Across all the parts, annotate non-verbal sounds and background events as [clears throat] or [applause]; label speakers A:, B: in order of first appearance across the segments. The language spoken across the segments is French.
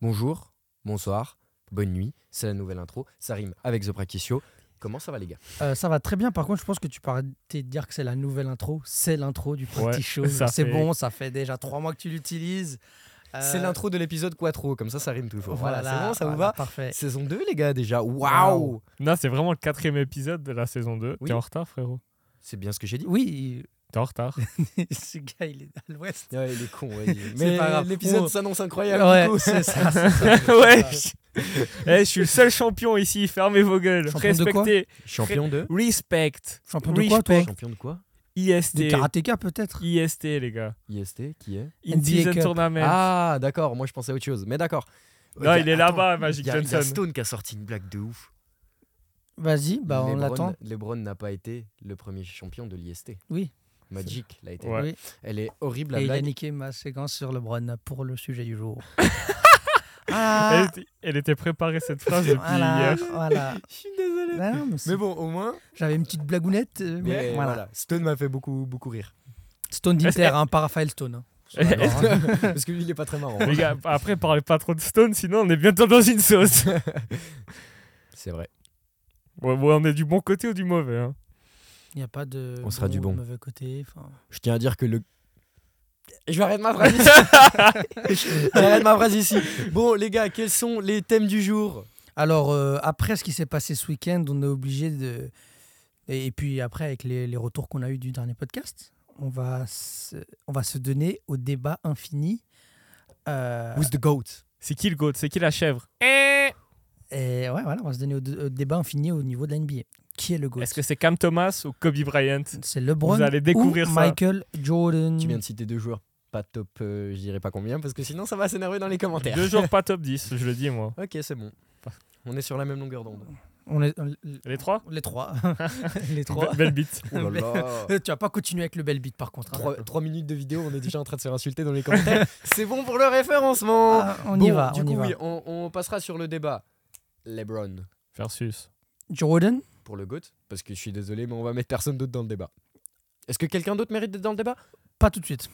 A: Bonjour, bonsoir, bonne nuit, c'est la nouvelle intro, ça rime avec The Practicio. Comment ça va les gars
B: Euh, ça va très bien. Par contre, je pense que tu peux arrêter de dire que c'est la nouvelle intro. C'est l'intro du
C: Ouais,
B: petit show.
C: ça
B: C'est
C: fait-
B: bon, ça fait déjà trois mois que tu l'utilises. Euh,
A: C'est l'intro de l'épisode Quattro, comme ça ça rime toujours. Voilà,
B: Voilà,
A: c'est bon, ça vous
B: voilà,
A: va
B: Parfait.
A: Saison 2 les gars déjà, waouh
B: Waouh.
C: Non, c'est vraiment le quatrième épisode de la saison 2.
A: Oui.
C: T'es en retard, frérot.
A: C'est bien ce que j'ai dit.
B: Oui,
A: [laughs]
C: T'es en retard.
B: ce gars, il est à l'ouest.
A: Ouais, il est con, ouais, [laughs] il-
B: C'est pas
A: Mais
B: grave.
A: l'épisode
B: On-
A: s'annonce incroyable.
B: Ouais,
A: du coup.
B: c'est ça. c'est ça,
A: [laughs]
B: c'est
C: ouais.
B: ça.
C: je- Eh, je suis le seul champion ici. Fermez vos gueules.
B: Champion de quoi
C: Respectez.
A: Champion de
C: Respect.
B: Champion de quoi, toi
C: Respect.
A: Champion de quoi
B: De
C: IST.
B: karatéka, peut-être
C: IST, les gars.
A: IST, qui est
C: Indies
B: NBA
C: and
B: Cup.
C: Tournament.
A: Ah d'accord, moi je pensais à autre chose, mais d'accord.
C: Non,
A: Euh,
C: il est
A: attends,
C: là-bas, Magic
A: y a- y a
C: Johnson.
A: Stone qui a sorti une blague de ouf.
B: Vas-y, bah, on
A: LeBron-
B: l'attend.
A: LeBron n'a pas été le premier champion de l'IST.
B: Oui.
A: Magic l'a été.
C: Ouais.
B: Oui.
A: Elle est horrible la
B: Et il a
A: blague.
B: niqué ma séquence sur LeBron pour le sujet
A: [laughs]
B: du jour.
C: Elle,
B: ah,
C: était, elle était préparée cette phrase depuis
B: voilà,
C: hier.
B: voilà.
A: Je suis désolé.
B: Non, mais c'est-
A: Mais bon, au moins.
B: J'avais une petite blagounette. euh,
A: Mais
B: voilà.
A: voilà. Stone m'a fait beaucoup, beaucoup [laughs] rire.
B: Stone
C: Est-ce-
B: d'Inter, hein, pas Raphaël Stone. hein.
A: Alors, hein, [laughs] parce que lui, il est pas très marrant. hein.
C: Les gars, après, parlez pas trop de Stone, sinon on est bientôt dans une sauce.
A: C'est vrai.
C: Ouais, ouais, on est du bon côté ou du mauvais. hein.
B: Il n'y a pas de.
A: On sera du
B: ou de
A: bon.
B: mauvais côté. enfin.
A: Je tiens à dire que le. Je vais arrêter ma phrase [laughs] ici. J'arrête ma phrase ici. Bon, les gars, quels sont les thèmes du jour
B: Alors, euh, après ce qui s'est passé ce week-end, on est obligé de. Et, et puis après, avec les, les retours qu'on a eus du dernier podcast, on va se, on va se donner au débat infini. Euh,
A: the goat
C: C'est qui le goat C'est qui la chèvre Eh
B: et ouais, voilà, on va se donner au, d- au débat infini au niveau de l'NBA. Qui est le GOAT
C: Est-ce que c'est Cam Thomas ou Kobe Bryant
B: C'est LeBron
C: Vous allez découvrir
B: ou
C: ça.
B: Michael Jordan
A: Tu viens de citer deux joueurs pas top, euh, je dirais pas combien, parce que sinon, ça va s'énerver dans les commentaires.
C: Deux jours pas top 10, je le dis moi.
A: Ok, c'est bon. On est sur la même longueur d'onde.
B: on est, on-
C: Les trois
B: les trois.
A: [laughs]
B: les trois.
C: Be- Belle bite.
A: Oh là [laughs] là.
B: Euh, [laughs] tu vas pas continuer avec le bel beat par contre. hein.
A: 3, minutes de vidéo, on est déjà en train de se faire insulter dans les commentaires. C'est bon pour le référencement.
B: Ah, on y
A: Bon,
B: va,
A: Du
B: on
A: coup,
B: y va.
A: oui, on, on passera sur le débat. LeBron
C: Versus.
B: Jordan
A: pour le GOAT, parce que je suis désolé, mais on va mettre personne d'autre dans le débat. Est-ce que quelqu'un d'autre mérite d'être dans le débat
B: Pas tout de suite.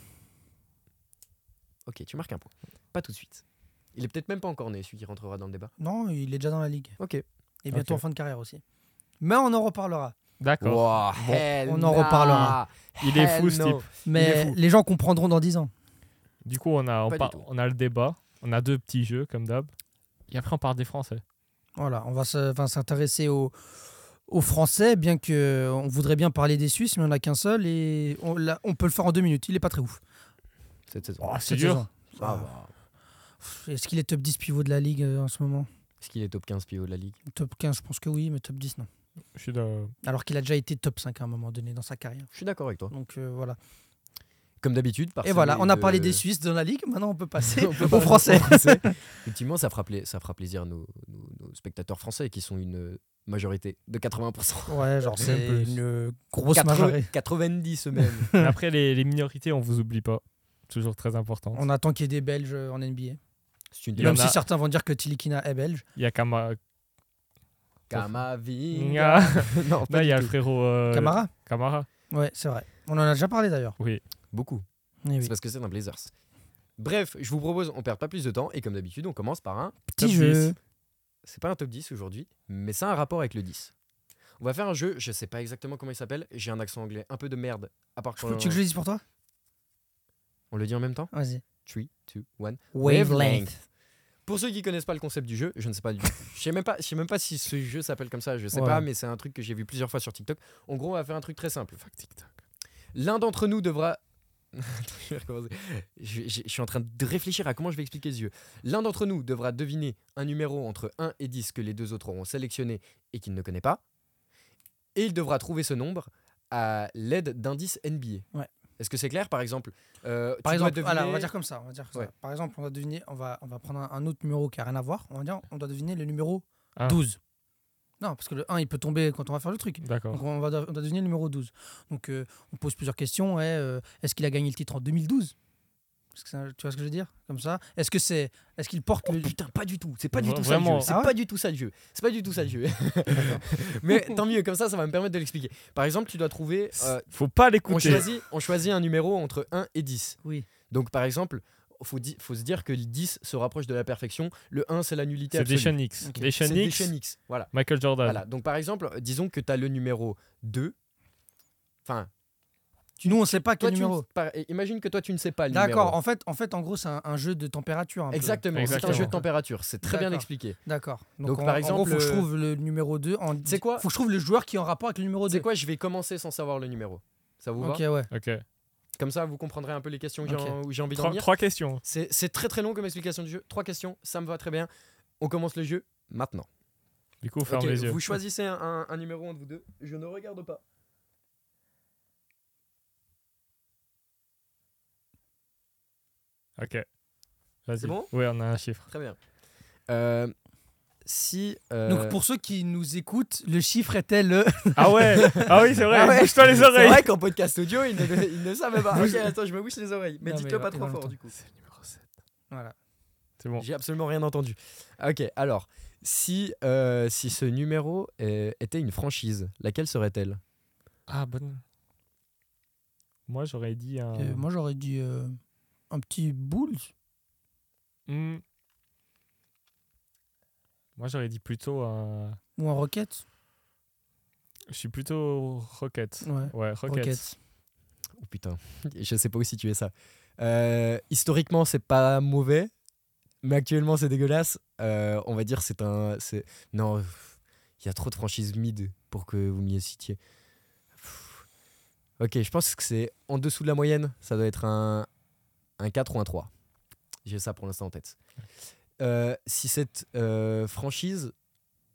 A: Ok, tu marques un point. Pas tout de suite. Il est peut-être même pas encore né, celui qui rentrera dans le débat.
B: Non, il est déjà dans la ligue.
A: Ok.
B: Et bientôt
C: Ok.
B: en fin de carrière aussi. Mais on en reparlera.
C: D'accord.
A: Wow,
C: Bon,
A: hell
B: on en
A: nah.
B: reparlera.
C: Il est
A: Hell
C: fou ce
A: no.
C: type.
A: est
B: Mais
A: fou.
B: les gens comprendront dans 10 ans.
C: Du coup, on a, on,
A: Pas du
C: par-
A: tout.
C: on a le débat. On a deux petits jeux comme d'hab. Et après, on parle des Français.
B: Voilà, on va se- enfin, s'intéresser aux, aux Français, bien que euh, on voudrait bien parler des Suisses, mais on n'a qu'un seul et on, l'a- on peut le faire en deux minutes. Il est pas très ouf.
A: Cette saison.
C: Oh, c'est
B: cette
C: dur.
B: saison.
A: Ah, wow.
B: Pff, Est-ce qu'il est top 10 pivot de la ligue euh, en ce moment
A: Est-ce qu'il est top 15 pivot de la ligue
B: Top 15, je pense que oui, mais top 10, non.
C: Je suis dans-
B: Alors qu'il a déjà été top 5 à un moment donné dans sa carrière.
A: Je suis d'accord avec toi.
B: Donc euh, voilà.
A: Comme d'habitude,
B: Et voilà, on a
A: parsemé
B: parlé
A: de- [laughs]
B: des Suisses dans la ligue, maintenant Ah, [laughs] on peut passer
A: On peut
B: aux
A: parler
B: Français.
A: Effectivement, ça fera, pla- ça fera plaisir à nos, nos- nos spectateurs français qui sont une euh, majorité de 80%.
B: Ouais, genre c'est
C: plus.
B: une grosse
A: Quatre-
B: majorité.
A: 90 même.
C: [laughs] Mais après, les, les minorités, on vous oublie pas. Toujours très important.
B: On attend qu'il y ait des Belges euh, en NBA.
A: C'est une
C: Il y
B: Même
C: en a-
B: si certains vont dire que Tilikina est belge.
C: Il y a Kama.
A: Kamavinga.
C: Nya.
A: [laughs] non,
C: Là,
A: pas
C: il
A: du
C: y a le
A: tout.
C: frérot. euh,
B: Camara
C: Camara.
B: Ouais, c'est vrai. On en a déjà parlé d'ailleurs.
C: Oui.
A: Beaucoup.
B: Eh oui.
A: C'est parce que c'est un Blazers. Bref, je vous propose, on perd pas plus de temps et comme d'habitude, on commence par un.
B: Petit
C: top
B: jeu.
A: C'est pas un top 10 aujourd'hui, mais ça a un rapport avec le 10. On va faire un jeu, je sais pas exactement comment il s'appelle, j'ai un accent anglais un peu de merde, à part
B: Tu
A: quand
B: veux que je le dise pour toi
A: on le dit en même temps
B: Vas-y.
A: 3, 2, 1.
B: Wavelength.
A: Pour ceux qui connaissent pas le concept du jeu, je ne sais pas
B: [laughs]
A: du je sais même pas, je sais même pas si ce jeu s'appelle comme ça, je sais
B: Ouais.
A: pas, mais c'est un truc que j'ai vu plusieurs fois sur TikTok. En gros, on va faire un truc très simple. L'un d'entre nous devra. [laughs] Attends, je, vais recommencer. Je- je- je suis en train de réfléchir à comment je vais expliquer ce jeu. L'un d'entre nous devra deviner un numéro entre 1 et 10 que les deux autres auront sélectionné et qu'il ne connaît pas. Et il devra trouver ce nombre à l'aide d'indices NBA.
B: Ouais.
A: Est-ce que c'est clair Par exemple, euh,
B: Par
A: tu dois
B: exemple, voilà, on va
A: deviner-
B: dire comme ça. On va dire comme
A: Ouais.
B: ça. Par exemple, on va, deviner, on, va, on va prendre un, un autre numéro qui n'a rien à voir. On va dire, on doit deviner le numéro
C: Ah.
B: 12. Non, parce que le 1, il peut tomber quand on va faire le truc.
C: D'accord.
B: Donc on, va, on doit deviner le numéro 12. Donc euh, on pose plusieurs questions. Ouais, euh, est-ce qu'il a gagné le titre en 2012 Parce que ça- Tu vois ce que je veux dire Comme ça. Est-ce que c'est. Est-ce qu'il porte
A: Oh
B: le.
A: putain, pas du tout. C'est pas du
C: Vra-
A: tout ça le jeu.
C: vraiment.
A: C'est
B: Ah ouais
A: pas du tout ça le jeu. C'est pas du tout ça le jeu. [laughs] Mais tant mieux, comme ça, ça va me permettre de l'expliquer. Par exemple, tu dois trouver. euh,
C: Faut pas
A: on,
C: l'écouter.
A: choisit, on choisit un numéro entre 1 et 10.
B: Oui.
A: Donc par exemple, faut, di- faut se dire que le 10 se rapproche de la perfection. Le 1, c'est la nullité
C: C'est des
A: absolue.
C: X.
B: Ok.
C: Des
A: C'est
C: chaînes X,
A: Deschamps X. Voilà.
C: Michael Jordan.
A: Voilà. Donc, par exemple, disons que tu as le numéro 2. Enfin,
B: Nous, on ne sait pas
A: toi,
B: quel
A: tu ne-
B: numéro.
A: par- imagine que toi, tu ne sais pas le
B: D'accord.
A: numéro.
B: En fait, en fait, en gros, c'est un, un jeu de température. un peu.
A: Exactement, c'est un
C: Exactement.
A: jeu de température, c'est très bien
B: D'accord.
A: expliqué.
B: D'accord. Donc,
A: Donc,
B: en-
A: par
B: en gros,
A: exemple,
B: faut que je
A: euh,
B: trouve le numéro 2. En...
A: sais quoi
B: Faut que je trouve le joueur qui est en rapport avec le numéro
A: C'est
B: 2.
A: quoi Je vais commencer sans savoir le numéro. Ça vous
B: Ok,
A: va
B: ouais.
C: Ok.
A: Comme ça, vous comprendrez un peu les questions que j'ai
B: Ok.
A: en- où j'ai envie de
C: Trois,
A: venir.
C: trois questions.
A: C'est c'est très très long comme explication du jeu. Trois questions, ça me va très bien. On commence le jeu maintenant.
C: Du coup, ferme
A: Ok,
C: les yeux.
A: vous choisissez un, un- un numéro entre vous deux. Je ne regarde pas.
C: Ok. Vas-y.
A: C'est bon
C: Ouais, on a
A: [laughs]
C: un chiffre.
A: Très bien. Euh, si. euh,
B: Donc, pour ceux qui nous écoutent, le chiffre était le. [laughs]
C: Ah ouais Ah oui, c'est vrai.
B: Ah ouais.
C: Bouge-toi les
A: C'est
C: oreilles.
A: vrai qu'en podcast audio, ils ne, ils ne savent
B: [laughs]
A: pas. ok, attends, je me bouche les oreilles. Mais
B: Non, mais
A: dites-le
B: il
A: pas
B: va- il
A: trop
B: va
A: fort
B: entendre.
A: du coup.
B: voilà.
C: C'est bon.
A: J'ai absolument rien entendu. Ok, alors, si, euh, si ce numéro euh, était une franchise, laquelle serait-elle
C: Ah, bonne. Moi, j'aurais dit un.
B: Euh, moi, j'aurais dit euh, un petit boule.
C: Hmm. Moi, j'aurais dit plutôt un.
B: Ou un roquette.
C: Je suis plutôt Rocket.
B: Ouais.
C: Ouais, Rocket.
B: Rocket.
A: Oh putain, je sais pas où situer ça. Euh, historiquement, c'est pas mauvais, mais actuellement, c'est dégueulasse. Euh, on va dire c'est un... c'est Non, pff, il y a trop de franchises mid pour que vous m'y citiez. Pff. Ok, je pense que c'est en dessous de la moyenne. Ça doit être un, un 4 ou un 3. J'ai ça pour l'instant en tête. Euh, si cette euh, franchise...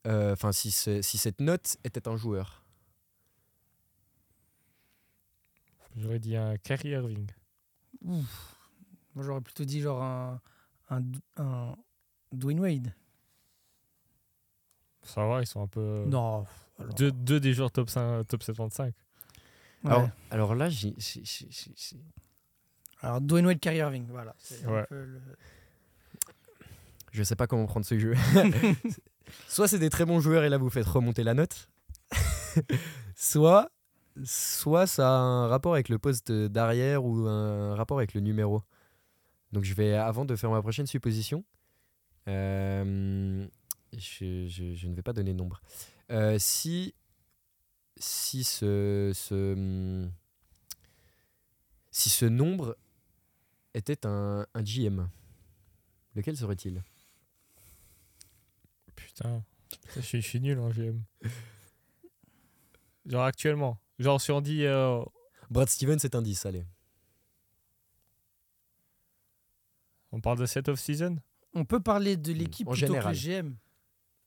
A: euh, Enfin, si, ce- si cette note était un joueur.
C: J'aurais dit un Kyrie Irving.
B: Moi, j'aurais plutôt dit genre un, un, un Dwayne Wade.
C: Ça va, ils sont un
A: Euh,
C: peu.
B: Non.
C: Deux, deux des joueurs top, 5, top 75.
B: Ouais.
A: Alors,
B: Alors,
A: alors là, j'ai- j'ai- j'ai- j'ai- j'ai-
B: Dwayne Wade, Kyrie Irving, voilà. C'est un
C: Ouais.
B: peu le-
A: Je sais pas comment prendre ce jeu. soit c'est des très bons joueurs et là vous faites remonter la note. [laughs] soit, soit ça a un rapport avec le poste d'arrière ou un rapport avec le numéro. Donc je vais, avant de faire ma prochaine supposition, euh, je, je- je ne vais pas donner de nombre. Euh, si si ce, ce si ce nombre était un, un GM, lequel serait-il
C: Putain. Je suis, je suis nul en GM. Genre actuellement. Genre si on dit. euh,
A: Brad Stevens c'est un 10, allez.
C: on parle de cette off-season
B: On peut parler de l'équipe
A: Mm. En
B: plutôt
A: général.
B: que le GM.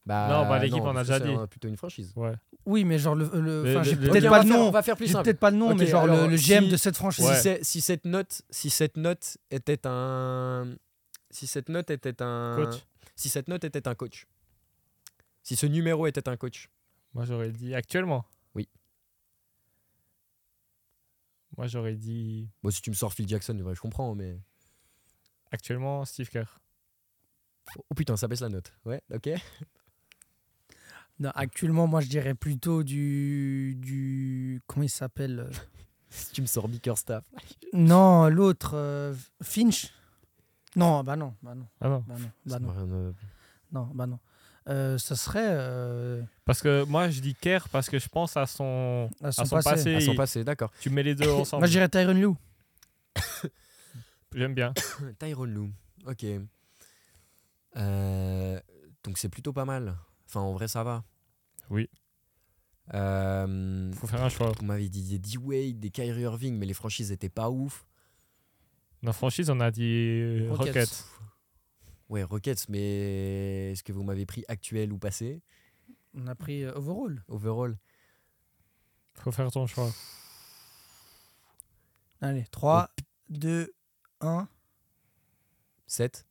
A: Bah,
C: Non, bah, l'équipe,
A: non,
C: on a
A: parce que
C: déjà
A: c'est
C: dit.
A: un- plutôt une franchise.
C: Ouais.
B: Oui, mais genre le. le-
C: Le-
B: enfin,
C: le-
B: j'ai
C: le-
B: peut-être
C: Ok,
B: pas
A: on va
B: le
A: faire-
B: nom.
A: On va faire plus
B: J'ai
A: simple.
B: peut-être pas le nom,
A: Ok,
B: mais genre le-
A: alors,
B: le, GM
A: si-
B: de cette franchise.
A: Si,
C: Ouais.
A: c'est- si cette note, si cette note était un, si cette note était un
C: Coach.
A: si cette note était un coach, si ce numéro était un coach,
C: Moi j'aurais dit actuellement.
A: Oui.
C: Moi j'aurais dit
A: bon si tu me sors Phil Jackson, ouais, je comprends, mais
C: actuellement Steve Kerr.
A: oh putain, ça baisse la note. Ouais, ok. [laughs]
B: Non, actuellement, moi, je dirais plutôt du. du comment il s'appelle euh,
A: si tu me sors Bickerstaff,
B: Non, l'autre. euh, Finch Non, bah non, bah non,
C: Ah non.
B: bah non,
A: ça
B: bah
A: m'a
B: non,
A: rien, euh,
B: non, bah non. Euh, ça serait euh,
C: Parce que moi je dis Kerr parce que je pense à son,
B: à son
C: à son
B: passé.
C: passé.
A: à son
C: il-
A: passé, d'accord.
C: Tu mets
B: [coughs]
C: les deux ensemble.
B: [laughs] Moi, je dirais Tyron Lou.
C: J'aime bien.
A: [clears throat] Tyrone Lou, ok. Euh, donc c'est plutôt pas mal. Enfin en vrai ça va.
C: Oui.
A: Euh,
C: Faut faire un choix.
A: On m'avait dit des D-Wade, des Kyrie Irving, mais les franchises étaient pas ouf.
C: Dans franchise on a dit euh,
B: Rockets.
C: Rockets.
A: Ouais, Rockets, mais est-ce que vous m'avez pris actuel ou passé
B: On a pris euh, Overall.
A: Overall
C: Faut faire ton choix.
B: Allez, 3, 2, 1.
A: 7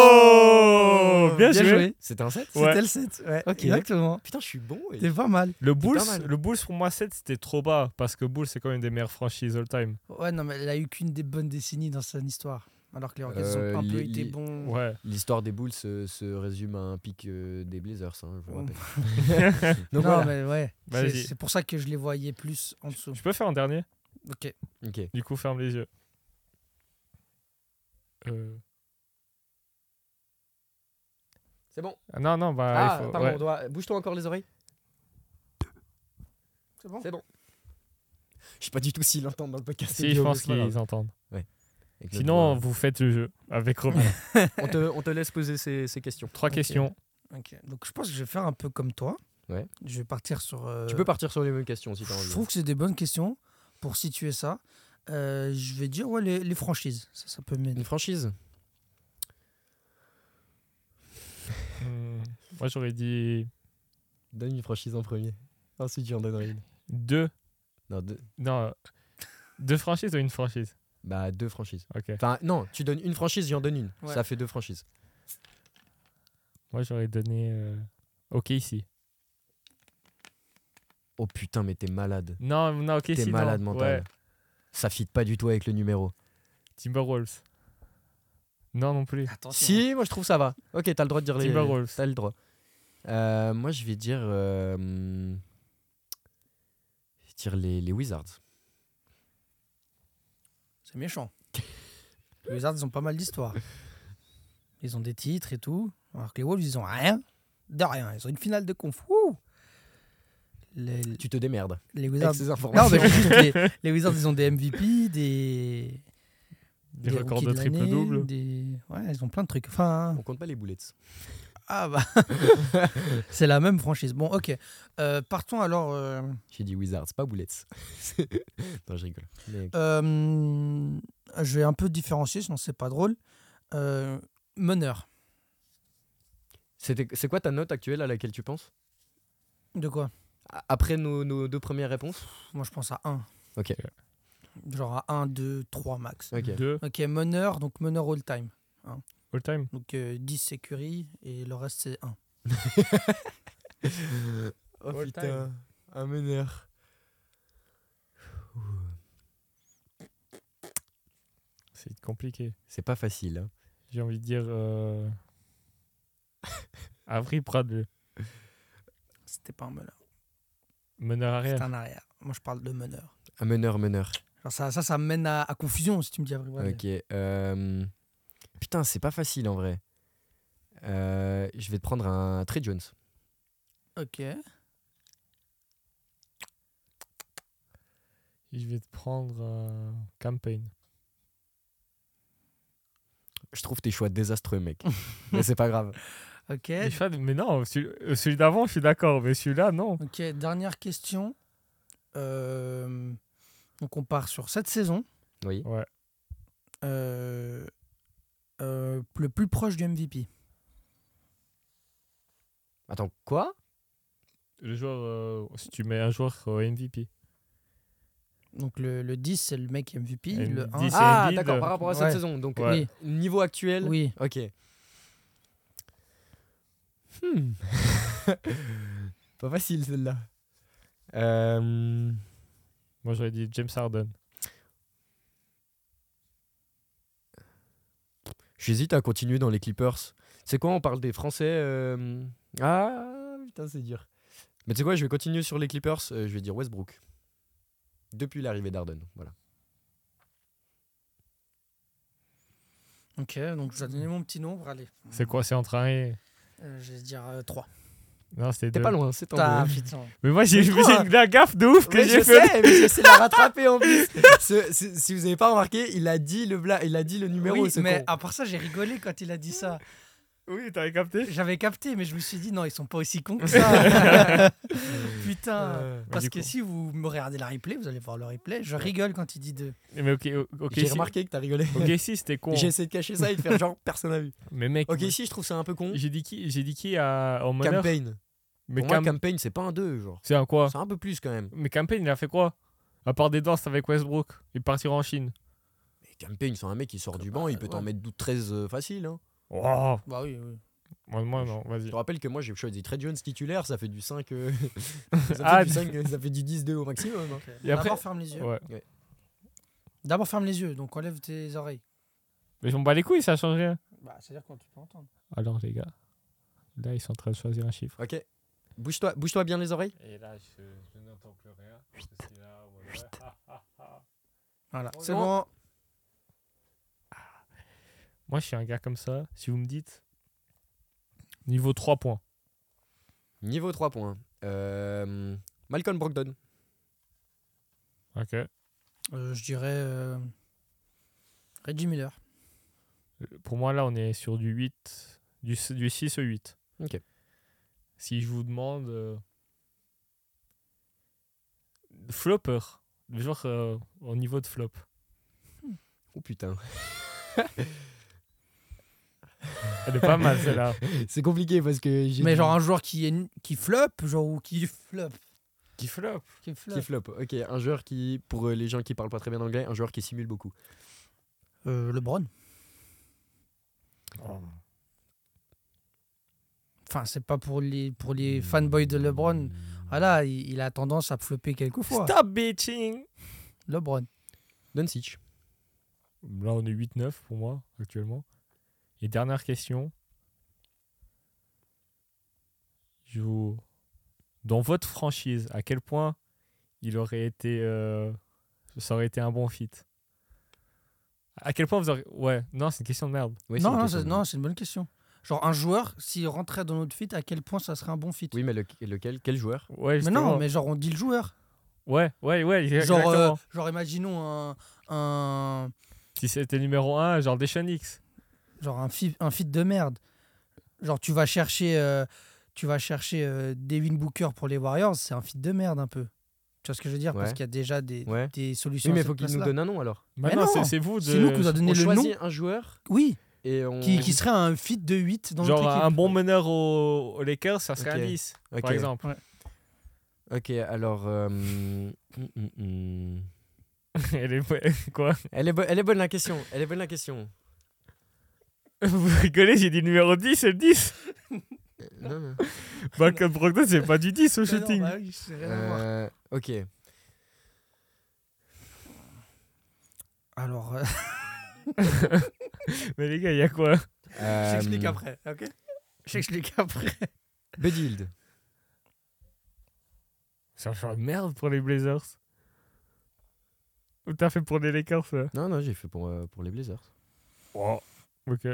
C: Oh Bien
B: Bien
C: joué.
B: joué.
A: C'était un 7
C: Ouais.
B: C'était le 7. Ouais,
A: Ok.
B: Exactement.
A: Putain, je suis bon. ouais.
B: C'était pas mal.
C: Le Bulls,
A: mal.
C: le Bulls pour moi 7 c'était trop bas parce que Bulls c'est quand même des meilleures franchises all time.
B: Ouais, non, mais elle a eu qu'une des bonnes décennies dans son histoire. Alors que les Rockets
A: Euh,
B: ont un peu
A: les-
B: été
A: les-
B: bons.
C: Ouais.
A: L'histoire des Bulls se, se résume à un pic euh, des Blazers, hein, je vous
B: Oh.
A: rappelle.
B: Non,
A: Donc voilà.
B: mais ouais. C'est-
C: Vas-y.
B: C'est pour ça que je les voyais plus en dessous.
C: Je peux faire un dernier
B: Ok.
A: Ok.
C: Du coup ferme les yeux. euh,
A: C'est bon.
C: ah, Non, non, bah.
A: Ah,
C: il faut-
A: pardon,
C: ouais.
A: on doit- bouge-toi encore les oreilles.
B: C'est bon
A: C'est bon. Je sais pas du tout s'ils l'entendent dans le podcast. c'est
C: Si, je
A: Guillaume,
C: pense
A: c'est pas grave.
C: qu'ils entendent.
A: Et que l'autre
C: Sinon,
A: voit.
C: vous faites le jeu avec Robin.
A: [laughs] on te, on te laisse poser ces, ces questions.
C: Trois
B: Ok.
C: questions.
B: Ok. Donc je pense que je vais faire un peu comme toi.
A: Ouais.
B: Je vais partir sur. euh,
A: Tu peux partir sur les mêmes questions si t'as envie.
B: Je trouve que c'est des bonnes questions pour situer ça. Euh, je vais dire ouais les, les franchises. Ça, ça peut m'aider.
A: Une franchise
C: Hmm, Moi, j'aurais dit
A: Donne une franchise en premier. Ensuite, j'en donnerai une.
C: deux.
A: Non, deux.
C: Non, euh, deux franchises ou une franchise
A: Bah, deux franchises.
C: Ok.
A: Enfin, non, tu donnes une franchise, j'en donne une.
B: Ouais.
A: Ça fait deux franchises.
C: Moi, j'aurais donné. euh, Ok, ici.
A: Oh putain, mais t'es malade.
C: Non, non, ok,
A: T'es
C: ici.
A: malade mental. Ça fit pas du tout avec le numéro.
C: Timberwolves. Non, non plus.
A: Si, moi je trouve ça va. Ok, t'as le droit de dire les.
C: Timberwolves.
A: T'as le droit. Euh, moi je vais dire. euh, hum, Je vais dire les, les Wizards.
B: C'est méchant. [laughs] les Wizards ils ont pas mal d'histoires. Ils ont des titres et tout. Alors que les Wolves ils ont rien de rien. Ils ont une finale de conf. Wouh les,
A: Tu te démerdes.
B: les
A: Avec
B: Wizards.
A: ces
B: Non,
A: informations.
B: mais juste les, les Wizards, ils ont des MVP, des,
C: Des,
B: des
C: records
B: rookies
C: de
B: l'année,
C: triple-double.
B: des- Ouais, ils ont plein de trucs. Enfin, hein.
A: On compte pas les boulettes.
B: Ah bah [laughs] C'est la même franchise. Bon, ok. Euh, partons alors. euh,
A: J'ai dit Wizards, pas boulettes. [laughs] non, je rigole. Mais-
B: euh, je vais un peu différencier, sinon c'est pas drôle. Euh, meneur.
A: C'était- C'est quoi ta note actuelle à laquelle tu penses
B: De quoi
A: A- Après nos, nos deux premières réponses
B: Moi, je pense à 1.
A: Ok.
B: Genre à 1, 2, 3 max.
A: Ok.
C: Deux
B: Ok, meneur, donc meneur all-time.
C: all-time.
B: Donc euh, 10 c'est Curry et le reste c'est 1.
A: Oh
C: All
A: putain,
C: time.
A: un meneur.
C: C'est compliqué.
A: C'est pas facile. hein.
C: J'ai envie de dire.
A: [laughs]
C: Euh... Avril Pradle,
B: C'était pas un meneur.
C: meneur
B: C'était
C: arrière.
B: un arrière. Moi, je parle de meneur.
A: Un meneur, meneur.
B: Genre ça, ça, ça me mène à, à confusion si tu me dis Avril Lavigne.
A: Ok. euh, Putain, c'est pas facile en vrai. Euh, je vais te prendre un Trey Jones.
B: Ok.
C: Je vais te prendre euh, Campaign.
A: Je trouve tes choix désastreux, [laughs] mec. Mais c'est pas grave.
B: Ok.
C: Les fans- mais non, celui, euh, celui d'avant, je suis d'accord, mais celui-là, non.
B: Ok, dernière question. Euh, donc on part sur cette saison.
A: Oui.
B: Euh, euh, le plus proche du MVP.
A: Attends, quoi
C: Le joueur, euh, si tu mets un joueur euh, MVP.
B: Donc le, le 10, c'est le mec MVP.
C: Et
B: le
C: le
B: 1,
C: 10,
B: ah,
A: Ah,
C: Embiid.
A: d'accord, par rapport à cette
B: Ouais.
A: saison. Donc,
C: Ouais.
A: niveau actuel.
B: oui.
A: Ok. [laughs] Hmm. pas facile celle-là. Euh,
C: Moi, j'aurais dit James Harden.
A: J'hésite à continuer dans les Clippers. C'est quoi On parle des Français. euh, Ah putain, c'est dur. Mais tu sais quoi Je vais continuer sur les Clippers. euh, je vais dire Westbrook. Depuis l'arrivée d'Arden. Voilà.
B: Ok, donc je dois donner mon petit nombre. Allez.
C: C'est quoi C'est entre un et.
B: Euh, Je vais dire 3.
C: Non, c'était
A: T'es
C: deux.
A: pas loin, c'est
B: Putain,
A: en deux.
B: putain.
C: Mais moi, [laughs] j'ai
A: Mais toi,
C: j'ai une la gaffe de ouf que
A: Ouais,
C: j'ai
A: je
C: fait.
A: sais, mais j'essaie de la rattraper en
C: [laughs]
A: plus. Ce- ce- si vous avez pas remarqué, il a dit le bla, il a dit le numéro. Euh,
B: Oui,
A: ce
B: mais
A: con.
C: ah,
B: à part ça, j'ai rigolé quand il a dit ça.
C: Oui, t'avais capté.
B: J'avais capté, mais je me suis dit non, ils sont pas aussi cons que
C: [laughs]
B: ça. putain.
A: Euh,
B: Parce
C: du
B: que
C: coup.
B: si vous me regardez la replay, vous allez voir le replay. Je rigole quand il dit 2.
C: Mais ok, ok.
A: J'ai
C: si-
A: remarqué que t'as rigolé. [laughs]
C: Ok, si, c'était con.
A: J'ai essayé de cacher ça et de faire genre personne n'a vu.
C: Mais mec,
A: Ok, si je trouve ça un peu con.
C: j'ai dit qui, j'ai dit qui à, en meneur
A: Campaign.
C: Mais
A: Pour moi,
C: Cam-
A: campaign, c'est pas un 2 genre.
C: C'est un quoi
A: C'est un peu plus quand même.
C: Mais Campaign, il a fait quoi À part des danses avec Westbrook, il partira en Chine.
A: Mais campaign, c'est un mec qui sort du
C: bah,
A: banc, il peut t'en
B: ouais.
A: mettre 12, 13 euh, facile. hein.
C: Wow.
B: Bah oui, oui.
C: Moi, moi, non,
A: Je
C: vas-y.
A: te rappelle que moi j'ai choisi Trey Jones titulaire, ça fait du 5. euh, [laughs] ça, fait
C: Ah,
A: du 5 euh, ça fait du 10-2 au maximum. hein.
C: Et après-
B: D'abord ferme les yeux.
C: Ouais.
B: D'abord ferme les yeux, donc enlève tes oreilles.
C: Mais on bat les couilles, ça hein. change rien.
B: Bah, c'est-à-dire quand tu peux entendre.
C: Alors, les gars, là, ils sont en train de choisir un chiffre.
A: Ok. Bouge-toi bouge bien les oreilles.
C: Et là, je, n'entends plus rien.
B: Voilà,
A: Oh
B: c'est
A: non.
B: bon.
C: Moi, je suis un gars comme ça. Si vous me dites niveau 3 points,
A: Niveau 3 points. Euh, Malcolm Brogdon.
C: ok.
B: Euh, je dirais euh, Reggie Miller.
C: Euh, Pour moi, là, on est sur du 8, du, s- du 6 au 8.
A: Ok.
C: Si je vous demande. euh, Flopper. Genre euh, au niveau de flop.
A: Oh putain. [laughs]
C: Elle est pas mal, celle-là.
A: C'est compliqué parce que j'ai.
B: Mais genre un joueur qui, est, qui floppe, genre, ou qui floppe.
C: Qui flop
B: Qui
A: Qui
B: floppe.
A: flop. Ok, un joueur qui, pour euh, les gens qui parlent pas très bien anglais, un joueur qui simule beaucoup.
B: Euh, LeBron. Enfin, c'est pas pour les, pour
A: Mmh.
B: les fanboys de LeBron. Voilà, il, il a tendance à flopper quelquefois.
C: Stop bitching
B: LeBron.
A: Doncic.
C: Là, on est 8-9 pour moi, actuellement. Et dernière question. Je vous- Dans votre franchise, à quel point il aurait été. euh, Ça aurait été un bon fit À quel point vous auriez. Ouais, non, c'est une question de merde.
A: Ouais, c'est
B: non,
A: une
B: non,
A: question
B: c'est,
A: de-
B: non, c'est une bonne question. Genre un joueur, s'il rentrait dans notre fit, à quel point ça serait un bon fit
A: Oui, mais le- lequel Quel joueur
C: Ouais,
B: Mais non,
C: justement.
B: mais genre on dit le joueur.
C: Ouais, ouais, ouais.
B: Genre,
C: Exactement.
B: euh, genre imaginons un, un,
C: Si c'était numéro 1, genre Deshaun X.
B: genre un, fit, un fit de merde. Genre tu vas chercher, euh, tu vas chercher euh, Devin Booker pour les Warriors, c'est un fit de merde un peu. Tu vois ce que je veux dire Parce
A: Ouais.
B: qu'il y a déjà des,
A: Ouais.
B: des solutions.
A: Oui, mais
B: à
A: faut
B: cette
A: qu'il nous
B: place-là.
A: donne un nom alors.
C: Bah
B: Mais
C: non,
B: non,
C: c'est- c'est vous.
B: C'est
C: de-
B: nous qui vous a donné
A: On
B: le nom.
A: choisit un joueur
B: Oui,
A: et on.
B: qui, qui serait un fit de 8 dans
C: Mmh. Genre
B: notre équipe.
C: un bon meneur au, au Lakers, ça serait
A: Ok.
C: un 10,
A: Ok.
C: par exemple.
A: Ok, alors. euh, mm, mm, mm.
C: [laughs] Elle est quoi
A: Elle, est bo- elle est bonne la question. Elle est bonne la question.
C: [laughs] Vous rigolez, j'ai dit numéro 10, c'est
B: [laughs]
C: le 10.
A: Euh, Non, non.
C: Malcolm Brogdon, c'est pas du 10 au
B: Mais non,
C: shooting.
B: bah oui, c'est rien à voir.
A: Euh, ok. [laughs]
B: Alors, euh,
C: Mais les gars, il y a quoi
B: [laughs] j'explique
A: Euh,
B: après,
A: [laughs]
B: ok J'explique après.
A: Buddy Hield.
C: C'est un choix de merde pour les Blazers. Ou t'as fait pour les Lakers, là
A: Non, non, j'ai fait pour, euh, pour les Blazers.
C: Oh. Ok.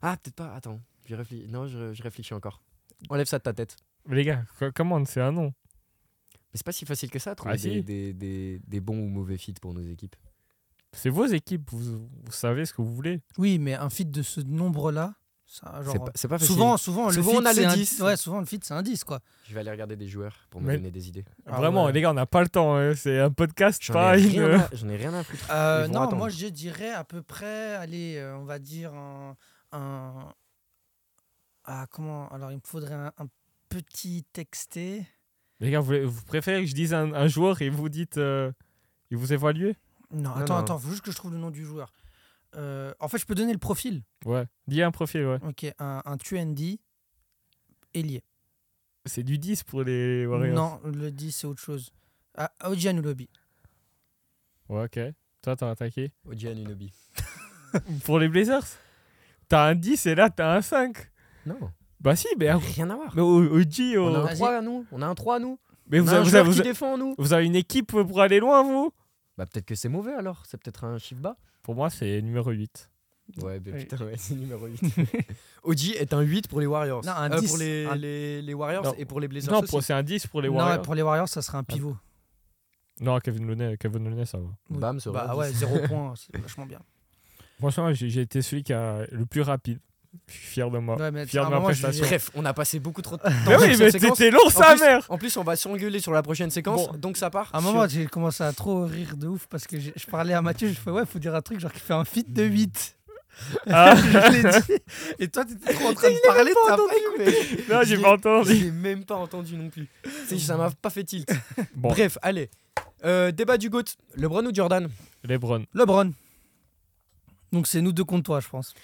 A: Ah, peut-être pas. Attends, je réfléchis. Non, je, je réfléchis encore. Enlève ça de ta tête.
C: Mais les gars, co- comment c'est un nom
A: Mais c'est pas si facile que ça, trouver
C: Ah,
A: des,
C: si.
A: des, des- des bons ou mauvais fits pour nos équipes.
C: C'est vos équipes, vous, vous savez ce que vous voulez.
B: Oui, mais un fit de ce nombre-là, ça, genre,
A: C'est pas, c'est pas facile.
B: souvent, souvent, le
A: Souvent,
B: fit,
A: on a
B: c'est
A: le
B: un-
A: 10.
B: Ouais, souvent, le fit, c'est un 10, quoi.
A: Je vais aller regarder des joueurs pour me
C: Mais-
A: donner des idées.
B: Ah
C: Vraiment,
B: ouais.
C: les gars, on n'a pas le temps. hein. C'est un podcast,
A: J'en
C: pas
A: ai,
C: une.
A: rien à- j'en ai rien à [laughs] foutre.
B: Euh,
A: Ils vont
B: non,
A: attendre.
B: moi, je dirais à peu près, allez, euh, on va dire un... un- Ah, comment Alors, il me faudrait un, un petit texté.
C: Les gars, vous, vous préférez que je dise un, un joueur et vous dites. euh, et vous évaluez
B: Non,
A: Non,
B: attends,
A: non.
B: attends, faut juste que je trouve le nom du joueur. Euh, en fait, je peux donner le profil.
C: Ouais. Dis un profil, ouais.
B: Ok, un, un Tuendi, ailier.
C: C'est du 10 pour les Warriors.
B: Non, le 10, c'est autre chose. Ah, Oji Anunoby.
C: Ouais, ok. Toi, t'as attaqué.
A: OG Anunobi.
C: Pour les Blazers T'as un 10 et là t'as un 5.
A: Non,
C: Bah si, mais,
A: rien à voir.
C: mais au, au G, au-
A: On a un
B: Vas-y.
A: 3 à nous. On a un 3 à nous.
C: mais
A: on
C: Oh.
A: a un
C: vous, avez, vous,
A: joueur
C: avez, vous
A: qui
C: avez-
A: défend nous.
C: vous avez une équipe pour aller loin, vous
A: Bah peut-être que c'est mauvais alors. C'est peut-être un chiffre bas.
C: Pour moi, c'est numéro 8.
A: [laughs] Ouais, bah,
C: Oui.
A: putain, ouais, c'est numéro [laughs] 8. OG est un 8 pour les Warriors.
B: Non, un
A: Euh,
B: 10.
A: pour les,
B: Un-
A: les, les Warriors
C: Non.
A: et pour les Blazers
C: non,
A: aussi.
C: pour- c'est un 10 pour les
B: non,
C: Warriors.
B: ouais, pour les Warriors, ça serait un
A: Ah,
B: pivot.
C: Non, Kevin Looney, Kevin Looney, ça va.
B: Oui.
A: Bam, ça
B: Bah
A: aurait
B: ouais,
A: dix. [laughs]
B: zéro point, c'est vachement bien.
C: Franchement, j'ai j'ai été celui qui a le plus rapide. Je suis fier de moi.
B: Ouais, mais
C: Fier
B: à
C: de
B: un
C: ma
B: moment, je-
C: prestation.
A: Bref, on a passé beaucoup trop de temps
C: Mais
A: sur
C: oui,
A: cette
C: mais
A: séquence.
C: t'étais long, sa
A: plus- [laughs]
C: mère
A: En plus, on va s'engueuler sur la prochaine séquence,
C: Bon.
A: donc ça part.
B: à un
A: sur-
B: moment, j'ai commencé à trop rire de ouf parce que j'ai- je parlais à Mathieu, je fais ouais, faut dire un truc genre qui fait un fit de
C: [laughs]
B: 8.
C: Ah.
B: je l'ai dit. Et toi, t'étais trop en train de parler, t'as pas écouté.
C: Non,
A: Je
C: j'ai
A: l'ai-
C: pas entendu.
A: Je l'ai même pas entendu non plus. C'est- Ça m'a pas fait tilt.
C: Bon,
A: Bref, allez. Euh, débat du GOAT, LeBron ou Jordan
C: Lebron.
B: LeBron. Donc c'est nous deux contre toi, je pense.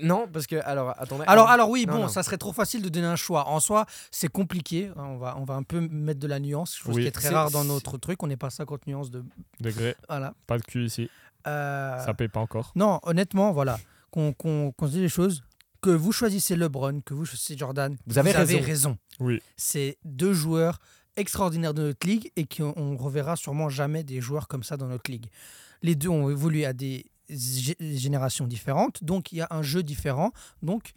A: Non, parce que, alors, attendez.
B: Alors, alors oui,
A: Non,
B: bon,
A: non.
B: ça serait trop facile de donner un choix. En soi, c'est compliqué. hein, On va, on va un peu mettre de la nuance, chose
C: Oui.
B: qui est très
A: C'est-
B: rare dans
A: c'est-
B: notre truc. On n'est pas 50 nuances de.
C: Degré,
B: Voilà.
C: pas de cul ici.
B: Euh,
A: Ah.
C: Ça paye pas encore.
B: Non, honnêtement, voilà. Qu'on qu'on- qu'on se dise les choses. Que vous choisissez LeBron, que vous choisissez Jordan,
A: Vous avez raison.
C: Oui.
B: C'est deux joueurs extraordinaires de notre ligue et qu'on on reverra sûrement jamais des joueurs comme ça dans notre ligue. Les deux ont évolué à des gé- générations différentes, donc il y a un jeu différent, donc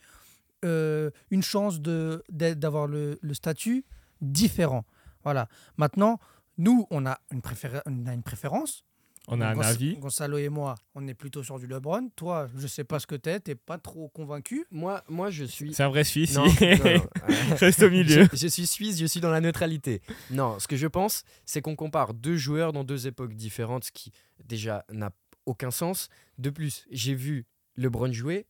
B: euh, une chance de- d'a- d'avoir le, le statut différent. Voilà. Maintenant, nous, on a une, préféra- on a une préférence.
C: On a un
B: Gonç-
C: avis.
B: Gonzalo et moi, on est plutôt sur du LeBron. Toi, je sais pas ce que t'es, t'es pas trop convaincu.
A: Moi, moi, je suis.
C: C'est un vrai Suisse.
A: Non,
C: il-
A: non, non.
C: [laughs] Reste au milieu.
A: Je, je suis suisse, je suis dans la neutralité. Non, ce que je pense, c'est qu'on compare deux joueurs dans deux époques différentes, ce qui déjà n'a aucun sens. De plus, j'ai vu LeBron jouer,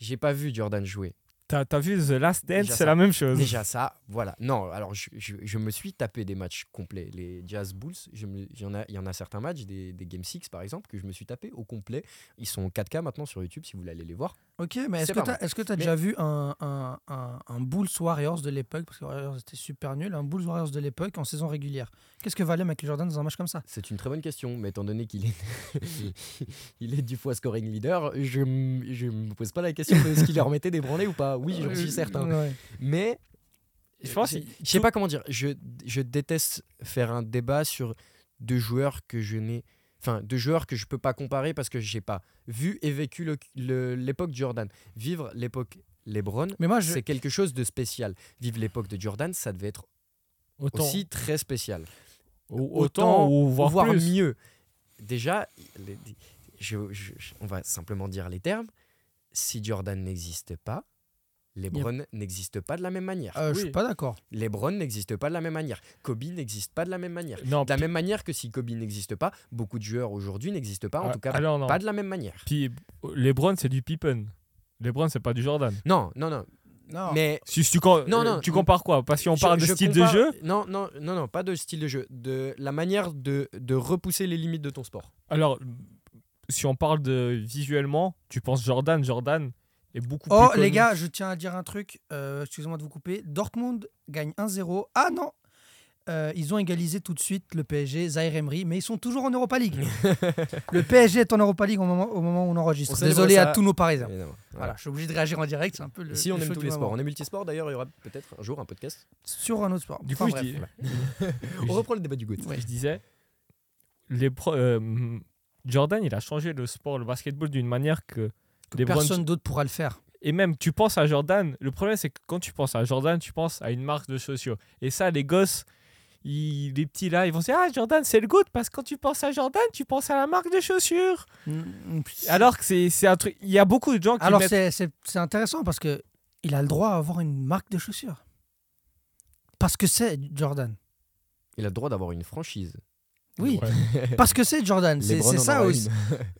A: j'ai pas vu Jordan jouer.
C: T'as t'as vu The Last Dance,
A: Déjà
C: c'est
A: ça.
C: la même chose.
A: Déjà ça, voilà. Non, alors je, je- je me suis tapé des matchs complets. Les Jazz Bulls, je me- il y, en a- il y en a certains matchs, des, des Game 6 par exemple, que je me suis tapé au complet. Ils sont en 4K maintenant sur YouTube si vous voulez aller les voir.
B: Ok, mais est-ce
A: C'est
B: que
A: pas
B: t'as
A: mal.
B: est-ce que t'as
A: Mais-
B: déjà vu un, un, un, un Bulls Warriors de l'époque Parce que Warriors était super nul, un Bulls Warriors de l'époque en saison régulière. Qu'est-ce que valait Michael Jordan dans un match comme ça
A: C'est une très bonne question, mais étant donné qu'il est, [laughs] il est du fois scoring leader, je m- je me pose pas la question de ce qu'il leur mettait des branlés ou pas. Oui, j'en
B: Euh,
A: suis certain.
B: Ouais.
A: Mais
C: Je pense
A: je
C: qu'il-
A: je sais pas comment dire. Je, je déteste faire un débat sur deux joueurs que je n'ai, enfin deux joueurs que je peux pas comparer parce que j'ai pas vu et vécu le- le- l'époque Jordan. Vivre l'époque LeBron,
B: Mais moi, je,
A: c'est quelque chose de spécial. Vivre l'époque de Jordan, ça devait être
C: Autant,
A: aussi très spécial
C: ou- autant, ou voire,
A: voire
C: plus.
A: mieux. Déjà, les- je- je- je- on va simplement dire les termes. Si Jordan n'existe pas, LeBron n'existe pas de la même manière.
B: euh, je
C: oui.
B: suis pas d'accord.
A: LeBron n'existe pas de la même manière. Kobe n'existe pas de la même manière.
C: Non,
A: De la même manière que si Kobe n'existe pas, beaucoup de joueurs aujourd'hui n'existent pas, en
B: Euh,
C: ah,
A: tout cas
C: alors non.
A: pas de la même manière.
C: Puis LeBron, c'est du Pippen. LeBron, c'est pas du Jordan.
A: Non, non, non.
B: Non.
A: Mais
C: Si, si tu, com-
A: Non, non.
C: tu compares quoi Parce qu'on
A: Je-
C: parle de
A: je
C: style
A: compare-
C: de jeu.
A: Non, non, non, non, pas de style de jeu. De la manière de, de repousser les limites de ton sport.
C: Alors, si on parle de visuellement, tu penses Jordan, Jordan est beaucoup
B: Oh
C: plus.
B: les
C: connu.
B: gars, je tiens à dire un truc. Euh, Excusez-moi de vous couper. Dortmund gagne 1-0. Ah non Euh, Ils ont égalisé tout de suite le PSG, Zaire Emery, mais ils sont toujours en
A: [laughs]
B: Europa League. le PSG est en Europa League au moment, au moment où on enregistre.
A: On célèbre
B: Désolé
A: ça.
B: à tous nos Parisiens.
A: Et non, voilà.
B: Voilà, je suis obligé de réagir en direct. C'est un peu le.
A: Ici, on
B: le
A: aime
B: show
A: tous
B: du
A: les
B: moment.
A: sports. hein. On est multisport. D'ailleurs, il y aura peut-être un jour un podcast.
B: Sur un autre sport.
C: Du
B: Enfin,
C: coup, je,
B: bref.
C: dis- [laughs]
A: On reprend le débat du goût.
C: je disais, les pro- euh, Jordan, il a changé le sport, le basketball, d'une manière que, les
B: Personne d'autre pourra le faire.
C: Et même, tu penses à Jordan. Le problème, c'est que quand tu penses à Jordan, tu penses à une marque de chaussures. Et ça, les gosses, ils- les petits là, ils vont se dire Ah, Jordan, c'est le GOAT. Parce que quand tu penses à Jordan, tu penses à la marque de chaussures.
A: Mm,
C: Alors que c'est c'est un truc. Il y a beaucoup de gens qui.
B: Mm, Alors
C: mettent-
B: c'est- c'est c'est intéressant parce que il a le droit à avoir une marque de chaussures. Parce que c'est Jordan.
A: Il a le droit d'avoir une franchise.
B: Oui,
C: Ouais.
B: parce que c'est Jordan. C'est
A: Lebron
B: c'est
A: en
B: ça
A: aura
B: aussi.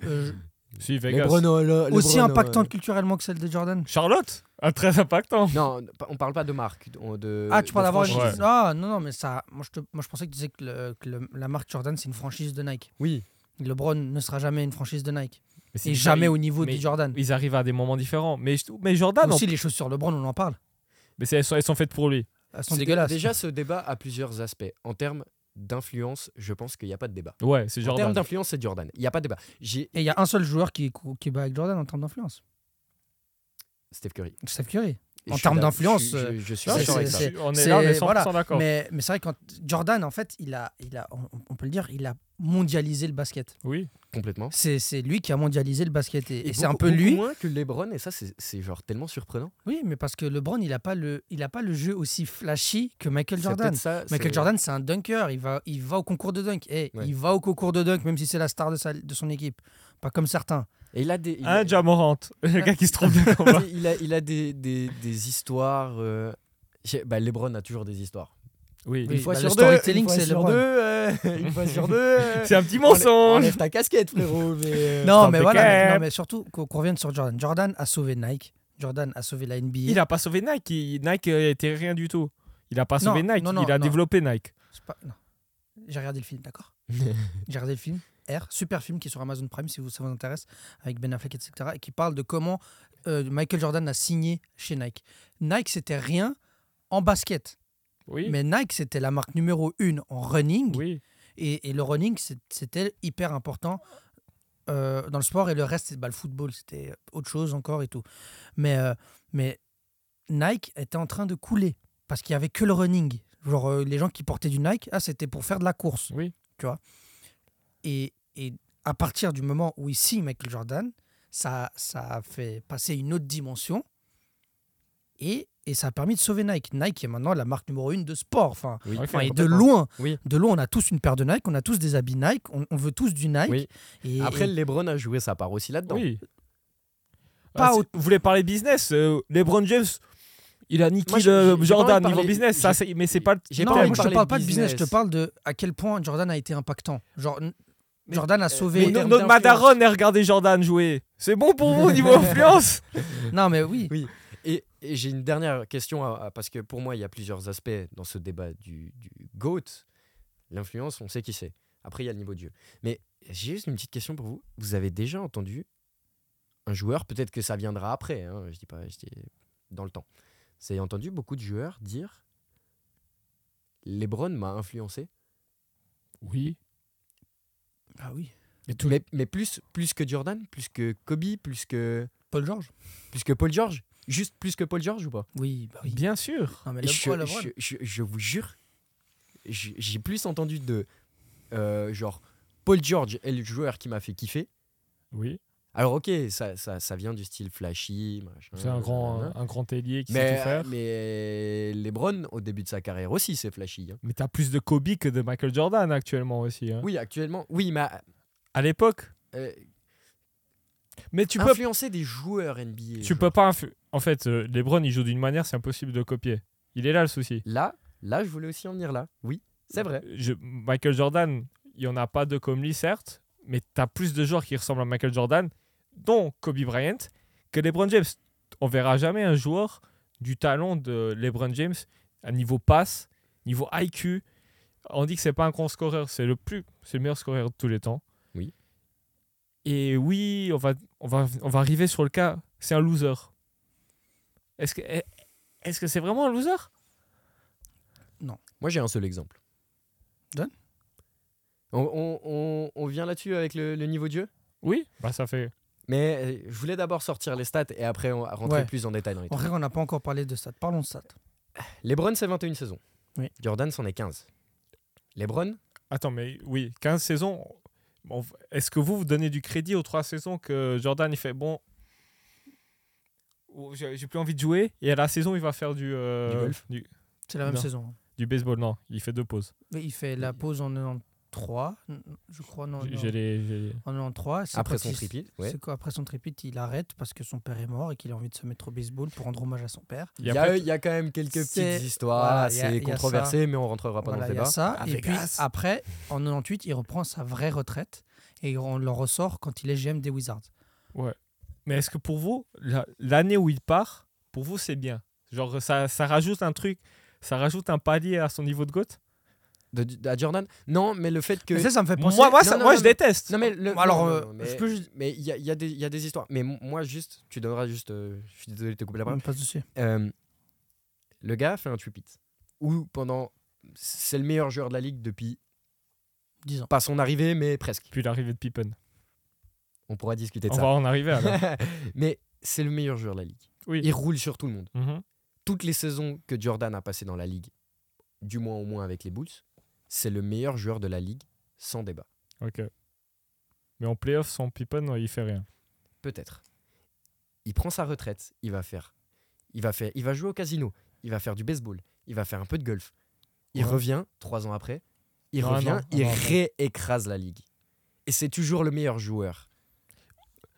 A: une.
B: Euh,
C: Si, Vegas.
A: Lebron, oh là,
B: aussi
A: Lebron, Euh, oh,
B: impactante culturellement que celle de Jordan.
C: Charlotte Ah, Très impactant.
A: euh, Non, pas- on parle pas de marque. on- De,
B: ah, tu
A: de
B: parles d'avoir une.
A: franchise.
C: franchise.
B: Ah, non, non, mais ça. Moi, je, te- moi, je pensais que tu disais que, le- que le- la marque Jordan, c'est une franchise de Nike.
A: Oui,
B: LeBron ne sera jamais une franchise de Nike.
C: Mais c'est
B: Et
C: différent.
B: jamais au niveau
C: mais-
B: de Jordan.
C: Ils arrivent à des moments différents. Mais, je- mais
A: Ah,
C: Jordan,
B: aussi,
C: on-
B: les chaussures LeBron, on en parle.
C: mais c'est- elles, sont, elles sont faites pour lui.
B: Elles sont
A: C'est-
B: dégueulasses.
A: Déjà, ce débat a plusieurs aspects. En termes d'influence, je pense qu'il n'y a pas de débat.
C: Ouais, c'est
A: En termes
C: Jordan.
A: d'influence, c'est Jordan. Il n'y a pas de débat. J'ai
B: Et il y a un seul joueur qui, est cou- qui bat avec Jordan en termes d'influence.
A: Steph Curry.
B: Steph Curry.
A: Et
B: En
A: je suis
B: termes
A: d'ac-
B: d'influence, euh,
A: je, je- je suis
B: c'est-
A: d'accord avec
B: c'est-
A: ça.
B: c'est-
C: on est là, on est 100%
B: voilà.
C: d'accord.
B: Mais, mais c'est vrai que quand Jordan, en fait, il a, il a, on, on peut le dire, il a mondialisé le basket.
C: Oui.
A: Complètement.
B: C'est c'est lui qui a mondialisé le basket. Et, et c'est un
A: beaucoup-
B: peu
A: beaucoup
B: lui.
A: moins que LeBron, et ça, c'est c'est genre tellement surprenant.
B: Oui, mais parce que LeBron, il n'a pas, le- il a pas le jeu aussi flashy que Michael
A: C'est
B: Jordan.
A: peut-être ça,
B: Michael
A: c'est-
B: Jordan, c'est un dunker. Il va, il va au concours de dunk. Eh,
A: Ouais.
B: Il va au concours de dunk, même si c'est la star de, sa- de son équipe. Pas comme certains.
A: Et il a des. il a-
B: Ah,
C: Un Jamorant, [laughs] le gars qui se trompe
B: [laughs]
C: de combat.
A: [laughs] il a, il a des, des, des histoires. euh, j'ai- bah, LeBron a toujours des histoires.
C: Oui.
B: Oui.
A: une fois
B: bah,
A: sur
B: le
A: deux,
B: storytelling,
A: une fois
B: c'est
A: sur
B: LeBron.
A: deux, euh, une fois sur deux.
B: [laughs]
A: euh,
C: C'est un petit
A: enlè-
C: mensonge.
A: Enlève ta casquette, frérot. Mais euh,
B: Non,
C: c'est
B: mais voilà. mais-
C: impeccable.
B: non, mais surtout, qu'on qu'on revienne sur Jordan. Jordan a sauvé Nike. Jordan a sauvé la NBA.
C: Il a pas sauvé Nike. il- Nike euh, était rien du tout. Il a pas
B: Non,
C: sauvé Nike.
B: non, non,
C: il a
B: non.
C: développé Nike.
B: C'est pas- non. J'ai regardé le film,
A: [laughs]
B: d'accord J'ai regardé le film R, super film qui est sur Amazon Prime si vous, ça vous intéresse, avec Ben Affleck, etc. Et qui parle de comment euh, Michael Jordan a signé chez Nike. Nike, c'était rien en basket.
C: Oui.
B: Mais Nike, c'était la marque numéro une en running.
C: Oui.
B: Et, et le running, c'est- c'était hyper important euh, dans le sport. Et le reste, c'est bah, le football, c'était autre chose encore et tout. Mais, euh, mais Nike était en train de couler parce qu'il n'y avait que le running. Genre, euh, les gens qui portaient du Nike, ah, c'était pour faire de la course.
C: Oui.
B: Tu vois et, et à partir du moment où il signe Michael Jordan, ça, ça a fait passer une autre dimension et, et ça a permis de sauver Nike. Nike est maintenant la marque numéro une de sport. Enfin,
A: Oui.
C: Ok.
B: enfin, et de
A: complètement.
B: loin,
A: Oui.
B: de loin, on a tous une paire de Nike, on a tous des habits Nike, on, on veut tous du Nike.
A: Oui.
B: Et,
A: Après,
B: et-
A: LeBron a joué sa part aussi là-dedans.
C: Oui.
B: Pas
C: Ah, c'est-
B: au-
C: Vous voulez parler business euh, LeBron James, il a niqué
A: Moi, j'ai- j'ai- j'ai
C: le
A: pas envie
C: Jordan
A: de
C: niveau
A: parler-
C: business. Ça,
A: j'ai-
C: c'est- mais c'est pas. le-
A: j'ai
B: non,
A: pas
B: moi,
A: envie de
B: je te
A: parler
B: parle
A: de
B: pas de business,
A: business.
B: je te parle de à quel point Jordan a été impactant. Genre,
C: Mais-
B: Jordan a sauvé.
C: Mais
A: en termes
C: notre Madaron a regardé Jordan jouer. C'est bon pour
B: [laughs]
C: vous niveau influence
B: Non, mais oui.
A: Oui. Et, et j'ai une dernière question, à- à- parce que pour moi, il y a plusieurs aspects dans ce débat du, du GOAT. L'influence, on sait qui c'est. Après, il y a le niveau de jeu. Mais j'ai juste une petite question pour vous. Vous avez déjà entendu un joueur, peut-être que ça viendra après, hein, je dis pas, je dis dans le temps. Vous avez entendu beaucoup de joueurs dire LeBron m'a influencé,
C: Oui.
B: Ah oui.
A: mais, mais plus, plus que Jordan, plus que Kobe, plus que,
B: Paul George
A: plus que Paul George Juste plus que Paul George ou pas
B: Oui, bah oui.
C: Bien sûr.
B: Non, mais
A: Et
B: le-
A: je,
B: ouais, LeBron.
A: je- je- je vous jure, j'ai j'ai plus entendu de euh, genre Paul George est le joueur qui m'a fait kiffer.
C: Oui.
A: Alors ok, ça, ça, ça vient du style flashy, machin,
C: C'est un grand,
A: nanana.
C: un grand ailier qui sait tout
A: mais,
C: faire. Euh, Mais, euh,
A: mais LeBron au début de sa carrière aussi c'est flashy. hein.
C: t'as plus de Kobe que de Michael Jordan actuellement aussi. hein.
A: Oui actuellement, oui mais
C: À l'époque.
A: euh,
C: Mais tu peux,
A: influencer des joueurs NBA.
C: tu
A: genre.
C: peux pas. influ- En fait, euh, LeBron, il joue d'une manière, c'est impossible de copier. Il est là le souci.
A: Là, là je voulais aussi en venir là. Oui, c'est vrai.
C: Euh, Je- Michael Jordan, il n'y en a pas deux comme lui, certes, mais tu as plus de joueurs qui ressemblent à Michael Jordan, dont Kobe Bryant, que LeBron James. On verra jamais un joueur du talent de LeBron James à niveau passe, niveau IQ. On dit que c'est pas un grand scoreur, c'est le plus, c'est le meilleur scoreur de tous les temps.
A: Oui.
C: Et oui, on va, on va, on va arriver sur le cas, c'est un loser. Est-ce que, est-ce que c'est vraiment un loser
A: Moi, j'ai un seul exemple.
B: Donne.
A: On, on- on- on vient là-dessus avec le, le niveau de jeu
C: Oui, bah ça fait.
A: Mais euh, je voulais d'abord sortir les stats et après on va rentrer
B: Ouais.
A: plus en détail dans les
B: En
A: trucs.
B: vrai, on n'a pas encore parlé de ça. Parlons de ça.
A: LeBron, c'est 21 saisons.
B: Oui.
A: Jordan, c'en est 15. LeBron,
C: Attends, mais oui, 15 saisons. Bon, Est-ce que vous vous donnez du crédit aux trois saisons que Jordan il fait bon oh, j'ai j'ai plus envie de jouer et à la saison il va faire du euh,
A: Du golf
C: du,
B: C'est la même
C: Non.
B: saison. hein.
C: du baseball non il fait deux pauses
B: Mais il fait la pause en 93, je crois.
A: Oh
B: Non,
C: J'ai-
B: non.
C: j'ai les- j'ai les-
B: En 93. c'est
A: après
B: quand
A: son
B: il-
A: tripit,
B: c'est quoi, après son tripit, il arrête parce que son père est mort et qu'il a envie de se mettre au baseball pour rendre hommage à son père.
A: Il y, a, il y a quand même quelques
B: C'est-
A: petites histoires
B: voilà, il y a-
A: assez
B: il y a
A: controversées, mais on
C: Ah,
A: rentrera pas
B: Voilà,
A: dans le
B: il y a
A: débat.
B: ça.
C: À
B: et puis ah,
C: Vegas.
B: après, en 98, il reprend sa vraie retraite et on l'en ressort quand il est GM des Wizards.
C: mais est-ce que pour vous la- l'année où il part pour vous c'est bien genre ça, ça rajoute un truc ça rajoute un palier à son niveau de goth
A: De, à Jordan Non, mais le fait que.
B: Mais ça, ça me fait
C: moi
B: penser.
A: Non,
C: moi, ça-
A: non,
C: moi
A: non,
C: je
A: mais-
C: déteste
A: Non, mais le-
B: Alors,
A: non, non,
B: euh,
A: non, mais-
B: je peux juste-
A: mais il y a, il y a des- il y a des histoires. Mais m- moi, juste, tu donneras juste. euh, je suis désolé de te couper la parole.
B: On passe dessus.
A: Euh, le gars fait un tripit. Ou pendant. C'est le meilleur joueur de la ligue depuis.
B: 10 ans.
A: Pas son arrivée, mais presque.
C: puis l'arrivée de Pippen
A: On pourra discuter de
C: on
A: ça.
C: va en arriver alors [laughs]
A: [laughs] mais c'est le meilleur joueur de la ligue.
C: Oui.
A: Il roule sur tout le monde.
C: Mhm.
A: Toutes les saisons que Jordan a passées dans la ligue, du moins au moins avec les Bulls, c'est le meilleur joueur de la ligue, sans débat.
C: ok mais en playoff sans Pippen ouais, il fait rien
A: Peut-être. Il prend sa retraite, il va faire, il va faire, il va jouer au casino, il va faire du baseball, il va faire un peu de golf. Il
C: Ouais.
A: revient trois ans après, il
C: Non,
A: revient,
C: non,
A: il
C: non, non.
A: réécrase la ligue. Et c'est toujours le meilleur joueur.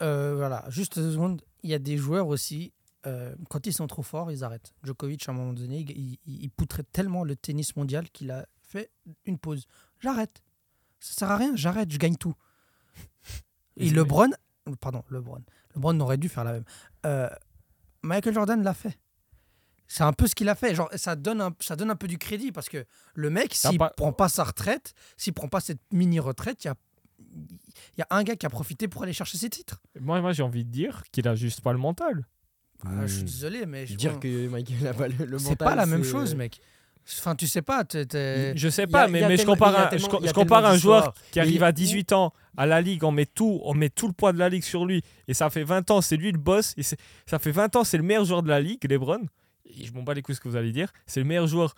B: Euh, voilà, juste deux secondes. Il y a des joueurs aussi, euh, quand ils sont trop forts, ils arrêtent. Djokovic, à un moment donné, il, il, il poutrait tellement le tennis mondial qu'il a fait une pause. J'arrête. Ça sert à rien, j'arrête, je gagne
C: [laughs]
B: tout. Et
C: Ils-
B: LeBron, pardon, LeBron. LeBron aurait dû faire la même. Euh, Michael Jordan l'a fait. C'est un peu ce qu'il a fait. Genre, ça donne un, ça donne un peu du crédit parce que le mec,
C: T'as
B: s'il
C: pas-
B: prend pas sa retraite, s'il prend pas cette mini retraite, il y a, il y a un gars qui a profité pour aller chercher ses titres.
C: Moi, moi j'ai envie de dire qu'il a juste pas le mental.
B: Ah, je suis
A: Mm.
B: désolé, mais je
A: Dire
B: bon,
A: que Michael a pas le, le
B: c'est
A: mental,
B: pas la même
A: c'est-
B: chose, mec. Enfin, tu sais pas. t'es- t'es-
C: Je sais
A: Euh, y
C: pas,
A: a- y
C: mais,
A: a
C: mais je
A: tellement-
C: compare,
A: mais il y a
C: un, je,
A: tellement-
C: co-
A: il y a
C: je compare
A: tellement
C: un joueur
A: d'histoires.
C: qui
A: Mais il y
C: arrive
A: a-
C: à 18 ans à la ligue, on met tout, on met tout le poids de la ligue sur lui, et ça fait 20 ans, c'est lui le boss, et c'est- ça fait 20 ans, c'est le meilleur joueur de la ligue, LeBron. Et je m'en bats les couilles ce que vous allez dire, c'est le meilleur joueur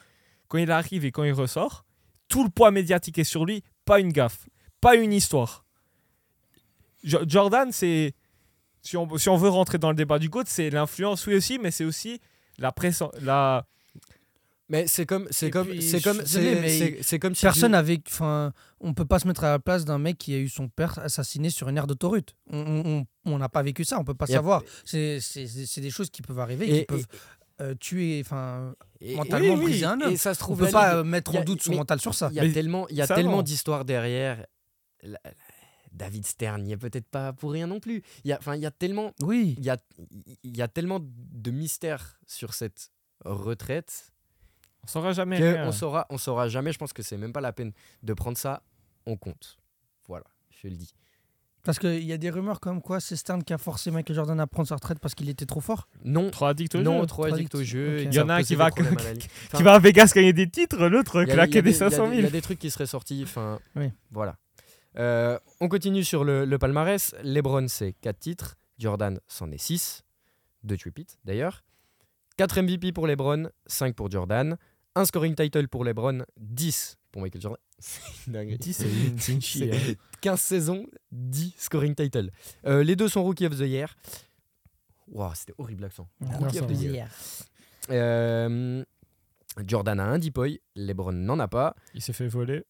C: quand il arrive et quand il ressort, tout le poids médiatique est sur lui, pas une gaffe, pas une histoire. Jo- Jordan, c'est. Si on, si on veut rentrer dans le débat du GOAT, c'est l'influence, oui aussi, mais c'est aussi la presse. La...
A: Mais c'est comme, c'est
B: Et
A: comme,
B: puis,
A: c'est
B: je
A: comme,
B: suis désolé,
A: c'est
B: mais
A: c'est- c'est comme si
B: Personne
A: tu-
B: avec. Enfin, on peut pas se mettre à la place d'un mec qui a eu son père assassiné sur une aire d'autoroute. On- on- on- On n'a pas vécu ça, on peut pas
A: Et-
B: savoir. C'est c'est- c'est- c'est des choses qui peuvent arriver, et
A: Et-
B: qui peuvent euh, tuer. Enfin,
A: et- et-
B: mentalement briser un homme.
A: Et ça se
B: on
A: trouve,
B: peut
A: la
B: pas
A: ligue-
B: euh, mettre
A: y
B: en
A: a-
B: doute son
A: mais-
B: mental sur ça.
C: [laughs]
A: Il y a
C: Mais
A: tellement, il y a
C: ça,
A: tellement
C: non.
A: d'histoires derrière. La- la- David Stern, il n'y est peut-être pas pour rien non plus. Il y a, enfin, il y a tellement,
B: Oui.
A: il y a, il y a tellement de mystères sur cette retraite
C: On saura jamais. rien.
A: qu'on saura, on saura jamais. Je pense que c'est même pas la peine de prendre ça en compte. Voilà, je le dis.
B: Parce qu'il y a des rumeurs comme quoi c'est Stern qui a forcé Michael Jordan à prendre sa retraite parce qu'il était trop fort.
A: Non,
C: Trois addicts au
A: non, trop
C: jeu.
B: trois
A: addict au
B: addicts, ok.
A: jeu. et
B: Il y
A: qui a
C: en a un
A: posé
C: qui
A: des
C: va-
A: problèmes à la ligue.
C: Qui va à Vegas gagner des titres, l'autre
A: Il y a- il y
C: claquer
A: a
C: des
A: il y a
C: 500
A: Il y
C: 000.
A: a des trucs qui seraient sortis. Enfin,
B: Oui.
A: voilà. Euh, on continue sur le, le palmarès. LeBron, c'est 4 titres. Jordan, c'en est 6. 2 Pitt d'ailleurs. 4 MVP pour LeBron, 5 pour Jordan. Un scoring title pour LeBron, 10 pour Michael Jordan. [laughs] C'est une dinguerie.
C: 10, c'est [laughs] une Vinci,
A: C'est-
C: hein.
A: 15 saisons, 10 scoring title. Euh, les deux sont Rookie of the Year. Waouh, c'était horrible l'accent. Rookie of the Year. Euh, Jordan a un Deepoy, LeBron n'en a pas.
C: Il s'est fait voler.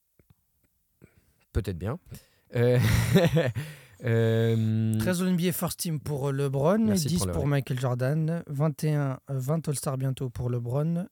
A: Peut-être bien. Euh, [laughs] euh,
B: 13 NBA First Team pour euh, LeBron,
A: Merci
B: 10
A: pour le
B: pour
A: rec.
B: Michael Jordan, 21, euh, 20 All-Star bientôt pour LeBron.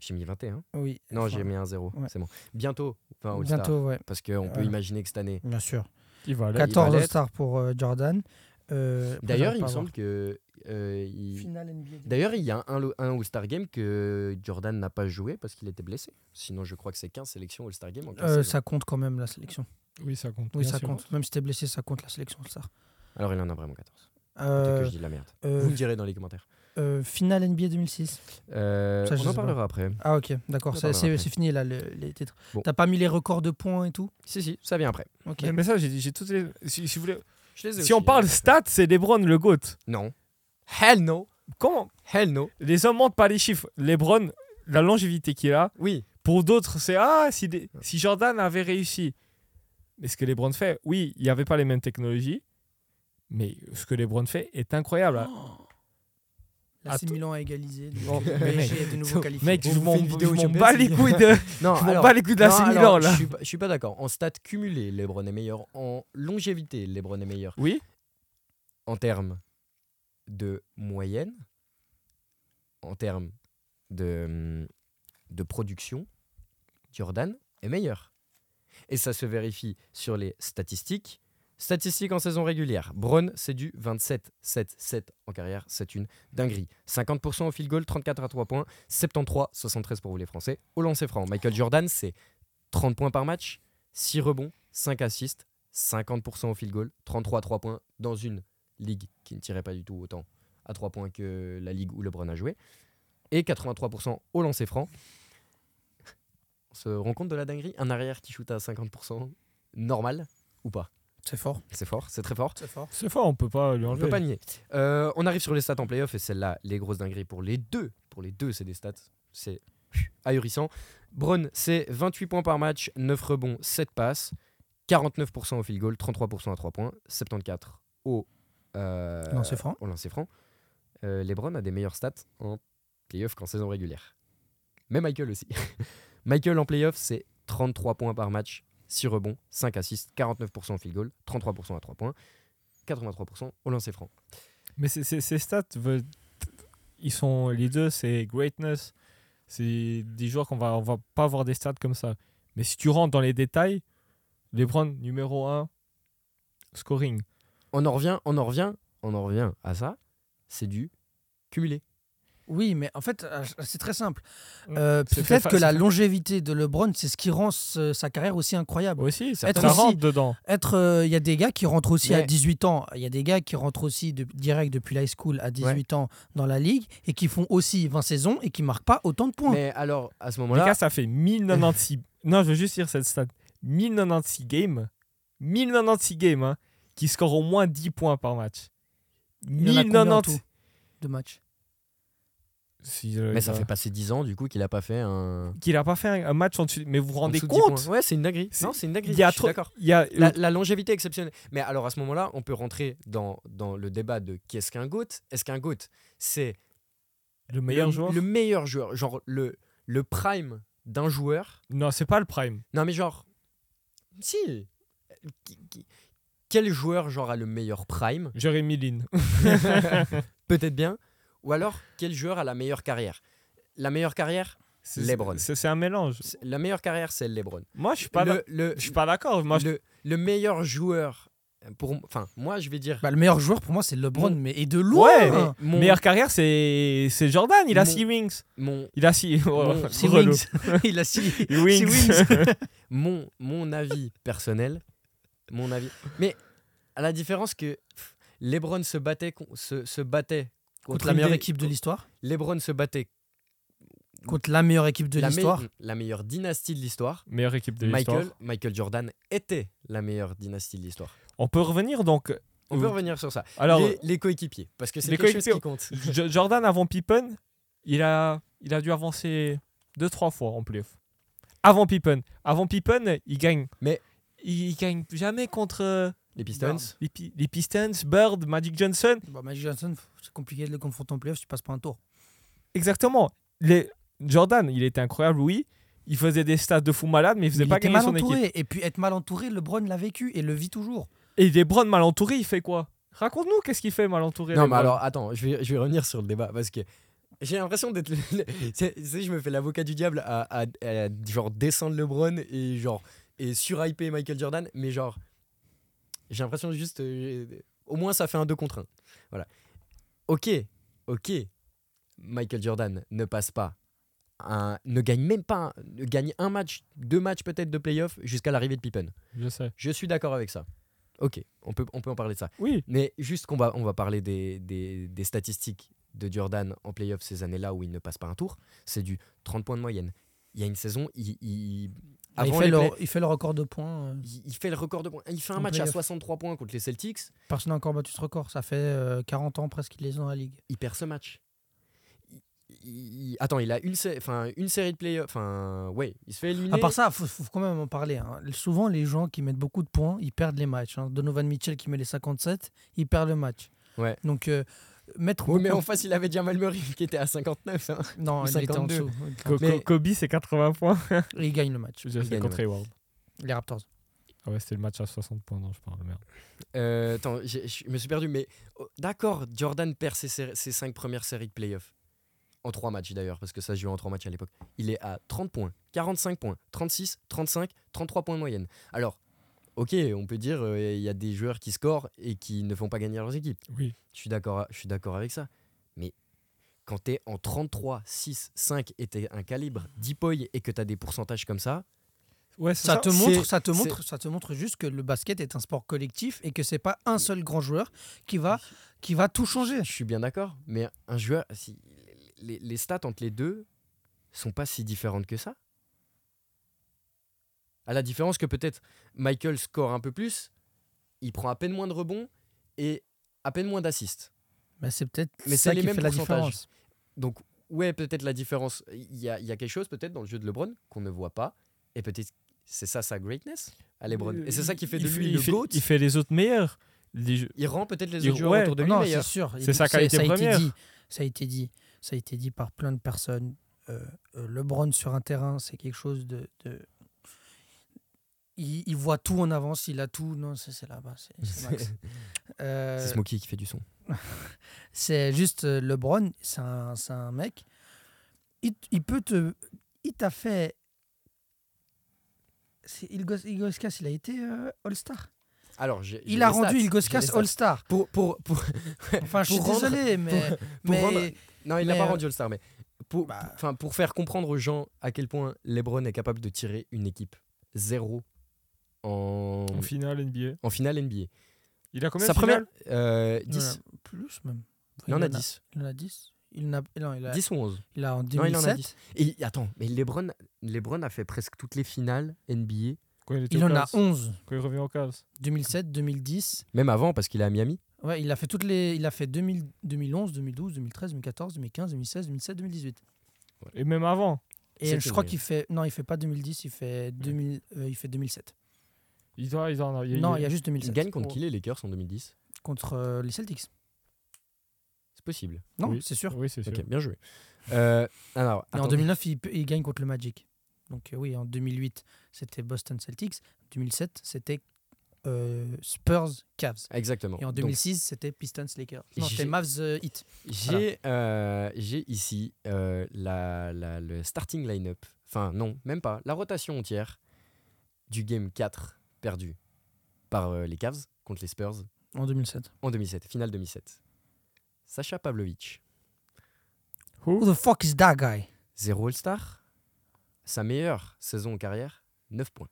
A: J'ai mis 21.
B: Oui.
A: Non,
B: enfin,
A: j'ai mis un 0.
B: ouais.
A: C'est bon. Bientôt. Enfin, All-Star.
B: Bientôt, ouais,
A: Parce qu'on peut
B: Ouais.
A: imaginer que cette année.
B: bien sûr.
C: Il va aller.
B: 14
A: l'être.
B: All-Star pour euh, Jordan. Euh, après,
A: D'ailleurs,
B: j'arrive
A: il me
B: pas à
A: semble que. euh,
B: voir.
A: il-
B: Finale NBA.
A: D'ailleurs, il y a un, un All-Star Game que Jordan n'a pas joué parce qu'il était blessé. Sinon, je crois que c'est 15 sélections All-Star Game en 15
B: Euh,
A: saisons.
B: ça compte quand même la sélection.
C: Oui, ça compte.
B: Oui,
C: bien
B: ça
C: sûr.
B: compte. Même si t'es blessé, ça compte la sélection All-Star.
A: Alors, il en a vraiment 14. Peut-être que
B: Euh,
A: je dis de la merde.
B: euh,
A: Vous le direz dans les commentaires.
B: euh, finale NBA 2006.
A: Euh,
B: ça, je
A: on en
B: sais pas.
A: parlera après.
B: Ah, ok, d'accord.
A: On en
B: C'est
A: parlera
B: c'est-
A: après.
B: c'est fini là, le- les titres.
A: Bon.
B: T'as pas mis les records de points et tout
A: Si, si, ça vient après.
B: Ok.
C: Mais- Mais ça, j'ai j'ai toutes les. Si, si vous voulez-
A: Je les ai
C: si
A: aussi. euh,
C: on parle stats, c'est LeBron le GOAT.
A: Non. Hell no.
C: Comment
A: Hell no.
C: Les hommes montent pas les chiffres. LeBron, la longévité qu'il a.
B: [laughs]
A: Oui.
C: Pour d'autres, c'est ah si, des- si Jordan avait réussi. Mais ce que LeBron fait, oui, il n'y avait pas les mêmes technologies, mais ce que LeBron fait est incroyable.
A: Ah,
B: Là, c'est
C: Attends.
B: Milan a égalisé. donc
C: Oh,
B: le
C: mais
B: PSG est de nouveau qualifié.
C: Mec,
A: On
C: je
A: vous
C: m'en
A: fait une vidéo
C: je m'en
A: GBS,
C: bats les couilles de,
A: Non, [laughs]
C: je m'en
A: alors-
C: bats les couilles de la
A: Non,
C: Milan
A: alors,
C: là.
A: Je suis, pas- je suis pas d'accord. En stats cumulés, LeBron est meilleur. En longévité, LeBron est meilleur.
C: Oui,
A: En termes de moyenne, en termes de, hum, de production, Jordan est meilleur. Et ça se vérifie sur les statistiques. Statistiques en saison régulière. Braun, c'est du 27-7-7 en carrière. C'est une dinguerie. 50% au field goal, 34 à 3 points, 73, 73 pour vous les Français. Au lancer franc, Michael Jordan, c'est 30 points par match, 6 rebonds, 5 assists, 50% au field goal, 33 à 3 points dans une ligue qui ne tirait pas du tout autant à 3 points que la ligue où LeBron a joué. Et 83% au lancer franc. On se rend compte de la dinguerie Un arrière qui shoot à 50%, normal ou pas
B: C'est fort.
A: C'est fort, c'est très fort.
B: C'est fort.
C: c'est fort, on peut pas lui
A: On
C: enlever.
A: peut pas nier. Euh, on arrive sur les stats en playoff et celle-là, les grosses dingueries pour les deux. Pour les deux, c'est des stats. C'est ahurissant. Braun, c'est 28 points par match, 9 rebonds, 7 passes, 49% au field goal, 33% à 3 points, 74 au euh,
B: Lancer franc.
A: Au lancer franc. Euh, LeBron a des meilleures stats en playoff qu'en saison régulière. Mais Michael aussi. [laughs] Michael en playoff, c'est 33 points par match, 6 rebonds, 5 assists, 49% au field goal, 33% à 3 points, 83% au lancer franc.
C: Mais c'est- c'est- ces stats, veulent- ils sont les deux, c'est greatness. C'est des joueurs qu'on va, on va pas avoir des stats comme ça. Mais si tu rentres dans les détails, LeBron numéro 1, scoring.
A: On en revient, on en revient, on en revient à ça. C'est du cumulé.
B: Oui, mais en fait, euh, c'est très simple.
C: Mm.
B: Euh,
C: C'est très
B: Peut-être
C: fa-
B: que
C: c'est
B: la
C: fa-
B: longévité de LeBron, c'est ce qui rend ce- sa carrière aussi incroyable.
C: Aussi, ça
B: Être
C: ça
B: aussi-
C: rentre dedans.
B: Être, euh, il y a des gars qui rentrent aussi à
A: Mais-
B: 18 ans. Il y a des gars qui rentrent aussi de- direct depuis l'high school à 18 ans dans la ligue et qui font aussi 20 saisons et qui marquent pas autant de points.
A: Mais alors, à ce
C: Les
A: moment-là,
C: gars, ça fait 1096. [laughs] non, je veux juste dire cette stat. 1096 games. 1096 games, hein, qui score au moins 10 points par match.
B: Il y en a combien en
C: 1090.
B: tout de matchs.
C: si, euh,
A: Mais
C: il
A: ça
C: a-
A: fait passer 10 ans du coup qu'il a pas fait un.
C: Qu'il a pas fait un, un match en dessous. Mais vous vous rendez
A: en dessous de 10
C: compte
A: points. Ouais, c'est une dinguerie.
C: C'est-
A: Non, c'est une dinguerie.
C: Il y a
A: je suis
C: trop.
A: D'accord.
C: Il y a.
A: La, la longévité exceptionnelle. Mais alors à ce moment-là, on peut rentrer dans, dans le débat de qu'est-ce qu'un GOAT Est-ce qu'un GOAT, c'est
C: Le meilleur
A: le,
C: joueur
A: le meilleur joueur, genre le, le prime d'un joueur
C: Non, c'est pas le prime.
A: Non, mais genre. Si Qui- qui- Quel joueur, genre, a le meilleur prime
C: Jérémy Lin.
A: Peut-être bien. Ou alors, quel joueur a la meilleure carrière La meilleure carrière
C: C'est-
A: Lebron.
C: C'est c'est un mélange.
A: c'est- La meilleure carrière, c'est LeBron.
C: Moi, je suis pas, d'ac-
A: le, le,
C: je suis pas d'accord. Moi, je-
A: le, le meilleur joueur, pour, enfin, moi, je vais dire.
B: Bah, le meilleur joueur pour moi, c'est LeBron,
C: Bon.
B: mais et de loin.
C: Ouais,
B: hein.
A: mon,
C: meilleure carrière, c'est c'est Jordan. Il a
A: Mon-
C: 6 wings.
A: mon,
C: Il a Oh, 6
A: Mon-
C: [laughs]
B: Six wings. [laughs] Il a six six wings.
A: mon, mon avis personnel. Mon avis. Mais à la différence que pff, LeBron se battait, con- se, se battait
B: Contre
A: contre
B: la meilleure
A: l'Amérique-
B: équipe de l'histoire.
A: LeBron se battait
B: Contre la meilleure équipe de
A: la, me-
B: l'histoire.
A: la meilleure dynastie de l'histoire.
C: Meilleure équipe de l'histoire.
A: Michael, Michael Jordan était la meilleure dynastie de l'histoire.
C: On peut revenir donc.
A: On
C: Oui.
A: peut revenir sur ça.
C: Alors,
A: les, les coéquipiers, parce que c'est
C: les
A: quelque chose qui
C: coéquipiers-
A: compte.
C: Jo- Jordan avant Pippen, il a, il a dû avancer deux trois fois en playoff. Avant Pippen, avant Pippen, il gagne.
A: Mais-
C: il, il gagne jamais contre euh,
A: Les Pistons.
C: les, Pi- les Pistons, Bird, Magic Johnson.
B: Bon, Bah, Magic Johnson, c'est compliqué de le confronter en playoff si tu passes pas un tour.
C: Exactement. Les, Jordan, il était incroyable, oui. Il faisait des stats de fou malade, mais il faisait
B: il
C: pas
B: était
C: gagner
B: mal
C: son équipe.
B: entouré. Et puis être mal entouré, LeBron l'a vécu et le vit toujours.
C: Et LeBron mal entouré, il fait quoi Raconte-nous qu'est-ce qu'il fait mal entouré.
A: Non, mais
C: LeBron.
A: alors, attends, je vais, je vais revenir sur le débat parce que j'ai l'impression d'être. le- le- [laughs] c'est- c'est- je me fais l'avocat du diable à, à- à, genre descendre LeBron et genre et surhyper Michael Jordan, mais genre j'ai l'impression juste euh, j'ai- au moins ça fait un 2 contre 1. Voilà. Ok, ok, Michael Jordan ne passe pas. un- ne gagne même pas, un- ne gagne un match, deux matchs peut-être de playoff jusqu'à l'arrivée de Pippen.
C: je sais.
A: Je suis d'accord avec ça. Ok, on peut, on peut en parler de ça.
C: Oui.
A: Mais juste qu'on va, on va parler des, des- des statistiques de Jordan en playoff ces années-là où il ne passe pas un tour. C'est du 30 points de moyenne. Il y a une saison, il, il,
B: Ah, il,
A: avant
B: fait
A: les
B: le,
A: play-
B: il fait le record de points. euh,
A: il- il fait le record de points. Il fait un
B: En
A: match à
B: playoff.
A: 63 points contre les Celtics.
B: Personne n'a encore battu ce record. Ça fait euh, 40 ans presque qu'ils les ont à la ligue.
A: Il perd ce match. Il- il- il- attends, il a une, sé- enfin, une série de playoffs. Enfin, ouais, il se fait éliminer.
B: À part ça, faut, faut quand même en parler. hein. Souvent, les gens qui mettent beaucoup de points, ils perdent les matchs. hein. Donovan Mitchell qui met les 57, il perd le match.
A: Ouais.
B: Donc, euh, mettre.
A: Oui, [laughs] mais en
B: beaucoup-
A: face, il avait Jamal Murray qui était à 59. hein.
B: Non,
A: ou
B: il était en
A: 52.
B: dessous.
C: Co- co-
A: Mais-
C: Kobe, c'est 80 points.
B: Et il gagne le match.
C: Je
A: gagne
C: sais,
A: le
C: contre
A: match.
C: Hayward.
B: Les Raptors.
C: Ah ouais, c'était le match à 60 points, non, je parle merde.
A: Euh, attends, j'ai- je me suis perdu, mais oh, d'accord, Jordan perd ses, séri- ses cinq premières séries de playoffs. En trois matchs d'ailleurs, parce que ça se jouait en trois matchs à l'époque. Il est à 30 points, 45 points, 36, 35, 33 points de moyenne. Alors, ok, on peut dire, euh, il y a des joueurs qui scorent et qui ne font pas gagner leurs équipes.
C: Oui.
A: Je suis d'accord, je suis d'accord avec ça. Mais quand t'es en 33, 6, 5 et t'es un calibre 10 points et que t'as des pourcentages comme ça,
C: Ouais, c'est
B: Ça, te
A: c'est-
B: montre, ça te
A: c'est-
B: montre, ça te montre juste que le basket est un sport collectif et que c'est pas un seul grand joueur qui va, qui va tout changer.
A: Je suis bien d'accord, mais un joueur, si, les, les stats entre les deux sont pas si différentes que ça. À la différence que peut-être Michael score un peu plus, il prend à peine moins de rebonds et à peine moins d'assists.
B: Mais c'est peut-être
A: Mais
B: ça
A: c'est les
B: qui
A: mêmes
B: fait la
A: pourcentages.
B: différence.
A: Donc ouais, peut-être la différence, il y a, il y a quelque chose peut-être dans le jeu de LeBron qu'on ne voit pas, et peut-être c'est ça sa greatness à LeBron. Et c'est ça qui fait de
C: Il
A: lui
C: il
A: le
C: fait-
A: GOAT.
C: Il fait les autres meilleurs. Les jeux-
A: Il rend peut-être les
C: Il-
A: autres joueurs
C: ouais,
A: autour de lui
B: Non, c'est
A: meilleurs.
B: sûr.
C: C'est
B: Ça-
C: sa qualité
B: ça a été
C: première.
B: dit, ça a été dit. Ça a été dit par plein de personnes. Euh, euh, LeBron sur un terrain, c'est quelque chose de. de- Il, il voit tout en avance, il a tout. Non, c'est c'est là-bas. c'est- c'est
A: [laughs]
B: Max. Euh,
A: C'est Smokey qui fait du son.
B: c'est juste euh, LeBron, c'est un, c'est un mec. Il, t- il peut te. Il t'a fait. c'est Ilgos- Ilgoskas, il a été euh, All-Star.
A: Alors, j'ai- j'ai
B: Il a
A: les stats,
B: rendu
A: j'ai les
B: Ilgoskas
A: stats. [laughs]
B: All-Star.
A: Pour, pour, pour...
B: Enfin, je suis
A: Pour rendre-
B: désolé, mais. mais-
A: rendre- Non, il n'a
B: Mais,
A: pas
B: euh,
A: rendu le star mais pour,
B: bah-
A: enfin, pour faire comprendre aux gens à quel point LeBron est capable de tirer une équipe zéro en,
C: En finale NBA.
A: en finale NBA.
C: Il a combien
A: Sa
C: de finales
A: première euh, 10.
B: Il en a plus même.
A: Il en a
B: en
A: 10.
B: Il en a 10. Il, n'a- non, il, a,
A: 10 ou 11.
B: il a en
A: il en a
B: 2007.
A: 10. Et attends, mais LeBron, LeBron a fait presque toutes les finales NBA,
C: Quand il, était
B: il
C: au
B: en a
C: Cavs.
B: 11.
C: Quand il revient au Cavs.
B: 2007, 2010.
A: même avant parce qu'il est à Miami.
B: Ouais, il a fait toutes les. Il a fait 2000, 2011, 2012, 2013, 2014, 2015, 2016, 2017, 2018.
C: Et même avant.
B: Et
A: Sept
B: je crois
A: février.
B: qu'il fait. Non, il fait pas 2010, il fait, 2000, euh, il fait 2007.
C: Il doit, il doit en avoir-
B: non, il y a juste
A: Ils
B: 2007.
A: gagnent contre qui les Lakers en 2010
B: Contre euh, les Celtics.
A: C'est possible.
B: Non,
C: Oui.
B: c'est sûr.
C: Oui, c'est sûr.
A: Ok, bien joué. Euh, alors,
B: Et en
A: attendez.
B: 2009, il, peut- il gagne contre le Magic. Donc euh, oui, en 2008, c'était Boston Celtics. 2007, c'était euh, Spurs Cavs.
A: Exactement.
B: Et en
A: Donc,
B: 2006, c'était Pistons Lakers. Non,
A: J'ai-
B: c'était Mavs euh, Heat.
A: J'ai euh, j'ai ici euh, la, la- le starting line-up, enfin non, même pas, la rotation entière du game 4 perdu par euh, les Cavs contre les Spurs
B: En 2007.
A: en 2007, finale 2007. Sacha Pavlovich,
B: Who the fuck is that guy?
A: zéro All-Star, sa meilleure saison en carrière, 9 points.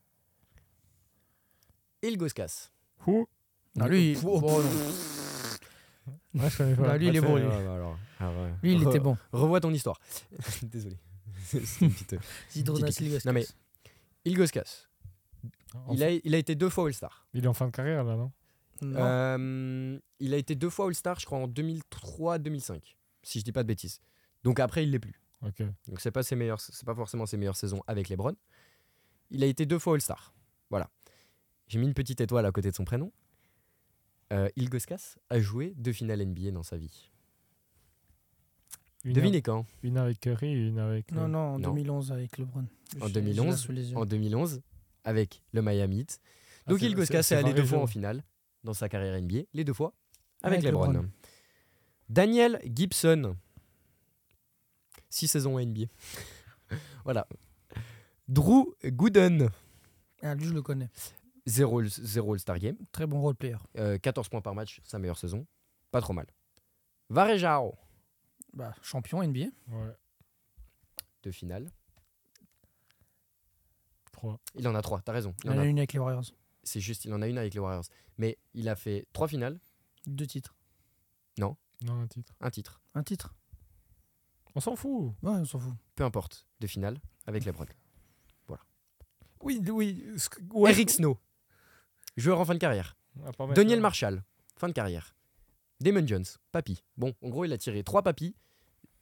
A: Et le Goskas.
C: Who
B: Non, lui, il-
A: Pouh,
B: oh,
A: pouh,
B: non.
C: Ouais, je connais pas.
B: Bah, lui, il est
A: Ouais,
B: bon,
A: ouais,
B: lui.
A: ouais, alors, alors, ouais.
B: Lui, il
A: Re-
B: était bon.
A: Revois ton histoire. [laughs] Désolé. C'est une
B: [laughs]
A: petite-
B: Zidro
A: Typique.
B: Nasli,
A: Non, mais- Ilgauskas.
C: En-
A: Il a, il a été deux fois All-Star.
C: il est en fin de carrière, là, non
B: Non.
A: Euh, il a été deux fois All-Star, je crois, en 2003-2005, si je dis pas de bêtises. Donc après, il l'est plus.
C: Ok.
A: Donc c'est pas ses meilleurs, c'est pas forcément ses meilleures saisons avec LeBron. Il a été deux fois All-Star. Voilà. J'ai mis une petite étoile à côté de son prénom. Euh, Ilgauskas a joué deux finales NBA dans sa vie.
C: Une,
A: Devinez quand
C: une avec Curry et une avec. euh,
B: non, non, en
A: non.
B: 2011 avec LeBron. Je- je l'ai
A: 2011,
B: sous les yeux.
A: en 2011 avec le Miami Heat.
C: Ah,
A: Donc
C: c'est-
A: Ilgauskas
C: c'est-
A: est
C: c'est
A: allé
C: vrai
A: deux fois
C: jeu.
A: en finale dans sa carrière NBA, les deux fois
C: Ah,
A: avec,
B: Avec
A: LeBron.
B: LeBron.
A: Daniel Gibson, six saisons en NBA. [laughs] voilà. Drew Gooden,
B: Ah, lui, je le connais.
A: 0 All-Star Game,
B: Très bon role player.
A: euh, 14 points par match, sa meilleure saison, pas trop mal. Varejao,
B: Bah, champion NBA.
C: Ouais,
A: de finale.
C: trois.
A: Il en a trois, t'as raison. Il
B: Il y
A: en
B: en a
A: a-
B: une avec les Warriors.
A: C'est juste, il en a une avec les Warriors. Mais il a fait trois finales,
B: Deux titres.
C: Non, un titre.
A: un titre.
B: Un titre
C: On s'en fout.
B: Ouais, on s'en fout.
A: Peu importe, deux finales avec les LeBron.
C: Oui, oui.
A: Eric Snow, joueur en fin de carrière. Daniel
C: Daniel
A: Marshall, fin de carrière. Damon Jones, papy. Bon, en gros, il a tiré trois papis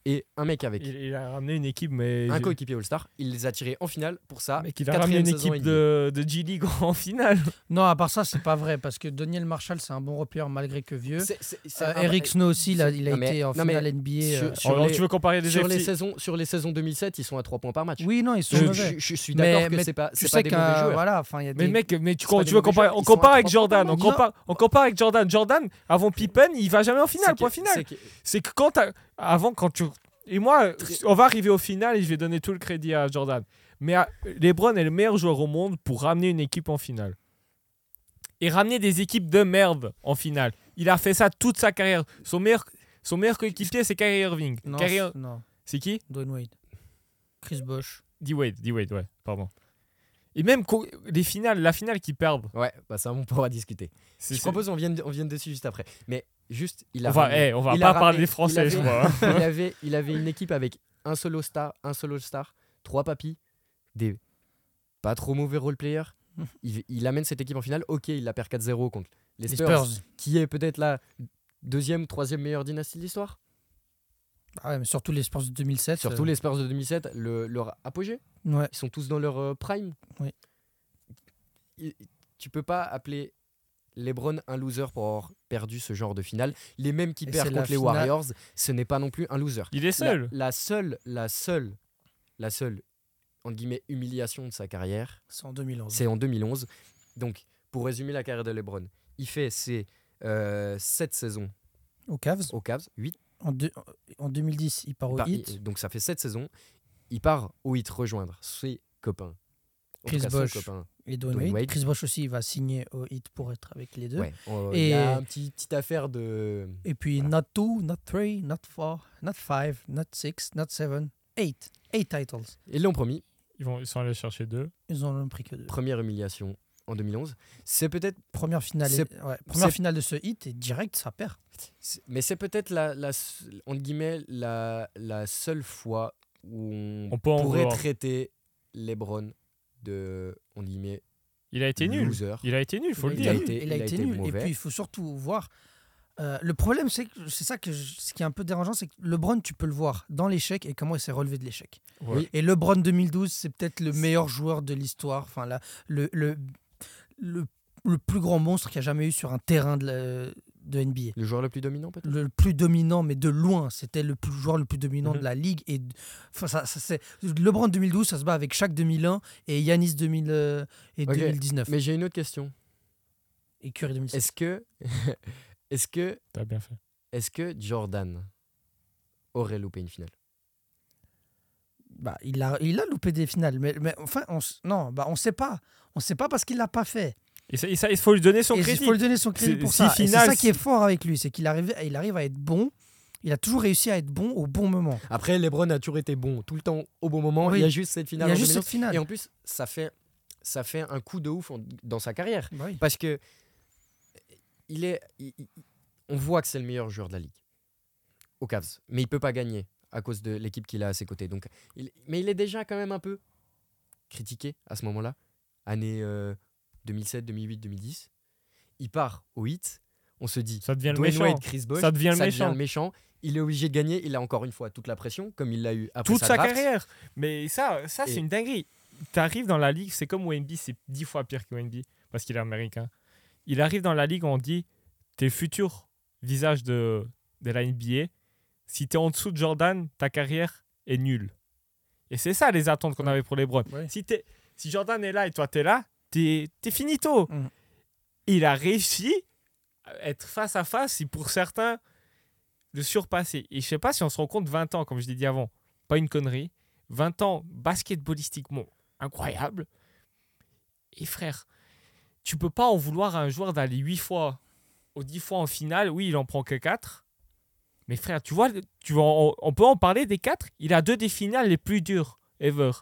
A: et un mec avec.
C: Il, il a ramené une équipe, mais.
A: Un Ah, coéquipier All-Star. Il les a tirés en finale pour ça.
C: mais qu'il a ramené une équipe de, de G League en [laughs] finale.
B: Non, à part ça, c'est pas vrai, parce que Daniel Marshall, c'est un bon role player malgré que vieux. Euh,
C: Ah,
B: Eric Snow aussi, il a, il a
A: Non, mais-
B: été en
A: non, mais
B: finale NBA. euh,
A: Sur
C: Alors,
A: les-
C: oh, tu veux comparer des
A: Sur les,
C: effectifs
A: saisons, sur les saisons 2007, ils sont à 3 points par match.
B: Oui, non, ils sont
A: je,
B: mauvais.
A: je- je suis d'accord
B: Mais-
A: que
B: mais
A: c'est pas,
B: tu
A: c'est pas
B: sais
A: des mauvais
B: qu'un
A: joueurs.
B: voilà, enfin, il y a des.
C: Mais mec, mais tu,
A: C'est pas
C: tu
A: des
C: veux
A: mauvais
C: comparer
A: joueurs,
C: On
A: ils sont à
C: compare avec
A: trois points
C: Jordan.
B: par
C: On
B: match.
C: compare, on compare avec Jordan. Jordan, avant Pippen, il va jamais en finale.
A: C'est
C: Point
A: que-
C: final.
A: c'est que-
C: C'est que quand t'as- avant quand tu et moi on va arriver au final et je vais donner tout le crédit à Jordan. Mais à- LeBron est le meilleur joueur au monde pour ramener une équipe en finale. Et ramener des équipes de merde en finale. Il a fait ça toute sa carrière. Son meilleur son meilleur coéquipier c'est Kyrie Irving.
B: Non,
C: Kyrie-
B: c'est- non,
C: c'est qui
B: Dwayne Wade. Chris Bosh.
C: D-Wade, D-Wade, ouais, pardon. Et même co- les finales, la finale qu'ils perdent.
A: Ouais, bah ça, on pourra discuter.
C: c'est-
A: Je propose on vienne, on vienne dessus juste après. Mais juste, il a.
C: on va,
A: ramené-
C: eh, on va
A: il a
C: pas
A: ramené-
C: parler
A: il
C: français,
A: avait-
C: je
A: [laughs]
C: crois.
A: il, avait, il avait une équipe avec un solo star, un solo star, trois papis, des pas trop mauvais role players. Il, il amène cette équipe en finale. Ok, il la perd 4-0 contre les
B: Les
A: Spurs,
B: Spurs.
A: qui est peut-être la deuxième, troisième meilleure dynastie de l'histoire.
B: Ah ouais, mais surtout les Spurs de 2007.
A: Surtout
B: euh,
A: les Spurs de 2007, le- leur apogée.
B: Ouais.
A: Ils sont tous dans leur euh, prime.
B: Oui.
A: Il- tu peux pas appeler LeBron un loser pour avoir perdu ce genre de finale. Les mêmes qui
B: Et
A: perdent
B: c'est la
A: contre les
B: finale-
A: Warriors, ce n'est pas non plus un loser.
C: Il est
A: la-
C: seul.
A: La, seule, la seule, la seule, entre guillemets, humiliation de sa carrière,
B: C'est en 2011.
A: c'est en 2011. Donc, pour résumer la carrière de LeBron, il fait ses 7 saisons
B: Aux Cavs.
A: aux Cavs, 8
B: En, deux- en 2010, il part au Heat.
A: donc ça fait 7 saisons. Il part au Heat rejoindre ses copains. En
B: Chris
A: tout cas, son
B: Bosh.
A: copain.
B: Et Dwayne
A: Dwayne
B: Wade.
A: Wade.
B: Chris Bosh aussi, il va signer au Heat pour être avec les deux.
A: Ouais. Euh,
B: Et-
A: Il y a une petite affaire de.
B: Et puis,
A: Voilà.
B: not two, not three, not four, not five, not six, not seven, eight. Eight titles.
A: Ils l'ont promis.
C: Ils, vont, ils sont allés chercher deux.
B: Ils en ont pris que deux.
A: Première humiliation en 2011. C'est peut-être,
B: Première finale,
A: C'est-
B: ouais, première
A: c'est-
B: finale de ce hit et direct, ça perd.
A: c'est- mais c'est peut-être la, la, s- entre guillemets, la, la seule fois où on,
C: On peut en
A: pourrait
C: vouloir.
A: traiter LeBron de, entre guillemets,
C: Il a été nul.
A: loser.
C: Il a été nul, faut le
A: Il a
C: dire.
A: été- il a été
B: nul. Et
A: mauvais.
B: puis, il faut surtout voir Euh, le problème, c'est que c'est ça que je- ce qui est un peu dérangeant, c'est que LeBron, tu peux le voir dans l'échec et comment il s'est relevé de l'échec.
C: Ouais.
B: Et LeBron 2012, c'est peut-être le meilleur joueur de l'histoire. Enfin, la- le, le, le, le plus grand monstre qu'il y a jamais eu sur un terrain de, la- de NBA.
A: Le joueur le plus dominant, peut-être
B: Le plus dominant, mais de loin, c'était le plus joueur le plus dominant
C: Mhm.
B: de la ligue. Et enfin, ça, ça, c'est- LeBron 2012, ça se bat avec Shaq 2001 et Yanis 2000, euh, et
A: Ok.
B: 2019
A: Mais j'ai une autre question.
B: et Curry 2016.
A: Est-ce que. [laughs] Est-ce que.
C: T'as bien fait.
A: Est-ce que Jordan aurait loupé une finale
B: Bah, il a, il a loupé des finales, mais, mais enfin, on, s- non, bah, on sait pas. On sait pas parce qu'il l'a pas fait.
C: Et ça, et ça, il faut lui donner son
B: Et il
C: crédit.
B: faut lui donner son crédit
C: C'est-
B: pour
C: si
B: ça. Et
C: finale,
B: c'est ça qui est
C: c'est-
B: fort avec lui, c'est qu'il arrive, il arrive à être bon. Il a toujours réussi à être bon au bon moment.
A: Après, LeBron a toujours été bon, tout le temps, au bon moment.
B: Oui.
A: Il y a juste cette finale.
B: il y a
A: en
B: juste
A: 2011.
B: cette finale.
A: Et en plus, ça fait, ça fait un coup de ouf en- dans sa carrière.
B: Bah oui.
A: Parce que il est, il- il- on voit que c'est le meilleur joueur de la ligue au Cavs, mais il peut pas gagner à cause de l'équipe qu'il a à ses côtés. Donc, il- mais il est déjà quand même un peu critiqué à ce moment-là, année euh, 2007, 2008, 2010. Il part au hit, on se dit.
C: Ça devient le
A: Dwayne
C: méchant.
A: Wade, Chris Bosh,
C: Ça devient le
A: ça devient
C: méchant.
A: le méchant. Il est obligé de gagner. Il a encore une fois toute la pression, comme il l'a eu après
C: Toute sa
A: draft.
C: carrière. Mais ça, ça
A: Et-
C: c'est une dinguerie. T'arrives dans la ligue, c'est comme Wemby, c'est dix fois pire que Wemby parce qu'il est américain. Il arrive dans la ligue, on dit t'es le futur visage de, de la NBA. Si t'es en dessous de Jordan, ta carrière est nulle. Et c'est ça les attentes qu'on avait pour les Browns.
B: Ouais.
C: Si, t'es- si Jordan est là et toi t'es là, t'es es finito.
B: Mm.
C: Il a réussi à être face à face et pour certains le surpasser. Et je sais pas si on se rend compte 20 ans, comme je l'ai dit avant, pas une connerie. 20 ans basketballistiquement incroyable. Et frère, tu peux pas en vouloir à un joueur d'aller 8 fois ou 10 fois en finale. Oui, il en prend que 4. Mais frère, tu vois, tu vois on, on peut en parler des 4. Il a deux des finales les plus dures ever.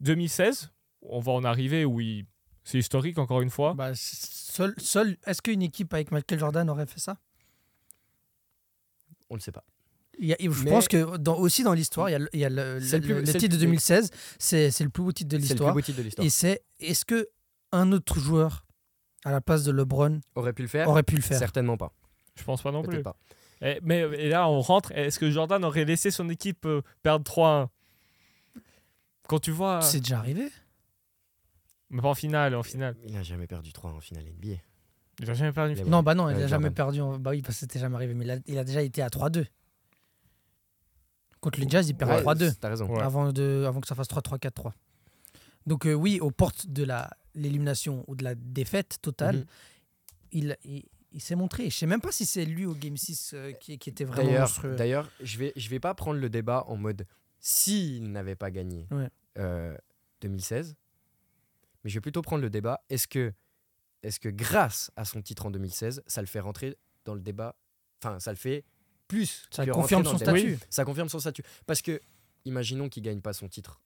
C: 2016, on va en arriver, oui. C'est historique encore une fois.
B: Bah, seul, seul, est-ce qu'une équipe avec Michael Jordan aurait fait ça
A: On ne sait pas.
B: Il y a- Je
A: Mais-
B: pense que dans, aussi dans l'histoire, il y a le, il y a le-
A: C'est le
B: le-
A: plus-
B: le
A: c'est le
B: titre de
A: plus-
B: 2016, c'est c'est le plus beau titre
A: C'est
B: de
A: le plus
B: l'histoire.
A: beau titre de l'histoire.
B: Et c'est est-ce que un autre joueur à la place de LeBron
A: Aurait pu le faire.
B: aurait pu le faire
A: Certainement pas.
C: Je pense pas non plus.
A: Peut-être pas.
C: Eh, mais euh, et là, on rentre. Est-ce que Jordan aurait laissé son équipe euh, perdre 3-1 Quand tu vois.
B: C'est déjà arrivé.
C: Mais pas en finale, en finale.
A: Il n'a jamais perdu 3 en finale NBA.
C: Il a jamais perdu.
A: Il a-
B: Non, bah non, il
A: Ouais,
B: n'a jamais
A: Jordan.
B: perdu. en- Bah oui, parce que c'était jamais arrivé. Mais il a, il a déjà été à 3-2. Contre les Jazz, il perd à
A: Ouais,
B: 3-2
A: T'as raison.
C: Ouais.
B: avant, de, avant que ça fasse 3-3-4-3. Donc euh, oui, aux portes de la l'élimination ou de la défaite totale,
A: Mhm.
B: il, il, il s'est montré. Je sais même pas si c'est lui au Game 6 euh, qui, qui était vraiment
A: D'ailleurs,
B: monstrueux.
A: d'ailleurs, je vais, je vais pas prendre le débat en mode s'il n'avait pas gagné
B: Ouais.
A: euh, 2016, mais je vais plutôt prendre le débat est-ce que, est-ce que grâce à son titre en 2016, ça le fait rentrer dans le débat Enfin, ça le fait plus.
B: Ça
A: que
B: confirme
A: rentrer dans
B: son
A: le débat.
B: statut.
A: Ça confirme son statut. Parce que, imaginons qu'il gagne pas son titre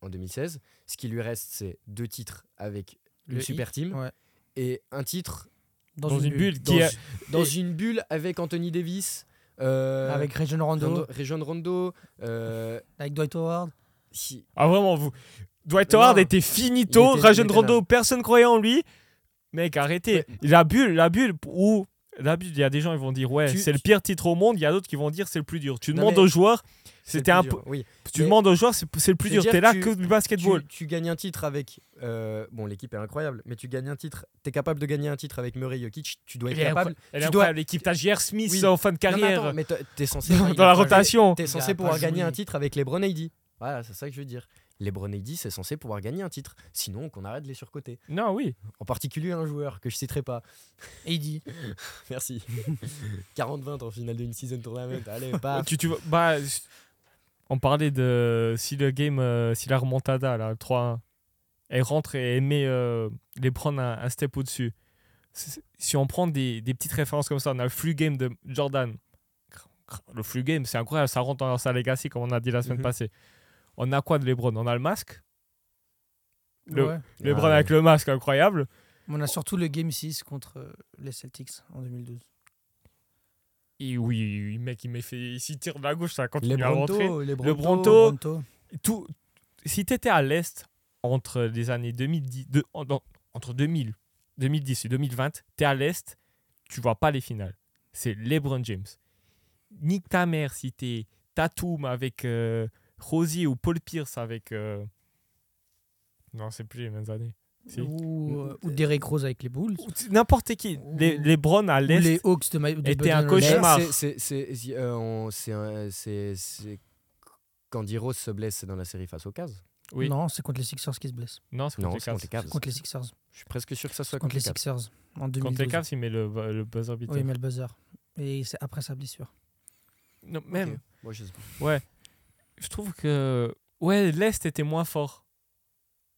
A: en 2016, ce qui lui reste, c'est deux titres avec le,
B: Le I,
A: super team
B: ouais.
A: et un titre
C: Dans, une bulle,
A: dans,
C: qui a-
A: dans une bulle avec Anthony Davis. euh,
B: Avec Region Rondo,
A: Rondo, Rajon Rondo. euh,
B: avec Dwight Howard.
A: si-
C: Ah vraiment, vous. Dwight
A: Non.
C: Howard était finito.
A: Il était- il
C: Rajon
A: était
C: Rondo, personne croyait en lui. Mec, arrêtez. La bulle, la bulle où. La bulle, il y a des gens qui vont dire ouais,
A: Tu-
C: c'est le pire titre au monde. Il y a d'autres qui vont dire c'est le plus dur. Tu
A: Non,
C: demandes
A: mais
C: aux joueurs,
A: c'est le
C: c'était
A: plus
C: un
A: dur, Oui.
C: tu
A: Mais
C: demandes aux joueurs, c'est c'est le plus
A: je veux
C: dur.
A: dire,
C: T'es là
A: tu-
C: que du
A: Tu,
C: basketball.
A: tu gagnes un titre avec. euh, bon, l'équipe est incroyable, mais tu gagnes un titre. T'es capable de gagner un titre avec Murray Jokic. Tu dois être
C: Elle est
A: capable.
C: Elle est
A: tu dois-
C: incroyable, l'équipe. T'as J.R. Smith
A: Oui.
C: en fin de
A: Non, mais
C: carrière
A: attends,
C: [laughs]
A: mais t'es- t'es censé.
C: dans,
A: il a
C: dans la
A: pas joué.
C: rotation.
A: T'es
B: Il
A: censé
B: a
A: pouvoir
B: pas
A: gagner
B: joué.
A: un titre avec LeBron AD. Voilà, c'est ça que je veux dire. LeBron AD, c'est censé pouvoir gagner un titre. Sinon, qu'on arrête de les surcoter.
C: Non, oui.
A: En particulier un joueur que je citerai pas. [laughs]
B: AD. [laughs]
A: Merci. 40-20 en finale d'une season tournament. Allez, paf.
C: Tu, tu vois- bah, s- on parlait de si le game, euh, si la remontada, là, le 3-1, elle rentre et elle met, euh, les prendre un, un step au-dessus. S- Si on prend des, des petites références comme ça, on a le flux game de Jordan. Le flux game, c'est incroyable, ça rentre dans sa legacy, comme on a dit la semaine
A: Mhm.
C: passée. On a quoi de Lebron On a le masque. Le-
B: Ouais.
C: Lebron
A: Ah,
C: avec le masque, incroyable.
B: On a surtout le Game 6 contre euh, les Celtics en 2012.
C: Et oui, oui, mec, il m'est fait. S'il tire de la gauche, ça
A: Les
C: continue à rentrer.
A: Bronto, les
C: Le
A: Bronto.
C: Bronto.
B: Toronto.
C: tout, si tu étais à l'Est entre les années 2010, de- en- dans- entre 2000, 2010 et 2020, tu es à l'Est, tu vois pas les finales. c'est LeBron James. Nique ta mère si t'es Tatum avec euh, Rosier ou Paul Pierce avec. euh, Non, c'est plus les mêmes années. Si.
B: Ou, euh, ou Derrick Rose avec les Bulls.
C: Ou t- N'importe qui.
B: Ou-
C: Les, les Browns à
B: Ou
C: l'Est.
B: les Hawks de, Ma- de
C: était
B: Budden
C: un
B: Hill.
C: cauchemar.
A: Mais c'est- c'est- c'est- euh, on- c'est un- c'est- c'est- Quand Diro se blesse dans la série face aux Cavs
C: Oui.
B: Non, c'est contre les Sixers qui se blesse.
C: Non, c'est
A: Non,
C: contre les
A: c'est contre les
C: Cavs.
A: Cavs.
B: Contre les Sixers.
A: Je suis presque sûr que ça soit
B: Contre les
A: Cavs.
B: Sixers. En 2012.
C: Contre les Cavs, il met le, le buzzer beater.
B: Oui, mais le buzzer. Et c'est après sa blessure.
C: Non, même,
A: Ok. Moi, je sais pas.
C: je trouve que. Ouais, l'Est était moins fort.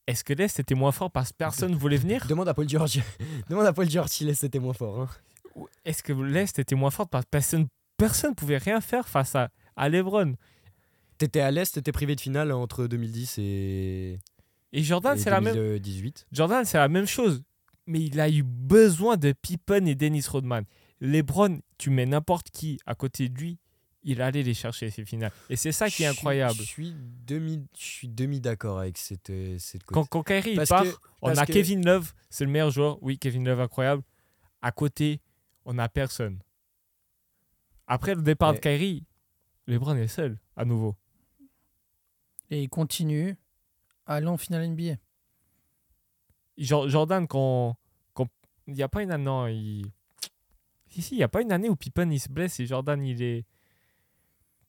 C: Est-ce que l'Est était moins fort parce que personne voulait venir
A: Demande à Paul George. [laughs] Demande à Paul George si l'Est était moins fort. hein.
C: Ou Est-ce que l'Est était moins fort parce que personne personne pouvait rien faire face à, à LeBron
A: T'étais à l'Est, t'étais privé de finale entre 2010 et,
C: Et Jordan,
A: et
C: c'est la même.
A: 2018.
C: Jordan, c'est la même chose. Mais il a eu besoin de Pippen et Dennis Rodman. LeBron, tu mets n'importe qui à côté de lui, il allait les chercher ces finales. Et c'est ça qui est
A: Je suis-
C: incroyable.
A: Je suis demi, je suis demi d'accord avec cette, euh, cette côte.
C: Quand, quand Kyrie il
A: Parce
C: part,
A: que-
C: on
A: parce
C: a
A: que-
C: Kevin Love, c'est le meilleur joueur. Oui, Kevin Love, incroyable. À côté, on n'a personne. Après le départ
A: Mais-
C: de Kyrie, LeBron est seul, à nouveau.
B: Et il continue à aller en finale NBA.
C: Jor- Jordan, quand. quand- Il n'y a pas une année. non, il... Si, si, il n'y a pas une année où Pippen il se blesse et Jordan il est.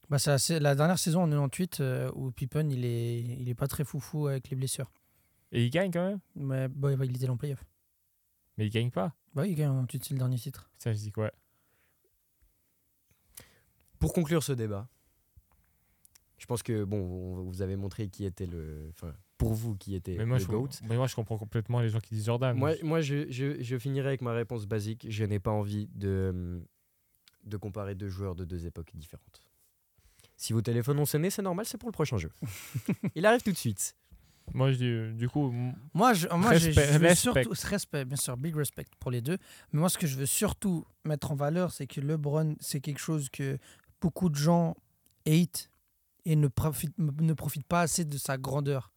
B: Bah, c'est la, sa- la dernière saison en 98 euh, où Pippen, il est, il est pas très foufou avec les blessures.
C: Et il gagne quand même.
B: Mais bah, il était en playoff.
C: Mais il gagne pas.
B: Bah, oui, il gagne en 98, c'est le dernier titre.
C: Ça, je dis quoi
A: Pour conclure ce débat, je pense que bon, on- vous avez montré qui était le, enfin, pour vous qui était
C: mais moi,
A: le
C: je,
A: goat.
C: mais moi, je comprends complètement les gens qui disent Jordan.
A: Moi, moi je, je- je finirai avec ma réponse basique. Je n'ai pas envie de, hum, de comparer deux joueurs de deux époques différentes. Si vos téléphones ont sonné, c'est normal, c'est pour le prochain jeu. Il arrive tout de suite.
C: Moi, je dis, euh, du coup, m-
B: Moi, je, moi j'ai-
C: Respect,
B: je veux
C: respect.
B: surtout. Respect, bien sûr, big respect pour les deux. Mais moi, ce que je veux surtout mettre en valeur, c'est que LeBron, c'est quelque chose que beaucoup de gens hate et ne profitent, ne profitent pas assez de sa grandeur.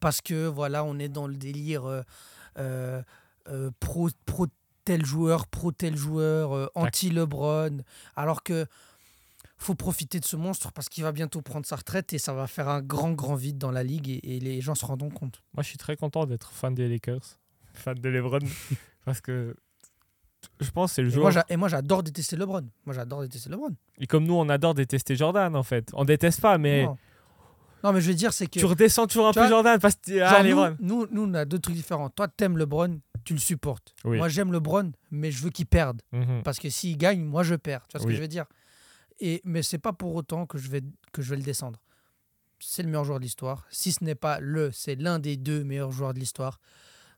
B: Parce que, voilà, on est dans le délire euh, euh, euh, pro, pro tel joueur, pro tel joueur, euh, anti-LeBron. Alors que faut profiter de ce monstre parce qu'il va bientôt prendre sa retraite et ça va faire un grand, grand vide dans la ligue et, et les gens se rendront compte.
C: moi, je suis très content d'être fan des
A: [laughs]
C: Lakers, fan de LeBron, [laughs] parce que je pense que c'est le
B: Et moi,
C: joueur.
B: j'a- et moi, j'adore détester LeBron. Moi, j'adore détester LeBron.
C: Et comme nous, on adore détester Jordan, en fait. On déteste pas, mais
B: Non. Non, mais je veux dire, c'est que.
C: tu redescends toujours un
B: Tu
C: peu
B: vois,
C: Jordan parce que
B: genre,
C: ah, LeBron.
B: nous, nous, nous, on a deux trucs différents. Toi, t'aimes LeBron, tu le supportes.
C: Oui.
B: Moi, j'aime LeBron, mais je veux qu'il perde.
C: Mhm.
B: Parce que s'il gagne, moi, je perds. Tu vois ce
C: Oui.
B: que je veux dire et, Mais c'est pas pour autant que je vais, que je vais le descendre. C'est le meilleur joueur de l'histoire. Si ce n'est pas le, c'est l'un des deux meilleurs joueurs de l'histoire.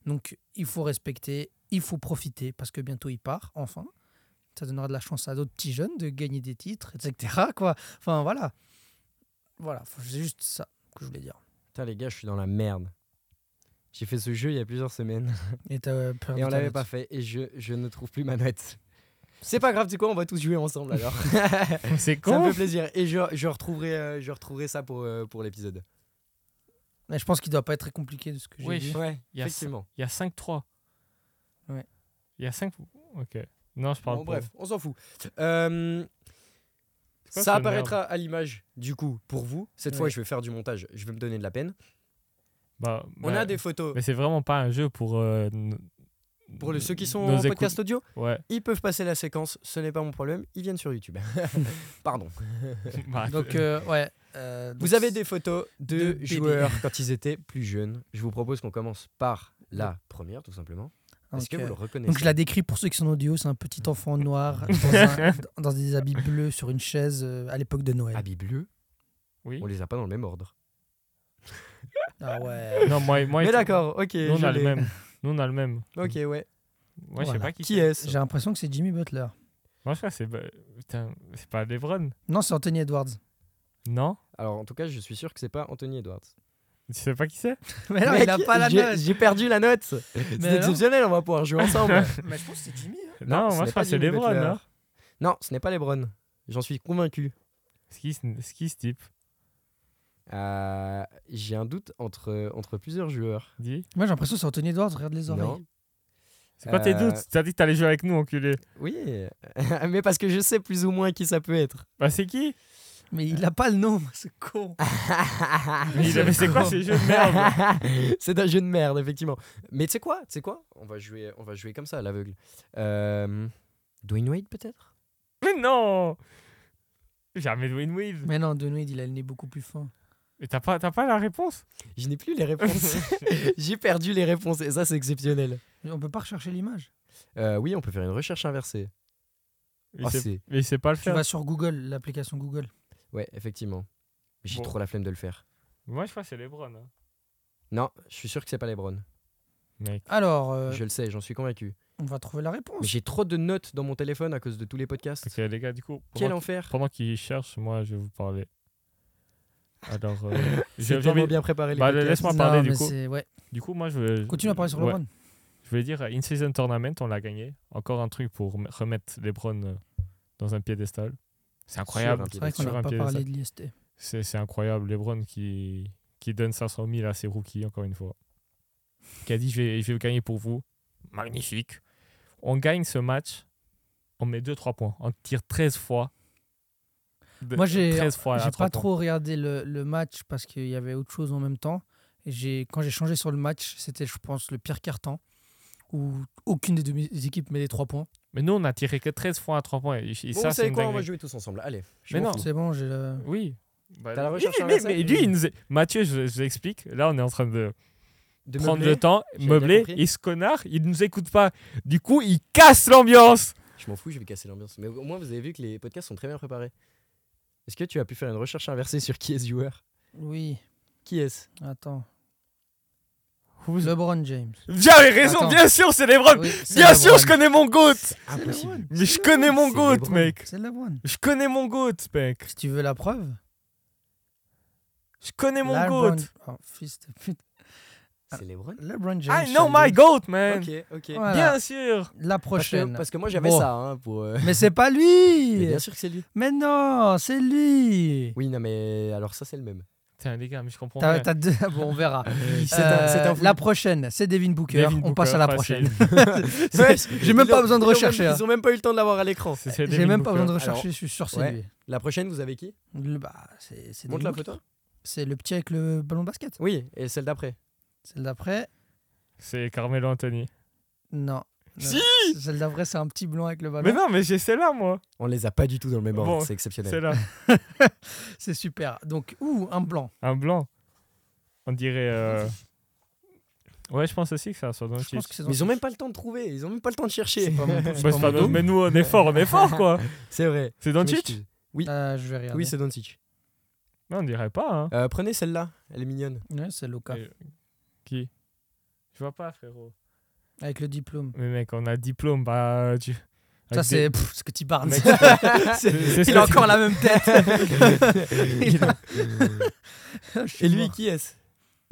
B: Donc, il faut respecter, il faut profiter, parce que bientôt il part, enfin. Ça donnera de la chance à d'autres petits jeunes de gagner des titres, etc. Quoi. Enfin, voilà. Voilà, faut- c'est juste ça que je voulais dire.
A: Putain, les gars, je suis dans la merde. J'ai fait ce jeu il y a plusieurs semaines
B: Et, t'as perdu
A: et on
B: ta
A: l'avait
B: note.
A: pas fait et je, je ne trouve plus ma note. C'est pas grave, tu sais quoi, on va tous jouer ensemble alors. [laughs]
C: C'est
A: ça me
C: con.
A: fait plaisir et je, je retrouverai, euh, je retrouverai ça pour, euh, pour l'épisode.
B: Mais je pense qu'il doit pas être très compliqué de ce que j'ai
C: Oui,
B: dit.
A: Ouais,
C: Il y a
A: effectivement.
C: Il y a 5-3.
B: Ouais.
C: Il y a 5. Ok. Non, je parle
A: Bon,
C: pas.
A: bref, on s'en fout. Euh,
C: quoi
A: ça
C: cette merde
A: apparaîtra à l'image, du coup, pour vous. Cette fois,
B: Ouais.
A: je vais faire du montage. Je vais me donner de la peine.
C: Bah,
A: On
C: bah,
A: a des photos.
C: Mais c'est vraiment pas un jeu pour. euh, n-
A: Pour le- ceux qui sont
C: nos
A: en
C: écoutes.
A: podcast audio, [laughs]
C: Ouais.
A: ils peuvent passer la séquence. Ce n'est pas mon problème. Ils viennent sur
C: [laughs]
A: YouTube. Pardon.
C: Bah,
B: Donc, euh, ouais. euh, donc
A: Ah, Vous avez des photos de,
B: de bébés.
A: joueurs [laughs] quand ils étaient plus jeunes. Je vous propose qu'on commence par la première, tout simplement.
B: donc,
A: Est-ce que vous
B: euh,
A: le reconnaissez
B: Donc je la décris pour ceux qui sont en audio, c'est un petit enfant noir dans, un- dans des habits bleus sur une chaise euh, à l'époque de Noël.
A: Habits bleus,
C: Oui.
A: on les a pas dans le même ordre.
B: Ah ouais.
C: Non, moi, moi et
A: Mais
C: toi,
A: d'accord, ok.
C: Nous, on
A: je
C: a le
A: l'ai.
C: même. Nous, on a le même.
A: Ok, ouais.
C: Moi, je sais
B: Voilà.
C: pas qui.
A: Qui est-ce
B: J'ai l'impression que c'est Jimmy Butler.
C: Moi, je crois que c'est. bah, Putain, c'est pas LeBron.
B: Non, c'est Anthony Edwards.
C: Non
A: Alors, en tout cas, je suis sûr que c'est pas Anthony Edwards.
C: Tu sais pas qui c'est
B: Mais non,
A: Mec,
B: il a pas la
A: j'ai-
B: note.
A: J'ai perdu la note. C'est
B: alors
A: exceptionnel, on va pouvoir jouer ensemble.
C: [laughs]
B: Mais je pense que c'est Jimmy. hein.
C: Non,
A: ce
C: moi,
A: n'est pas
C: je crois que c'est
A: Jimmy
C: LeBron.
A: Butler.
C: hein.
A: Non, ce n'est pas Lebron. J'en suis convaincu.
C: C'est qui, ce- c'est qui ce type
A: Euh, J'ai un doute entre, entre plusieurs joueurs.
C: Dis.
B: Moi j'ai l'impression que c'est Anthony Edwards, regarde les oreilles.
A: Non.
C: C'est quoi tes
A: Euh.
C: doutes T'as dit que t'allais jouer avec nous, enculé.
A: Oui, [laughs] mais parce que je sais plus ou moins qui ça peut être.
C: Bah, c'est qui
B: Mais il a pas le nom, [laughs] ce con.
C: [laughs] Mais il avait- c'est
A: [laughs]
C: quoi ces jeux de merde
A: c'est un jeu de merde, effectivement. Mais tu sais quoi, tu sais quoi on va, jouer, on va jouer comme ça, à l'aveugle. Euh, Dwayne Wade, peut-être
C: Mais non J'ai ramené Dwayne Wade.
B: Mais non, Donoid, il a le nez beaucoup plus fin.
C: Mais t'as pas, t'as pas la réponse
A: Je n'ai plus les
C: [laughs]
A: réponses. [laughs] J'ai perdu les réponses, et ça, c'est exceptionnel.
B: On peut pas rechercher l'image.
A: Euh, oui, on peut faire une recherche inversée.
C: Mais
A: Ah,
C: il sait-
A: c'est-
C: mais il sait pas le
B: Tu
C: faire.
B: vas sur Google, l'application Google.
A: Ouais, effectivement. Mais J'ai
C: Bon.
A: trop la flemme de le faire.
C: Moi, je crois que c'est Lebron. hein.
A: Non, je suis sûr que c'est pas Lebron.
B: Alors, euh,
A: Je le sais, j'en suis convaincu.
B: on va trouver la
A: Mais
B: réponse.
A: j'ai trop de notes dans mon téléphone à cause de tous les podcasts.
C: Ok, les gars, du coup,
A: Quel
C: pendant,
A: enfer
C: pendant qu'ils cherchent, moi, je vais vous parler. Alors, euh, je-
A: J'ai
C: j'avais-
A: vraiment bien préparé les
C: Bah,
A: podcasts.
C: laisse-moi
B: Non,
C: parler, du
B: mais
C: coup.
B: c'est- ouais.
C: du coup, moi, je vais...
B: Continue à parler sur
C: Ouais.
B: LeBron.
C: Je voulais dire, In-Season Tournament, on l'a gagné. Encore un truc pour rem- remettre Lebron euh, dans un piédestal. C'est incroyable.
A: un
B: C'est vrai qu'on
C: Sur
B: n'a
C: un
B: pas
C: piédestal.
B: parlé de l'IST.
C: C'est c'est incroyable. Lebron qui, qui donne 500 000 à ses rookies, encore une fois. Qui a dit Je vais, je vais le gagner pour vous. Magnifique. On gagne ce match. On met 2-3 points. On tire 13 fois. De-
B: Moi, j'ai-
C: 13 fois à
B: J'ai
C: trois
B: pas
C: points.
B: trop regardé le, le match parce qu'il y avait autre chose en même temps. Et j'ai- quand j'ai changé sur le match, c'était, je pense, le pire quart-temps où aucune des deux mi- équipes met les trois points.
C: Mais nous, on a tiré que 13 fois à 3 points. Et, et
A: Bon,
C: ça,
A: vous
C: c'est
A: savez
C: une
A: quoi On va
C: dinguerie.
A: jouer tous ensemble. Allez. je
C: Mais
A: m'en
C: non.
A: fous.
B: C'est bon, j'ai le-
C: Oui. Bah,
A: T'as la
C: lui-
A: recherche
C: lui-
A: inversée
C: mais lui, il nous est- Mathieu, je, je l'explique. Là, on est en train de
A: De
C: prendre
A: meubler
C: le temps,
A: J'ai bien
C: meubler.
A: compris.
C: Et ce connard, il nous écoute pas. Du coup, il casse l'ambiance.
A: Je m'en fous, je vais casser l'ambiance. Mais au moins, vous avez vu que les podcasts sont très bien préparés. Est-ce que tu as pu faire une recherche inversée sur qui est ce joueur
B: Oui,
A: Qui est-ce
B: attends.
C: Who's-
B: LeBron James.
C: J'avais raison,
B: Attends.
C: bien sûr, c'est Lebron.
B: Oui, c'est
C: Oh, Bien sûr,
B: LeBron.
C: je connais mon goat.
A: Impossible.
C: Mais je connais mon
A: C'est
C: goat,
A: Lebron.
C: mec.
B: C'est LeBron.
C: Je connais mon goat, mec.
B: Si tu veux la preuve.
C: Je connais mon
B: LeBron-
C: goat.
B: Oh, fils de pute.
A: C'est Lebron
B: LeBron James.
C: I know
B: je te
C: my
B: dis.
C: goat, man.
A: ok.
B: Ouais,
C: Bien
B: Voilà.
C: sûr.
B: La
A: Parce, que,
B: prochaine.
A: parce que moi, j'avais
B: Bon.
A: ça. hein, pour, euh,
B: Mais c'est pas
A: Mais
B: lui
A: bien sûr que c'est lui.
B: Mais non, c'est lui
A: Oui, non, mais alors ça, c'est le même.
C: Putain, les gars, mais je comprends
B: T'as-
C: rien.
B: t'as deux- [laughs] Bon, on verra.
A: C'est un-
B: Euh,
A: c'est un fou.
B: la prochaine, c'est Devin Booker.
C: Devin
B: on
C: Booker,
B: passe à la
C: facile.
B: prochaine.
A: [laughs] Ouais,
B: j'ai même
A: ils
B: pas
A: ont-
B: besoin de
A: ils ont même-
B: rechercher, hein.
A: Ils ont même pas eu le temps de l'avoir à l'écran.
C: [laughs] C'est-
B: [laughs]
C: c'est
B: J'ai
C: Devin
B: même pas besoin de
C: Booker.
B: rechercher,
A: Alors,
B: je suis sûr c'est
A: ouais.
B: lui.
A: La prochaine, vous avez qui
B: Le- bah, c'est- c'est
A: Montre
B: Devin
A: la
B: Booker.
A: photo.
B: C'est le petit avec le ballon de basket.
A: Oui, et celle d'après.
B: Celle d'après,
C: C'est Carmelo Anthony.
B: non.
C: Si
B: Non, Celle d'après, c'est un petit blanc avec le
C: Mais
B: ballon.
C: non, mais j'ai celle-là, moi.
A: On les a pas du tout dans le même
C: Bon,
A: ordre. c'est exceptionnel.
C: Celle-là.
B: C'est super. Donc, ouh, un blanc.
C: Un blanc. On dirait. euh, Ouais, je pense aussi que ça sur
B: Je pense que c'est dans
A: Mais ils ont même pas le temps de trouver. Ils ont même pas le temps de chercher.
B: C'est
A: [laughs]
B: pas mon- c'est
C: Bah,
B: pas
C: c'est
B: mon
C: pas
B: dos.
C: notre- mais nous, on est fort, on est fort, quoi.
A: C'est vrai.
C: C'est
A: Je
C: Doncic
A: m'excuse.
B: Euh, je vais regarder.
A: Oui, c'est Doncic.
C: Non, on dirait pas, hein.
A: Euh, prenez celle-là. Elle est [laughs] mignonne.
B: Ouais, c'est Luka.
C: Et- Qui Je vois pas, frérot.
B: Avec le diplôme.
C: Mais mec, on a diplôme, bah. Tu...
B: Ça,
C: avec des-
B: c'est pff, ce que tu parles. [laughs]
C: Mec,
B: C'est- [laughs]
C: c'est-
B: Il a encore la même
C: [laughs]
B: tête. [laughs] Il a- Je suis
A: Et lui,
B: mort.
A: qui est-ce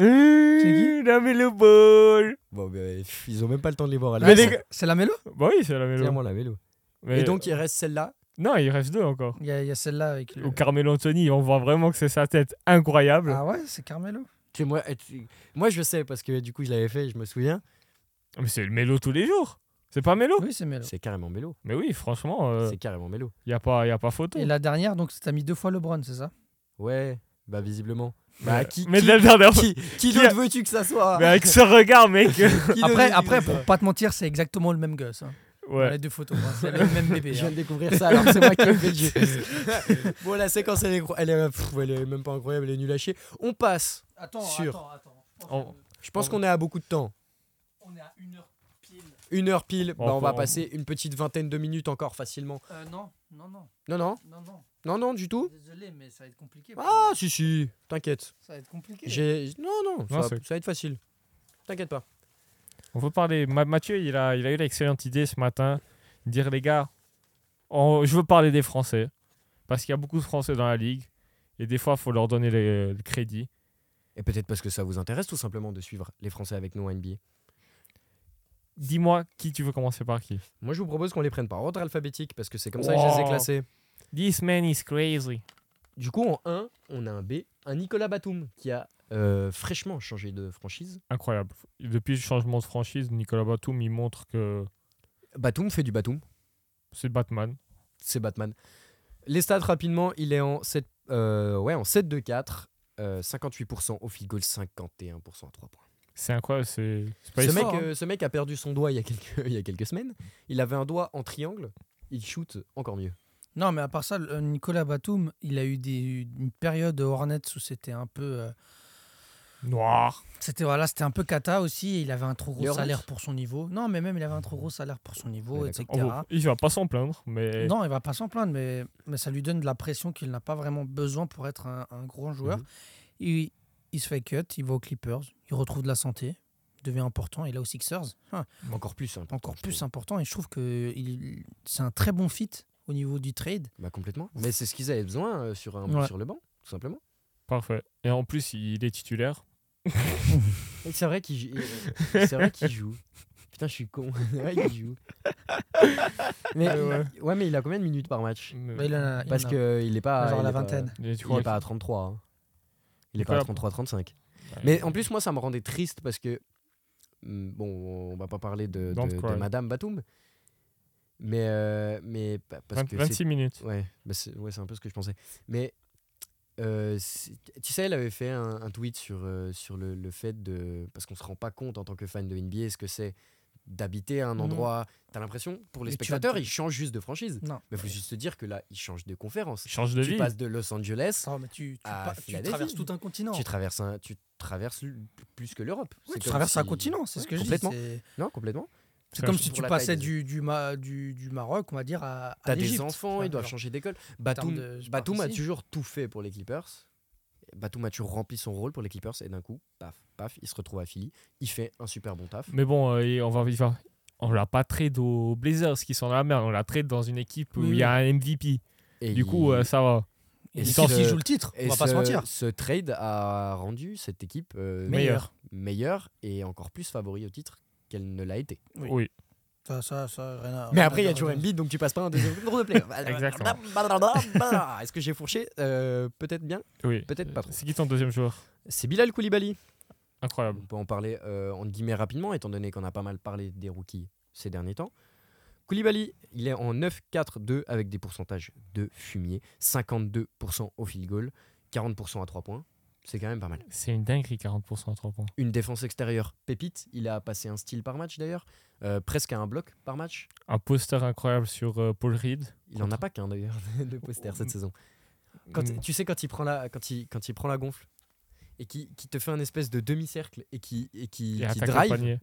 C: Euh, la mélo ball
A: Bon, ben, pff, ils ont même pas le temps de les voir à la
C: Mais
A: fin.
C: les gars-
B: Ah, C'est la mélo
C: Bah oui, c'est la mélo.
A: Clairement la vélo.
C: Mais-
A: Et donc, il reste celle-là.
C: Non, il reste deux encore.
B: Il y a, il y a celle-là avec le.
C: Au Carmelo Anthony, on voit vraiment que c'est sa tête incroyable.
B: Ah ouais, c'est Carmelo.
A: Tu sais, moi, tu- moi, je sais parce que du coup, je l'avais fait, je me souviens.
C: Mais c'est le mélo tous les jours. C'est pas mélo
B: Oui, c'est Melo.
A: C'est carrément vélo.
C: Mais oui, franchement, il
A: C'est carrément vélo.
C: n'y a, pas- y a pas photo.
B: Et la dernière, donc, t'as mis deux fois LeBron, c'est ça
A: Ouais, bah visiblement.
C: Mais-
A: Bah, qui,
C: mais
A: qui,
C: de la dernière
A: [laughs]
C: fois.
A: qui, qui
C: qui a-
A: d'autre veux-tu que ça soit
C: Mais avec ce regard, mec.
A: [laughs] Qui d'autre
B: Après,
A: veux-tu
B: après
A: que ça
B: pour
A: soit
B: pas te mentir, c'est exactement le même gosse. hein. Dans
C: ouais.
B: les deux photos, hein. c'est le même bébé.
A: Je
B: hein.
A: viens de découvrir ça, alors c'est moi qui ai fait le jeu. [laughs] bon, la séquence, elle est, gro- elle, est, pff, elle est même pas incroyable, elle est nulle à chier. On passe.
B: Attends,
A: Sûr.
B: attends, attends. Je pense
C: On-
B: que
A: Je
C: Oh.
A: pense qu'on est à beaucoup de temps.
B: on est à une heure pile.
A: Une heure pile, bah,
C: Bon,
A: on va
C: bon.
A: passer une petite vingtaine de minutes encore facilement.
B: Euh, non, non, non,
A: Non, non,
B: non, non.
A: non, non, du tout.
B: Désolé, mais ça va être compliqué.
A: Ah, si, si, t'inquiète.
B: Ça va être compliqué.
A: J'ai... Non, non, ça,
C: Non,
A: va,
C: c'est-
A: ça va être facile. T'inquiète pas.
C: On peut parler. Ma- Mathieu, il a, il a eu l'excellente idée ce matin. de Dire, les gars, on- je veux parler des Français. Parce qu'il y a beaucoup de Français dans la ligue. Et des fois, il faut leur donner le- le crédit.
A: Et peut-être parce que ça vous intéresse tout simplement de suivre les Français avec nous à NBA.
C: Dis-moi qui tu veux commencer par qui.
A: Moi, je vous propose qu'on les prenne par ordre alphabétique parce que c'est comme ça que je les ai
C: Wow.
A: classés.
C: This man is crazy.
A: Du coup, en 1, on a un B, un Nicolas Batum qui a euh, fraîchement changé de franchise.
C: Incroyable. Depuis le changement de franchise, Nicolas Batum, il montre que
A: Batum fait du Batum,
C: c'est Batman.
A: c'est Batman. Les stats rapidement, il est en 7, euh, ouais, en 7 de 4, euh, 58% au field goal, 51% à 3 points.
C: C'est incroyable. C'est c'est pas
A: Ce
C: ici.
A: mec,
B: fort, hein.
A: euh, ce mec a perdu son doigt il y, a quelques, [laughs] il y a quelques semaines. Il avait un doigt en triangle. Il shoot encore mieux.
B: Non, mais à part ça, le- euh, Nicolas Batum, il a eu des, une période Hornets où c'était un peu. euh,
C: noir.
B: C'était voilà, c'était un peu cata aussi. et il avait un trop
A: Les
B: gros
A: Hornets
B: salaire pour son niveau. Non, mais même il avait un trop gros salaire pour son niveau,
A: Ouais,
B: etc.
C: En gros, Oh, il va pas s'en plaindre, mais
B: Non, il va pas s'en plaindre, mais, mais ça lui donne de la pression qu'il n'a pas vraiment besoin pour être un, un grand joueur.
A: Mhm.
B: il, il se fait cut, il va aux Clippers, il retrouve de la santé, devient important. Et là aux Sixers, hein,
A: Encore plus. hein,
B: encore
A: je
B: plus
A: trouve.
B: important. Et je trouve que il- c'est un très bon fit au niveau du trade.
A: Bah, complètement. Mais c'est ce qu'ils avaient besoin euh, sur, un,
B: Ouais.
A: sur le banc, tout simplement.
C: parfait. Et en plus, il est titulaire.
A: Et C'est vrai qu'il
B: [laughs]
A: jou- et- c'est vrai qu'il joue. Putain, je suis con. [laughs] C'est vrai qu'il
B: [laughs]
A: joue. Mais,
C: Ouais, ouais.
A: il- ouais, mais il a combien de minutes par match
B: Mais Bah, il en a- il
A: Parce
B: en a-
A: qu'il n'est pas.
B: Genre
A: il
B: la
A: est pas-
B: vingtaine.
C: Et tu
A: Il
C: crois
A: n'est pas à
C: que-
A: 33. hein. Il
C: Il
A: n'est
C: est
A: pas à
C: pas à-
A: 33-35. Mais en plus, moi, ça me rendait triste parce que. hum, Bon, on va pas parler de,
C: Don't
A: de- de
C: cry.
A: Madame Batum. Mais. euh, mais pa- parce
C: Vingt-
A: que. c'est-
C: 26 minutes.
A: Ouais, bah c'est ouais, c'est un peu ce que je pensais. Mais. euh, c'est- tu sais, elle avait fait un, un tweet sur, euh, sur le, le fait de. Parce qu'on se rend pas compte en tant que fan de NBA ce que c'est d'habiter à un
B: Mhm.
A: endroit. T'as l'impression, pour les
B: Et tu vas-
A: spectateurs, ils changent juste de franchise.
B: Non.
A: Mais faut juste se dire que là, ils changent de conférence.
C: Change de
A: tu
C: vie.
A: passes de Los Angeles
B: Non, mais tu, tu
A: Ah,
B: pas- tu
A: Philadelphie.
B: traverses tout un continent.
A: tu traverses, un- tu traverses l- plus que l'Europe.
B: Ah Ouais,
A: C'est
B: tu
A: comme
B: traverses
A: si-
B: un continent, c'est
A: Ouais,
B: ce que je dis.
A: complètement.
B: c'est-
A: Non, complètement.
B: C'est comme
C: Pour
B: si tu
A: la taille
B: passais
A: des-
B: du, du, Ma- du, du Maroc, on va dire, à, à
A: T'as des
B: l'Égypte.
A: enfants,
B: Ouais,
A: ils doivent
B: genre.
A: changer d'école.
B: termes
A: Batum,
B: de
A: Batum a
B: superficie.
A: toujours tout fait pour les Clippers. Batum a toujours rempli son rôle pour les Clippers et d'un coup, paf, paf, il se retrouve à Philly. Il fait un super bon taf.
C: Mais bon, euh, et on va vivre. On l'a pas trade aux Blazers qui sont dans la merde. On l'a trade dans une équipe où il
B: Oui,
C: y a un MVP.
A: Et
C: Du
A: il-
C: coup, euh, ça va.
A: Et
B: Et
A: si
B: sans
A: le-
B: s'ils jouent le titre,
A: et
B: on va pas
A: ce-
B: se mentir.
A: Ce trade a rendu cette équipe euh,
C: Mais-
B: Meilleur.
A: meilleure et encore plus favori au titre qu'elle ne l'a été.
B: Oui.
C: Oui.
B: Ça, ça, ça, rien à-
A: Mais
B: rien
A: après, il y
B: à
A: a
B: dire.
A: toujours Embiid, donc tu passes pas un deuxième tour de play. [laughs]
C: Exactement.
A: Est-ce que j'ai fourché Euh, Peut-être bien,
C: oui.
A: peut-être pas trop.
C: C'est qui ton deuxième joueur
A: C'est Bilal Koulibaly.
C: Incroyable.
A: On peut en parler euh, entre guillemets rapidement, étant donné qu'on a pas mal parlé des rookies ces derniers temps. Koulibaly, il est en 9-4-2 avec des pourcentages de fumier, 52% au field goal, 40% à 3 points. C'est quand même pas mal.
C: C'est une dinguerie, 40% à 3 points.
A: Une défense extérieure pépite, il a passé un style par match d'ailleurs, euh, presque à un bloc par match.
C: Un poster incroyable sur euh, Paul Reed.
A: Il en a pas qu'un d'ailleurs [laughs] de poster cette saison. Quand,
C: Mm.
A: Tu sais quand il prend la, quand il, quand il prend la gonfle et qui, qui te fait un espèce de demi-cercle et qui, et qui, qui
C: Et attaque le
A: drive,
C: panier.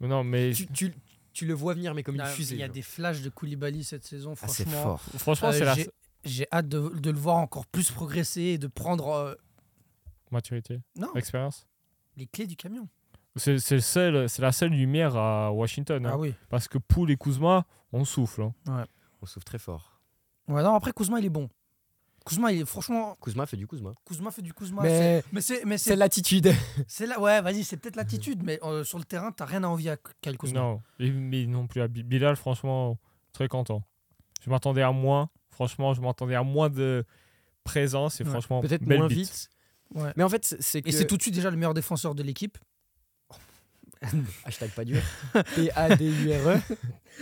C: Mais non, mais
A: tu, tu- tu le vois venir mais comme une
B: Ah,
A: fusée.
B: Il y a
A: genre.
B: des flashs de Koulibaly cette saison,
A: Ah, c'est
B: franchement.
A: fort.
C: franchement,
B: Euh,
C: c'est la
B: j'ai- J'ai hâte de, de le voir encore plus progresser et de prendre euh,
C: maturité,
B: non,
C: expérience.
B: les clés du camion.
C: C'est c'est le seul- c'est la seule lumière à Washington. hein.
B: Ah oui.
C: Parce que Poul et Kuzma, on souffle. hein.
A: On souffle très fort.
B: Ouais, non, après, Kuzma, il est bon. Kuzma, il est, franchement,
A: Kuzma fait du Kuzma.
B: Kuzma fait du Kuzma. c'est-
A: mais
B: Mais c'est, mais
A: c'est
B: c'est,
A: l'attitude.
B: c'est là, ouais, vas-y, c'est peut-être l'attitude, mais euh, sur le terrain, t'as rien à envier à Kyle Kuzma.
C: Non, Et- mais non plus. à Bi- Bilal, franchement, très content. Je m'attendais à moins. Franchement, je m'attendais à moins de présence. Et
B: Ouais.
C: franchement,
A: [laughs] Peut-être
C: belle
A: moins
C: bite.
A: vite.
B: Ouais.
A: Mais en fait, c'est- c'est que.
B: Et c'est tout de suite déjà le meilleur défenseur de l'équipe.
A: Hashtag [laughs] pas dur. P-A-D-U-R-E.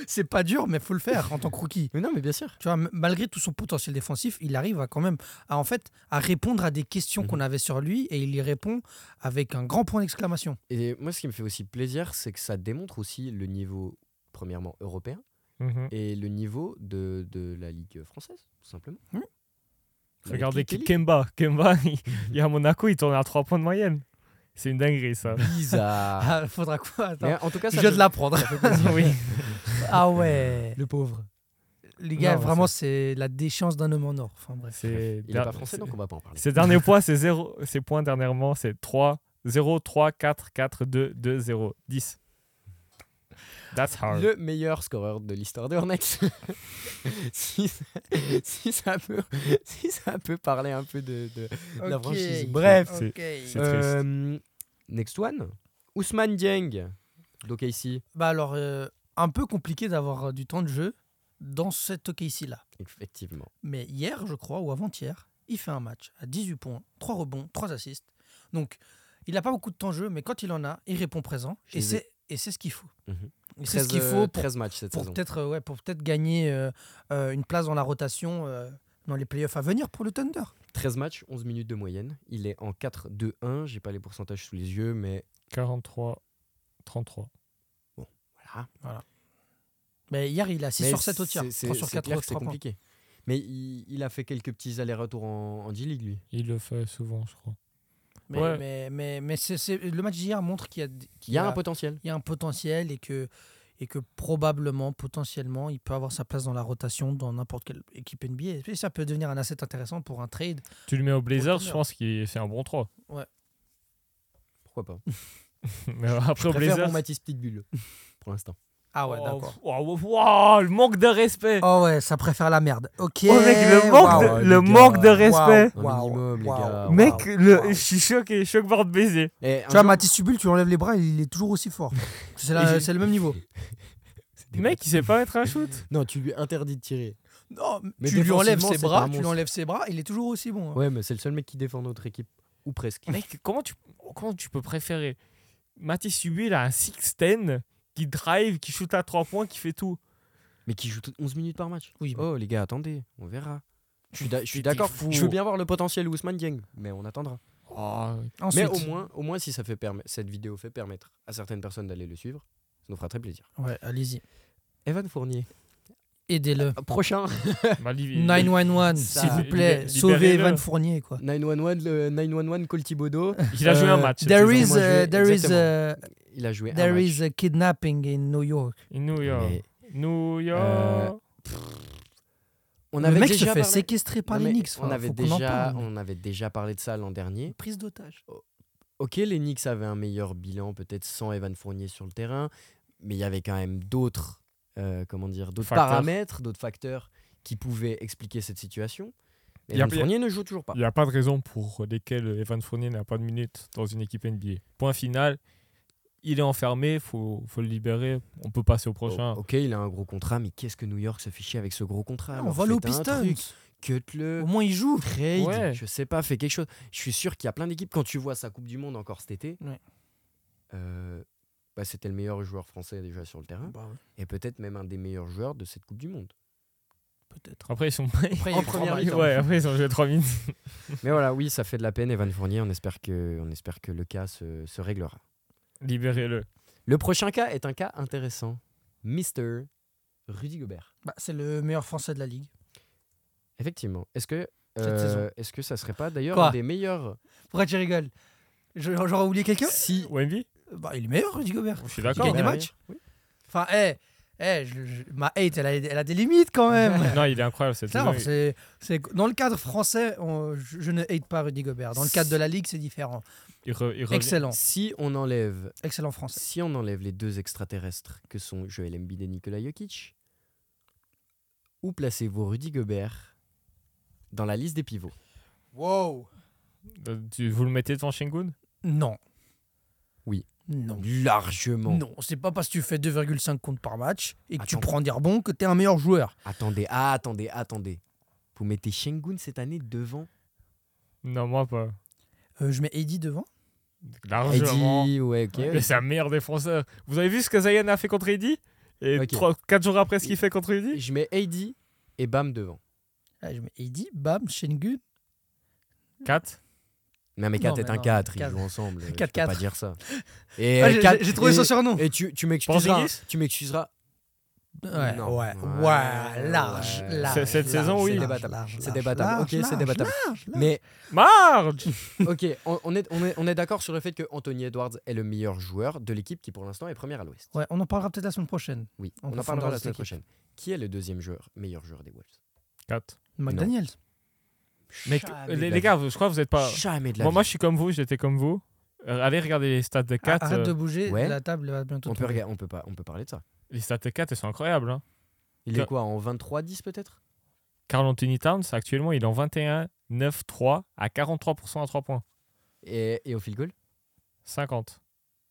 B: C'est pas dur, mais faut le faire en tant que rookie.
A: [laughs] Mais non, mais bien sûr.
B: Tu vois, m- malgré tout son potentiel défensif, il arrive à quand même à en fait à répondre à des questions
A: Mhm.
B: qu'on avait sur lui et il y répond avec un grand point d'exclamation.
A: Et moi, ce qui me fait aussi plaisir, c'est que ça démontre aussi le niveau, premièrement, européen
C: Mhm.
A: et le niveau de, de la Ligue française, tout simplement.
B: Mmh.
A: La
C: Regardez
A: Ligue
C: Kemba. Kemba, [laughs] il, il est à Monaco, il tourne à 3 points de moyenne. C'est une
A: [laughs]
C: dinguerie, ça.
A: Bizarre.
B: Ah, faudra quoi Attends.
A: Mais en tout cas,
B: Je
A: ça
B: viens
A: me- [laughs]
B: de l'apprendre.
C: oui.
B: ah ouais.
A: le pauvre.
B: Les gars,
C: Non,
B: vraiment, c'est la déchéance d'un homme en or. Enfin bref.
C: C'est
A: Il est pas français, donc on va pas en parler.
C: Ses derniers points, c'est 0. Ses points dernièrement, c'est 3, 0, 3, 4, 4, 2, 2, 0, 10. That's hard.
A: Le meilleur scoreur de l'histoire de [laughs] Hornets. si, ça- si ça peut, si ça peut parler un peu de, de- la
B: Ok.
A: franchise. Bref.
C: C'est-
B: Ok.
C: c'est-
A: Euh, next one. Ousmane Dieng. Donc ici.
B: Bah alors, euh, un peu compliqué d'avoir euh, du temps de jeu dans cet OKC-là.
A: Effectivement.
B: Mais hier, je crois, ou avant-hier, il fait un match à 18 points, 3 rebonds, 3 assists. Donc, il n'a pas beaucoup de temps de jeu, mais quand il en a, il répond présent.
A: Je
B: Et
A: les ai-
B: c'est, et c'est ce qu'il faut.
A: Mhm.
B: Et c'est
A: 13,
B: ce qu'il
A: euh,
B: faut pour,
A: 13 matchs cette
B: pour
A: saison.
B: peut-être, euh, ouais, pour peut-être gagner euh, euh, une place dans la rotation euh, dans les playoffs à venir pour le Thunder.
A: 13 matchs, 11 minutes de moyenne. Il est en 4-2-1. J'ai pas les pourcentages sous les yeux, mais
C: 43, 33.
A: voilà.
B: Mais hier, il a 6
A: Mais
B: sur 7 au tir,
A: c'est- c'est-
B: 3 sur
A: c'est
B: 4
A: clair
B: au
A: que c'est
B: 3 points.
A: compliqué. Mais il, il a fait quelques petits allers-retours en, en D-League, lui.
C: Il le fait souvent, je crois.
B: Mais,
C: Ouais.
B: mais, mais, mais c'est- c'est- le match d'hier montre qu'il y a,
A: Il
B: qu'il
A: y a un potentiel.
B: il y a un potentiel et que, et que probablement, potentiellement, il peut avoir sa place dans la rotation dans n'importe quelle équipe NBA. Et ça peut devenir un asset intéressant pour un trade.
C: Tu le mets au Blazers, je
B: tenir.
C: pense que c'est un bon 3.
A: Pourquoi pas
C: [laughs] Mais après au
A: Je préfère
C: Blazers.
A: mon Matisse Pitbull, [laughs] pour l'instant.
B: Ah ouais,
C: Oh,
B: d'accord.
C: wow, wow, wow, le manque de respect.
B: Oh ouais, ça préfère la merde. Ok.
C: Oh, mec, le manque,
B: waouh.
C: de,
A: les
C: le
A: gars.
C: manque de respect.
A: Un
B: Waouh,
A: minimum, les
B: waouh.
A: gars.
B: Wow.
C: Mec, le,
B: Wow.
C: je suis choqué, choc bord de baiser.
A: Eh, un
B: Tu vois,
A: jour-
B: Mathis Subul, tu enlèves les bras, il est toujours aussi [laughs] fort. C'est la-
C: Et j'ai-
B: c'est le même niveau.
A: C'est des
C: Mec, il sait pas mettre un shoot.
A: Non, tu lui interdis de tirer.
B: Non,
A: Mais
B: tu lui enlèves
A: défensivement,
B: ses
A: c'est pas un
B: bras, tu lui
A: monstre.
B: enlèves ses bras, il est toujours aussi bon. hein.
A: Ouais, mais c'est le seul mec qui défend notre équipe. Ou presque.
C: Mec, comment tu, comment tu peux préférer Mathis Subi, il a un 6-10 qui drive, qui shoot à 3 points, qui fait tout.
A: Mais qui joue tout- 11 minutes par match.
B: Oui, mais-
A: Oh, les gars, attendez, on verra. Je suis d'a- je suis
C: T'es
A: d'accord.
C: fou.
A: Je veux bien voir le potentiel Ousmane Dieng, mais on attendra.
C: [laughs] Oh,
B: Ensuite,
A: Mais au moins, au moins si ça fait perm- cette vidéo fait permettre à certaines personnes d'aller le suivre, ça nous fera très plaisir.
B: ouais, allez-y.
A: Evan Fournier.
B: Aidez-le.
A: Euh, [laughs] Prochain.
C: bah, Liv-
B: 911,
A: Ça-
B: s'il vous plaît,
C: Libé-
B: sauvez
C: libérez-le.
B: Evan Fournier, quoi.
A: 911, le 911 Coltibodo.
C: Il a joué un
B: Euh,
C: match. cette
B: There
C: saison.
B: is,
A: Moi, je-
B: a, there is, a,
A: exactement. Il a joué
B: there
A: un
B: is oh. a kidnapping in New York.
C: New
A: match.
C: York.
A: Mais
C: New
A: Euh,
C: York.
A: on
B: le
A: avait
B: mec
A: déjà
B: se fait
A: parlé-
B: séquestrer par
A: Non,
B: les
A: mais
B: Knicks.
A: on
B: enfin,
A: avait
B: faut qu'on en
A: déjà,
B: parle.
A: on avait déjà parlé de ça l'an dernier.
B: Prise d'otage.
A: Ok, les Knicks avaient un meilleur bilan, peut-être sans Evan Fournier sur le terrain, mais il y avait quand même d'autres, euh, comment dire, d'autres
C: Facteurs.
A: paramètres, d'autres facteurs qui pouvaient expliquer cette situation.
C: Il y a
A: Evan
C: plus-
A: Fournier ne joue toujours pas.
C: Il n'y a pas de raison pour lesquelles Evan Fournier n'a pas de minutes dans une équipe NBA. Point final, il est enfermé, il faut, faut le libérer, on peut passer au prochain.
A: Oh, ok, il a un gros contrat, mais qu'est-ce que New York se fait chier avec ce gros contrat
B: on
A: alors
B: vole aux
A: Faites un
B: Pistons.
A: truc, Cut-le,
B: Au moins, il joue.
A: trade,
C: Ouais.
A: je sais pas, fais quelque chose. Je suis sûr qu'il y a plein d'équipes, quand tu vois sa Coupe du Monde encore cet été,
B: Ouais.
A: euh, bah, c'était le meilleur joueur français déjà sur le terrain, et peut-être même un des meilleurs joueurs de cette Coupe du Monde.
B: Peut-être.
C: Après, ils sont.
B: Après,
C: [laughs]
B: il
A: En
B: y a eu le
A: première
B: travail.
A: ligue,
C: ouais, après, ils ont joué 3 minutes. [laughs]
A: Mais voilà, oui, ça fait de la peine, Evan Fournier. On espère que, on espère que le cas se, se réglera.
C: Libérez-le.
A: Le prochain cas est un cas intéressant. Mister Rudy Gobert.
B: Bah, c'est le meilleur français de la ligue.
A: Effectivement. Est-ce que,
B: Cette
A: euh,
B: saison.
A: est-ce que ça serait pas d'ailleurs
B: Quoi
A: un des meilleurs
B: Pourquoi tu rigoles Je- J'aurais oublié quelqu'un
A: Si.
C: Wemby
B: Bah, il est meilleur, Rudy Gobert.
C: Je suis
B: Il gagne
C: d'accord. hein.
B: des
A: Gobert.
B: matchs. Enfin, hé, hé, je- je- ma hate, elle a, elle a des limites quand même.
C: [laughs] Non, il est incroyable cette
B: Putain,
C: saison.
B: c'est- c'est- dans le cadre français, on- je, je ne hate pas Rudy Gobert. Dans le cadre de la ligue, c'est différent.
C: Il re- il revient.
B: Excellent,
A: Si on enlève,
B: excellent français.
A: si on enlève les deux extraterrestres que sont Joel Embiid et Nikola Jokic, où placez-vous Rudy Gobert dans la liste des pivots
B: Wow.
C: Euh, tu- Vous le mettez devant Shingun
B: Non.
A: Oui.
B: Non.
A: Largement.
B: Non, c'est pas parce que tu fais 2,5 comptes par match et que tu
A: Attends.
B: prends des rebonds que t'es un meilleur joueur.
A: Attendez, ah, attendez, attendez. Vous mettez Shengun cette année devant
C: Non, moi pas.
B: Euh, je mets Eddie devant.
C: Largement.
A: Eddie, ouais, ok.
C: Mais c'est un meilleur défenseur. Vous avez vu ce que Zayan a fait contre Eddie Et
A: Ok.
C: 4 jours après ce qu'il fait contre Eddie
A: Je mets Heidi et Bam devant.
B: Ah, je mets Eddie, bam, Shengun.
C: 4
A: Non, mais
B: Non,
A: 4
B: mais
A: est un
B: non,
A: 4, ils
B: quatre.
A: jouent ensemble. Je peux
B: 4-4.
A: pas dire
B: [laughs]
A: ça. Et euh,
B: Ah, j'ai-
A: quatre-
B: j'ai j'ai trouvé
A: et-
B: son surnom.
A: Et tu, tu m'excuseras.
C: Porzingis
A: Tu m'excuseras.
B: Ouais,
A: Non.
B: ouais,
A: Ouais,
B: ouais, large,
A: ouais.
B: large.
C: C'est- cette
B: large,
C: saison,
B: large,
C: oui.
A: C'est débattable.
B: large,
A: C'est
B: large,
A: débattable.
B: large,
A: Ok, c'est
B: large,
A: débattable.
B: large, large.
A: Mais
C: Marge
B: [laughs]
A: ok, on, on est, on est, on est d'accord sur le fait que Anthony Edwards est le meilleur joueur de l'équipe qui pour l'instant est première à l'ouest.
B: Ouais, on en parlera peut-être la semaine prochaine.
A: Oui,
B: On
A: on, en
B: confondra
A: parlera la
B: cette
A: semaine
B: équipe.
A: prochaine. Qui est le deuxième joueur, meilleur joueur des Wolves
C: 4.
B: McDaniels.
C: Mec,
A: Jamais de
C: les,
A: la
C: les gars, je crois que vous êtes pas.
A: vie. jamais de la
C: Moi, moi,
A: vie.
C: je suis comme vous, j'étais comme vous. Euh, allez regarder les stats de euh, 4.
B: Arrête de bouger,
A: ouais.
B: la table va bientôt
A: on peut,
B: tomber.
A: rega- on, peut pas, on peut parler de ça.
C: Les stats de 4, elles sont incroyables. Hein.
A: Il
C: Que-
A: est quoi, en 23-10 peut-être
C: Carl Anthony Towns, actuellement, il est en 21, 9, 3 à 43% à 3 points.
A: Et, et au field goal
C: 50.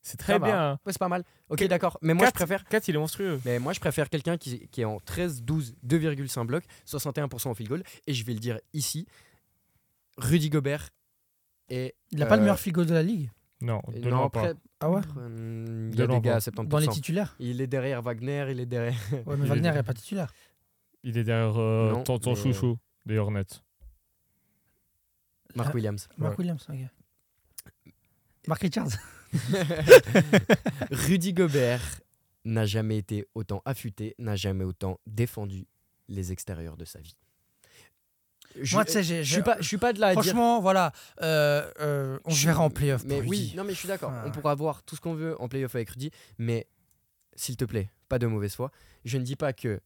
C: C'est très
A: Ça va.
C: bien. hein.
A: Ouais, c'est pas mal. Ok, d'accord. Mais moi, je
C: Quatre.
A: préfère.
C: 4, il est monstrueux.
A: Mais moi, je préfère quelqu'un qui, qui est en 13, 12, 2,5 blocs, 61% au field goal. Et je vais le dire ici Rudy Gobert et.
B: Il n'a pas le
A: Euh,
B: meilleur figo de la ligue.
C: Non,
A: et
C: de loin pas.
A: après-
B: Ah ouais
A: hum, Il y
C: De
A: a
C: loin
A: des gars à
C: pas.
A: 70%.
B: Dans
A: [laughs]
B: les titulaires
A: il est derrière Wagner, il est
B: [laughs]
A: derrière.
B: Ouais, mais
C: Il est-
B: Wagner n'est pas titulaire.
C: Il est derrière euh,
A: Non,
C: ton, ton
A: mais-
C: chouchou des Hornets.
A: Mark
B: Ah.
A: Williams.
B: [laughs] Mark Williams, ok. Mark Richards.
A: [laughs] Rudy Gobert n'a jamais été autant affûté, n'a jamais autant défendu les extérieurs de sa vie. Je,
B: Moi, tu sais, j'ai-
A: je
B: j'ai-
A: suis pas, je suis pas de là à dire.
B: Franchement, voilà, euh, euh, on se
A: Je-
B: verra en playoff.
A: Mais
B: pour
A: oui,
B: Rudy. Ah.
A: non mais je suis d'accord.
B: Enfin.
A: On pourra avoir tout ce qu'on veut en playoff avec Rudy, mais s'il te plaît, pas de mauvaise foi. Je ne dis pas que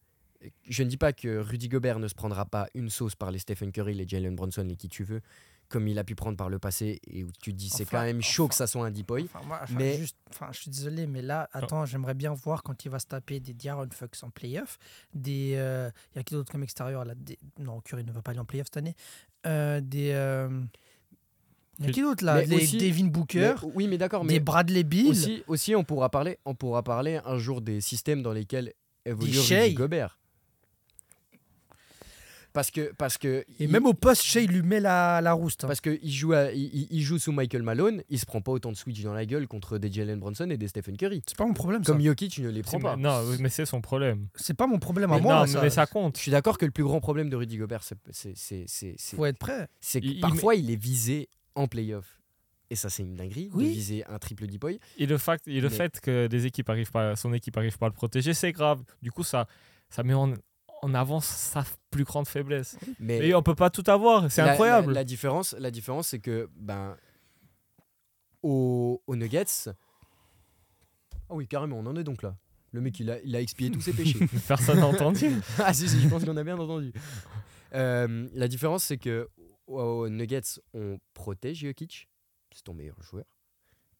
A: je ne dis pas que Rudy Gobert ne se prendra pas une sauce par les Stephen Curry, les Jalen Bronson, les qui tu veux, comme il a pu prendre par le passé et où tu te dis c'est
B: Enfin,
A: quand même chaud
B: enfin.
A: que ça soit un deep boy.
B: Enfin, moi, enfin,
A: Mais-
B: juste- enfin, je suis désolé, mais là, attends, j'aimerais bien voir quand il va se taper des Diaron Fox en playoff. Des, euh, il y a qui d'autre comme extérieur là des- Non, Curry ne va pas aller en playoff cette année. Euh, des, il y a qui d'autre là
A: Mais
B: Des
A: aussi-
B: Devin Booker,
A: Mais- oui, mais d'accord,
B: des
A: mais
B: Bradley Bill.
A: aussi, aussi on pourra parler, on pourra parler un jour des systèmes dans lesquels évolue
B: Des
A: Rudy
B: Shea.
A: Gobert. Parce que parce que
B: et
A: il-
B: même au poste, Shea il lui met la, la rouste. hein.
A: Parce qu'il joue, à- il, il- il joue sous Michael Malone, il se prend pas autant de switch dans la gueule contre des Jalen Bronson et des Stephen Curry.
B: C'est pas mon problème. ça.
A: Comme Jokic, il ne les prend
C: C'est-
A: pas.
C: Non, mais c'est son problème.
B: C'est pas mon problème à
C: Mais
B: moi.
C: non,
B: ça.
C: mais ça compte.
A: Je suis d'accord que le plus grand problème de Rudy Gobert, c'est- c'est- c'est c'est- c'est-
B: Faut être prêt.
A: c'est que
C: Il- il
A: parfois il est visé en playoff. Et ça, c'est une dinguerie
B: Oui.
A: de viser un triple deep boy.
C: Et le, fact, et le
A: Mais-
C: fait que des équipes arrivent pas, son équipe arrive pas à le protéger, c'est grave. Du coup, ça, ça met en, en avant sa f- plus grande faiblesse.
A: Mais
C: Et on peut pas tout avoir, c'est
A: la-
C: incroyable.
A: La, la différence, la différence, c'est que ben, aux, aux Nuggets. Ah oui, carrément, on en est donc là. Le mec, il a, il a expié tous ses [laughs] péchés.
C: Personne n'a entendu.
A: [laughs] ah si, si, je pense qu'on a bien entendu. Euh, la différence, c'est que aux Nuggets, on protège Jokic, c'est ton meilleur joueur.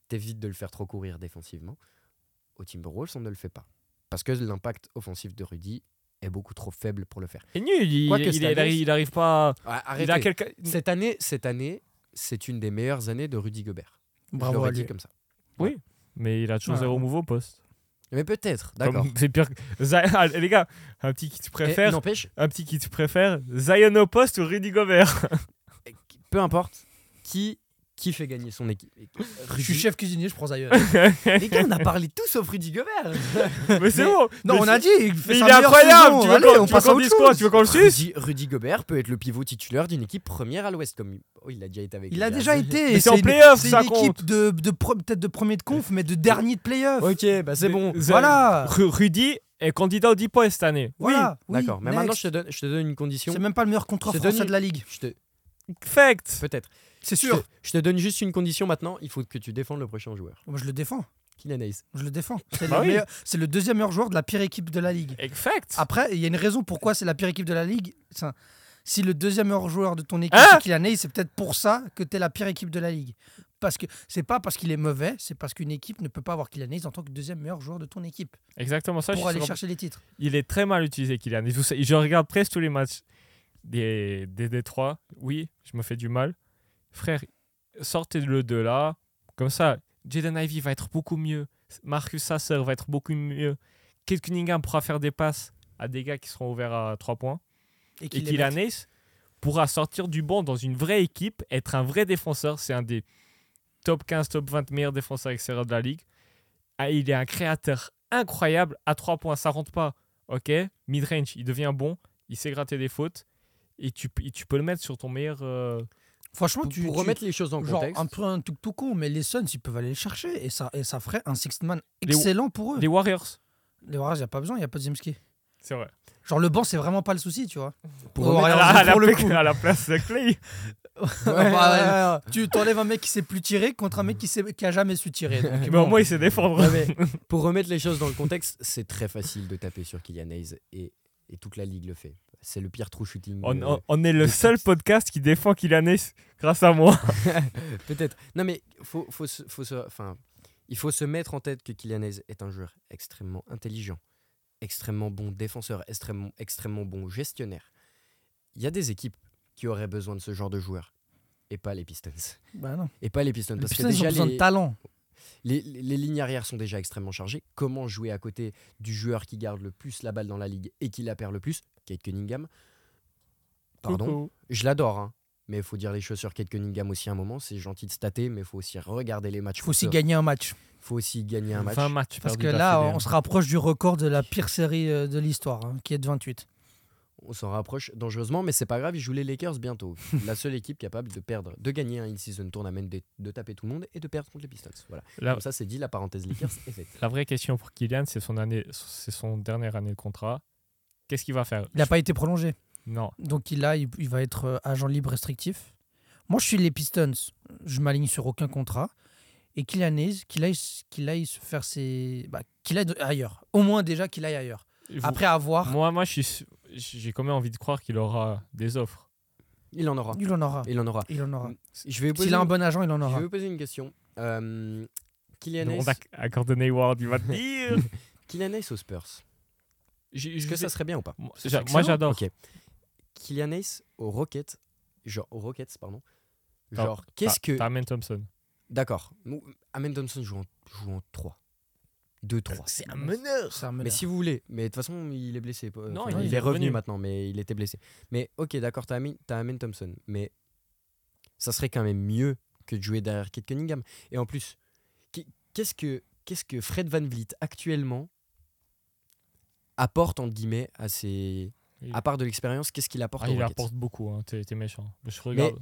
A: T'évites de le faire trop courir défensivement. Au Timberwolves, on ne le fait pas. Parce que l'impact offensif de Rudy est beaucoup trop faible pour le faire.
C: [laughs] Et nul, il,
A: Quoique
C: il-
A: cette
C: il- il
A: année,
C: arrive, il arrive pas. Il a
A: Arrêtez.
C: quelqu'un.
A: Cette année, cette année, c'est une des meilleures années de Rudy Gobert. je
B: Bravo
A: l'aurais
B: à
A: dit
B: lui.
A: comme ça.
C: Mais il a toujours
B: Ouais.
C: zéro move au poste.
A: Mais peut-être, d'accord.
C: Comme- C'est pire que. [laughs] Zion- Ah, les gars, un petit qui tu
A: Eh,
C: préfères,
A: N'empêche,
C: un petit qui tu préfères, Zion au poste ou Rudy [laughs] Gobert.
A: peu importe qui qui fait gagner son équipe.
B: Je suis
A: Rudy-
B: chef cuisinier, je prends ailleurs.
A: Les gars, on a parlé tout sauf Rudy Gobert.
C: mais c'est
A: Mais-
C: bon.
B: non,
C: mais
B: on
C: c'est-
B: a dit, il fait
C: mais
B: sa
C: il est
B: meilleure
C: incroyable.
B: saison,
C: Tu veux
B: allez,
C: qu'on-
B: on
C: tu veux
B: passe à
C: qu'on
B: autre
C: dise quoi
B: chose.
C: Tu veux qu'on le suce
A: Rudy, Rudy Gobert peut être le pivot titulaire d'une équipe première à l'Ouest, comme oh, il a déjà été avec.
B: Il
A: les
B: a
A: Jazz.
B: déjà été.
C: Mais
B: et
C: c'est en
B: une-
C: play-off,
B: c'est
C: ça
B: une
C: compte.
B: équipe de, de pre- peut-être de premier de conf, mais de dernier de play-off.
A: Ok, bah c'est
B: euh,
A: bon.
C: Z-
B: Voilà.
C: Ru- Rudy est candidat au 10 points cette année.
B: Voilà. Oui,
A: D'accord. Mais maintenant, je
B: next.
A: te donne, je te donne une condition.
B: c'est même pas le meilleur contre
A: C'est
B: français
A: Denis.
B: de la ligue.
A: Je te,
C: Fact.
A: peut-être.
B: C'est
A: Je, te- je te donne juste une condition maintenant. Il faut que tu défendes le prochain joueur.
B: Moi, je le défends.
A: Kylian Hayes.
B: Je le défends. C'est
C: Bah
B: le,
C: oui.
B: meilleur- c'est le deuxième meilleur joueur de la pire équipe de la ligue.
C: Et Fact.
B: Après, il y a une raison pourquoi c'est la pire équipe de la ligue. C'est un- si le deuxième meilleur joueur de ton équipe,
C: Hein
B: c'est Kylian Hayes, c'est peut-être pour ça que t'es la pire équipe de la ligue. Parce que c'est pas parce qu'il est mauvais, c'est parce qu'une équipe ne peut pas avoir Kylian Hayes en tant que deuxième meilleur joueur de ton équipe
C: Exactement ça.
B: pour
C: je suis
B: aller
C: sur-
B: chercher les titres.
C: Il est très mal utilisé, Kylian. Et vous savez, Je regarde presque tous les matchs des, des Détroits. Oui, je me fais du mal. Frère, sortez-le de là. Comme ça, Jaden Ivey va être beaucoup mieux. Marcus Sasser va être beaucoup mieux. Kate Cunningham pourra faire des passes à des gars qui seront ouverts à 3 points.
B: Et
C: Et
B: qu'il est
C: Kylian Hayes pourra sortir du banc dans une vraie équipe, être un vrai défenseur. C'est un des top 15, top 20 meilleurs défenseurs extérieurs de la ligue. Ah, il est un créateur incroyable à 3 points. Ça rentre pas. Ok, mid-range, il devient bon. Il sait gratter des fautes. Et tu, et tu peux le mettre sur ton meilleur. euh,
B: Franchement,
A: Pour,
B: tu,
A: pour
B: tu-
A: remettre les choses en
B: genre
A: contexte. [laughs]
B: un peu un truc tout con, mais les Suns, ils peuvent aller les chercher et ça, et ça ferait un six man
C: Les-
B: excellent pour eux.
C: Les Warriors.
B: Les Warriors, il n'y a pas besoin, il n'y a pas de Zemski.
C: C'est vrai.
B: Genre le banc, c'est vraiment pas le souci, tu vois.
A: Pour
B: les
A: remettre-
B: Warriors,
C: À la, à Ah, la
B: pour le
C: pla-
B: coup.
C: à la place de Clay.
B: [laughs]
A: Ouais,
B: Bah,
A: ouais, ouais.
B: Tu t'enlèves un mec qui sait plus tirer contre un mec qui, sait, qui a jamais su tirer. Donc,
C: Mais au
B: bon.
C: moins, il sait défendre.
A: Ouais, mais pour remettre les choses dans le contexte, c'est très facile de taper sur Kylian Hayes et, et toute la ligue le fait. C'est le pire true shooting.
C: On,
A: euh,
C: on- on est le seul podcast qui défend Kylian Hayes grâce à moi.
A: Peut-être. Non, mais faut, faut, se- faut se- enfin, il faut se mettre en tête que Kylian Hayes est un joueur extrêmement intelligent, extrêmement bon défenseur, extrêmement, extrêmement bon gestionnaire. Il y a des équipes qui auraient besoin de ce genre de joueur et pas les Pistons.
B: Bah non.
A: Et pas les Pistons.
B: Les
A: parce
B: Pistons,
A: que
B: ils ont
A: déjà,
B: besoin
A: les-
B: de talent.
A: Les, les- les lignes arrières sont déjà extrêmement chargées. Comment jouer à côté du joueur qui garde le plus la balle dans la ligue et qui la perd le plus Kate Cunningham. Pardon.
C: Coucou.
A: Je l'adore, hein. mais il faut dire les choses sur Kate Cunningham aussi un moment. C'est gentil de stater, mais il faut aussi regarder les matchs.
B: Il faut aussi
A: pour ça.
B: gagner un match.
A: faut aussi gagner un match.
C: 20 matchs
B: Parce que
C: perdus
B: là,
C: d'affilée,
B: on
C: hein.
B: se rapproche du record de la pire série euh, de l'histoire, hein, qui est de 28.
A: On s'en rapproche dangereusement, mais c'est pas grave, ils jouent les Lakers
B: [laughs]
A: bientôt. la seule équipe capable de perdre, de gagner un in-season tournament, de, de taper tout le monde et de perdre contre les Pistons. Voilà.
C: La,
B: Ah
A: Comme ça, c'est dit, la parenthèse Lakers est faite.
C: la vraie question pour Kylian, c'est son, année, c'est son dernière année de contrat. Qu'est-ce qu'il va faire
B: Il n'a pas été prolongé.
C: Non.
B: Donc il, là, il, il va être euh, agent libre restrictif. Moi, je suis les Pistons. Je m'aligne sur aucun contrat. Et qu'il aille, qu'il aille, qu'il aille se faire ses... Bah, qu'il aille ailleurs. Au moins déjà qu'il aille ailleurs.
C: Vous-
B: Après avoir,
C: Moi, moi je suis su- j'ai quand même envie de croire qu'il aura des offres.
A: Il en
B: [laughs]
A: aura.
B: il en aura.
A: Il en aura.
B: Il en aura.
A: Je vais vous poser,
B: S'il a un
A: une-
B: bon agent, il en
A: je
B: aura.
A: vais vous poser une question. Euh, Kylian
C: On
A: Hayes-
C: a à Gordon Hayward, il va te dire.
A: Kylian Hayes aux Spurs. [laughs]
C: J'ai-
A: Est-ce que
C: j'ai-
A: ça serait bien ou pas
C: Moi,
A: Ce
C: j'a-
A: serait
C: moi,
A: excellent.
C: j'adore.
A: Ok. Kylian Hayes aux Rockets. Genre, aux Rockets, pardon.
C: T'as-
A: Genre, qu'est-ce que.
C: T'as Amen Thompson.
A: D'accord. Mou- Amen Thompson joue en, joue en 3. 2-3.
C: C'est un meneur.
B: C'est un meneur.
A: Mais si vous voulez, mais de toute façon, il est blessé. euh,
C: Non,
A: enfin,
C: il
A: il,
C: est
A: est revenu
C: revenu.
A: maintenant, mais il était blessé. Mais ok, d'accord, t'as Amin, t'as Amin Thompson, mais ça serait quand même mieux que de jouer derrière Kate Cunningham. Et en plus, qui- qu'est-ce que, qu'est-ce que Fred Van Vliet actuellement apporte, entre guillemets, à ses.
C: Il-
A: À part de l'expérience, qu'est-ce qu'il apporte
C: Ah,
A: aux
C: il
A: Rockets
C: apporte beaucoup, hein. t'es t'es méchant. Je regarde.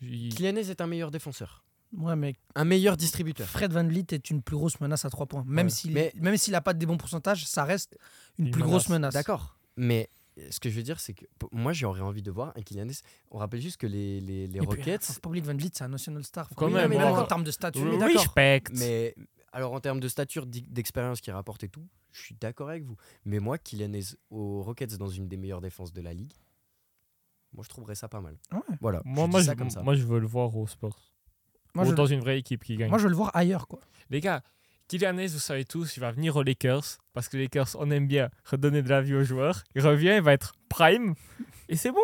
C: Il-
A: Kylian Hayes est un meilleur défenseur,
B: Ouais, mais
A: un meilleur distributeur.
B: Fred Van Vliet est une plus grosse menace à 3 points. Même
C: Ouais.
B: s'il
A: Mais-
B: même s'il n'a pas des bons pourcentages, ça reste une,
C: Une
B: plus grosse menace.
A: D'accord. Mais ce que je veux dire, c'est que pour- moi, j'aurais envie de voir un Kylian Hayes. On rappelle juste que les, les, les
B: Et puis, ah,
A: Rockets.
B: faut pas oublier que Van Vliet, c'est un national star.
C: Quand
B: Oui,
C: même,
B: mais
A: hein.
B: d'accord, en termes de statut.
A: Oui,
B: d'accord.
C: Respect.
A: Mais alors en termes de stature, d'i- d'expérience qu'il rapporte et tout, je suis d'accord avec vous. Mais moi, Kylian Hayes aux Rockets dans une des meilleures défenses de la ligue, moi je trouverais ça pas mal.
B: Ouais.
A: Voilà.
C: Moi,
A: je
C: moi,
A: dis
C: je,
A: ça comme ça.
C: moi, je veux le voir au sport.
B: Moi,
C: Ou
B: je,
C: dans une vraie équipe qui gagne.
B: moi, je veux le voir ailleurs. quoi.
C: Les gars, Kylian Hayes, vous savez tous, il va venir aux Lakers parce que les Lakers, on aime bien redonner de la vie aux joueurs. Il revient, il va être prime et c'est bon.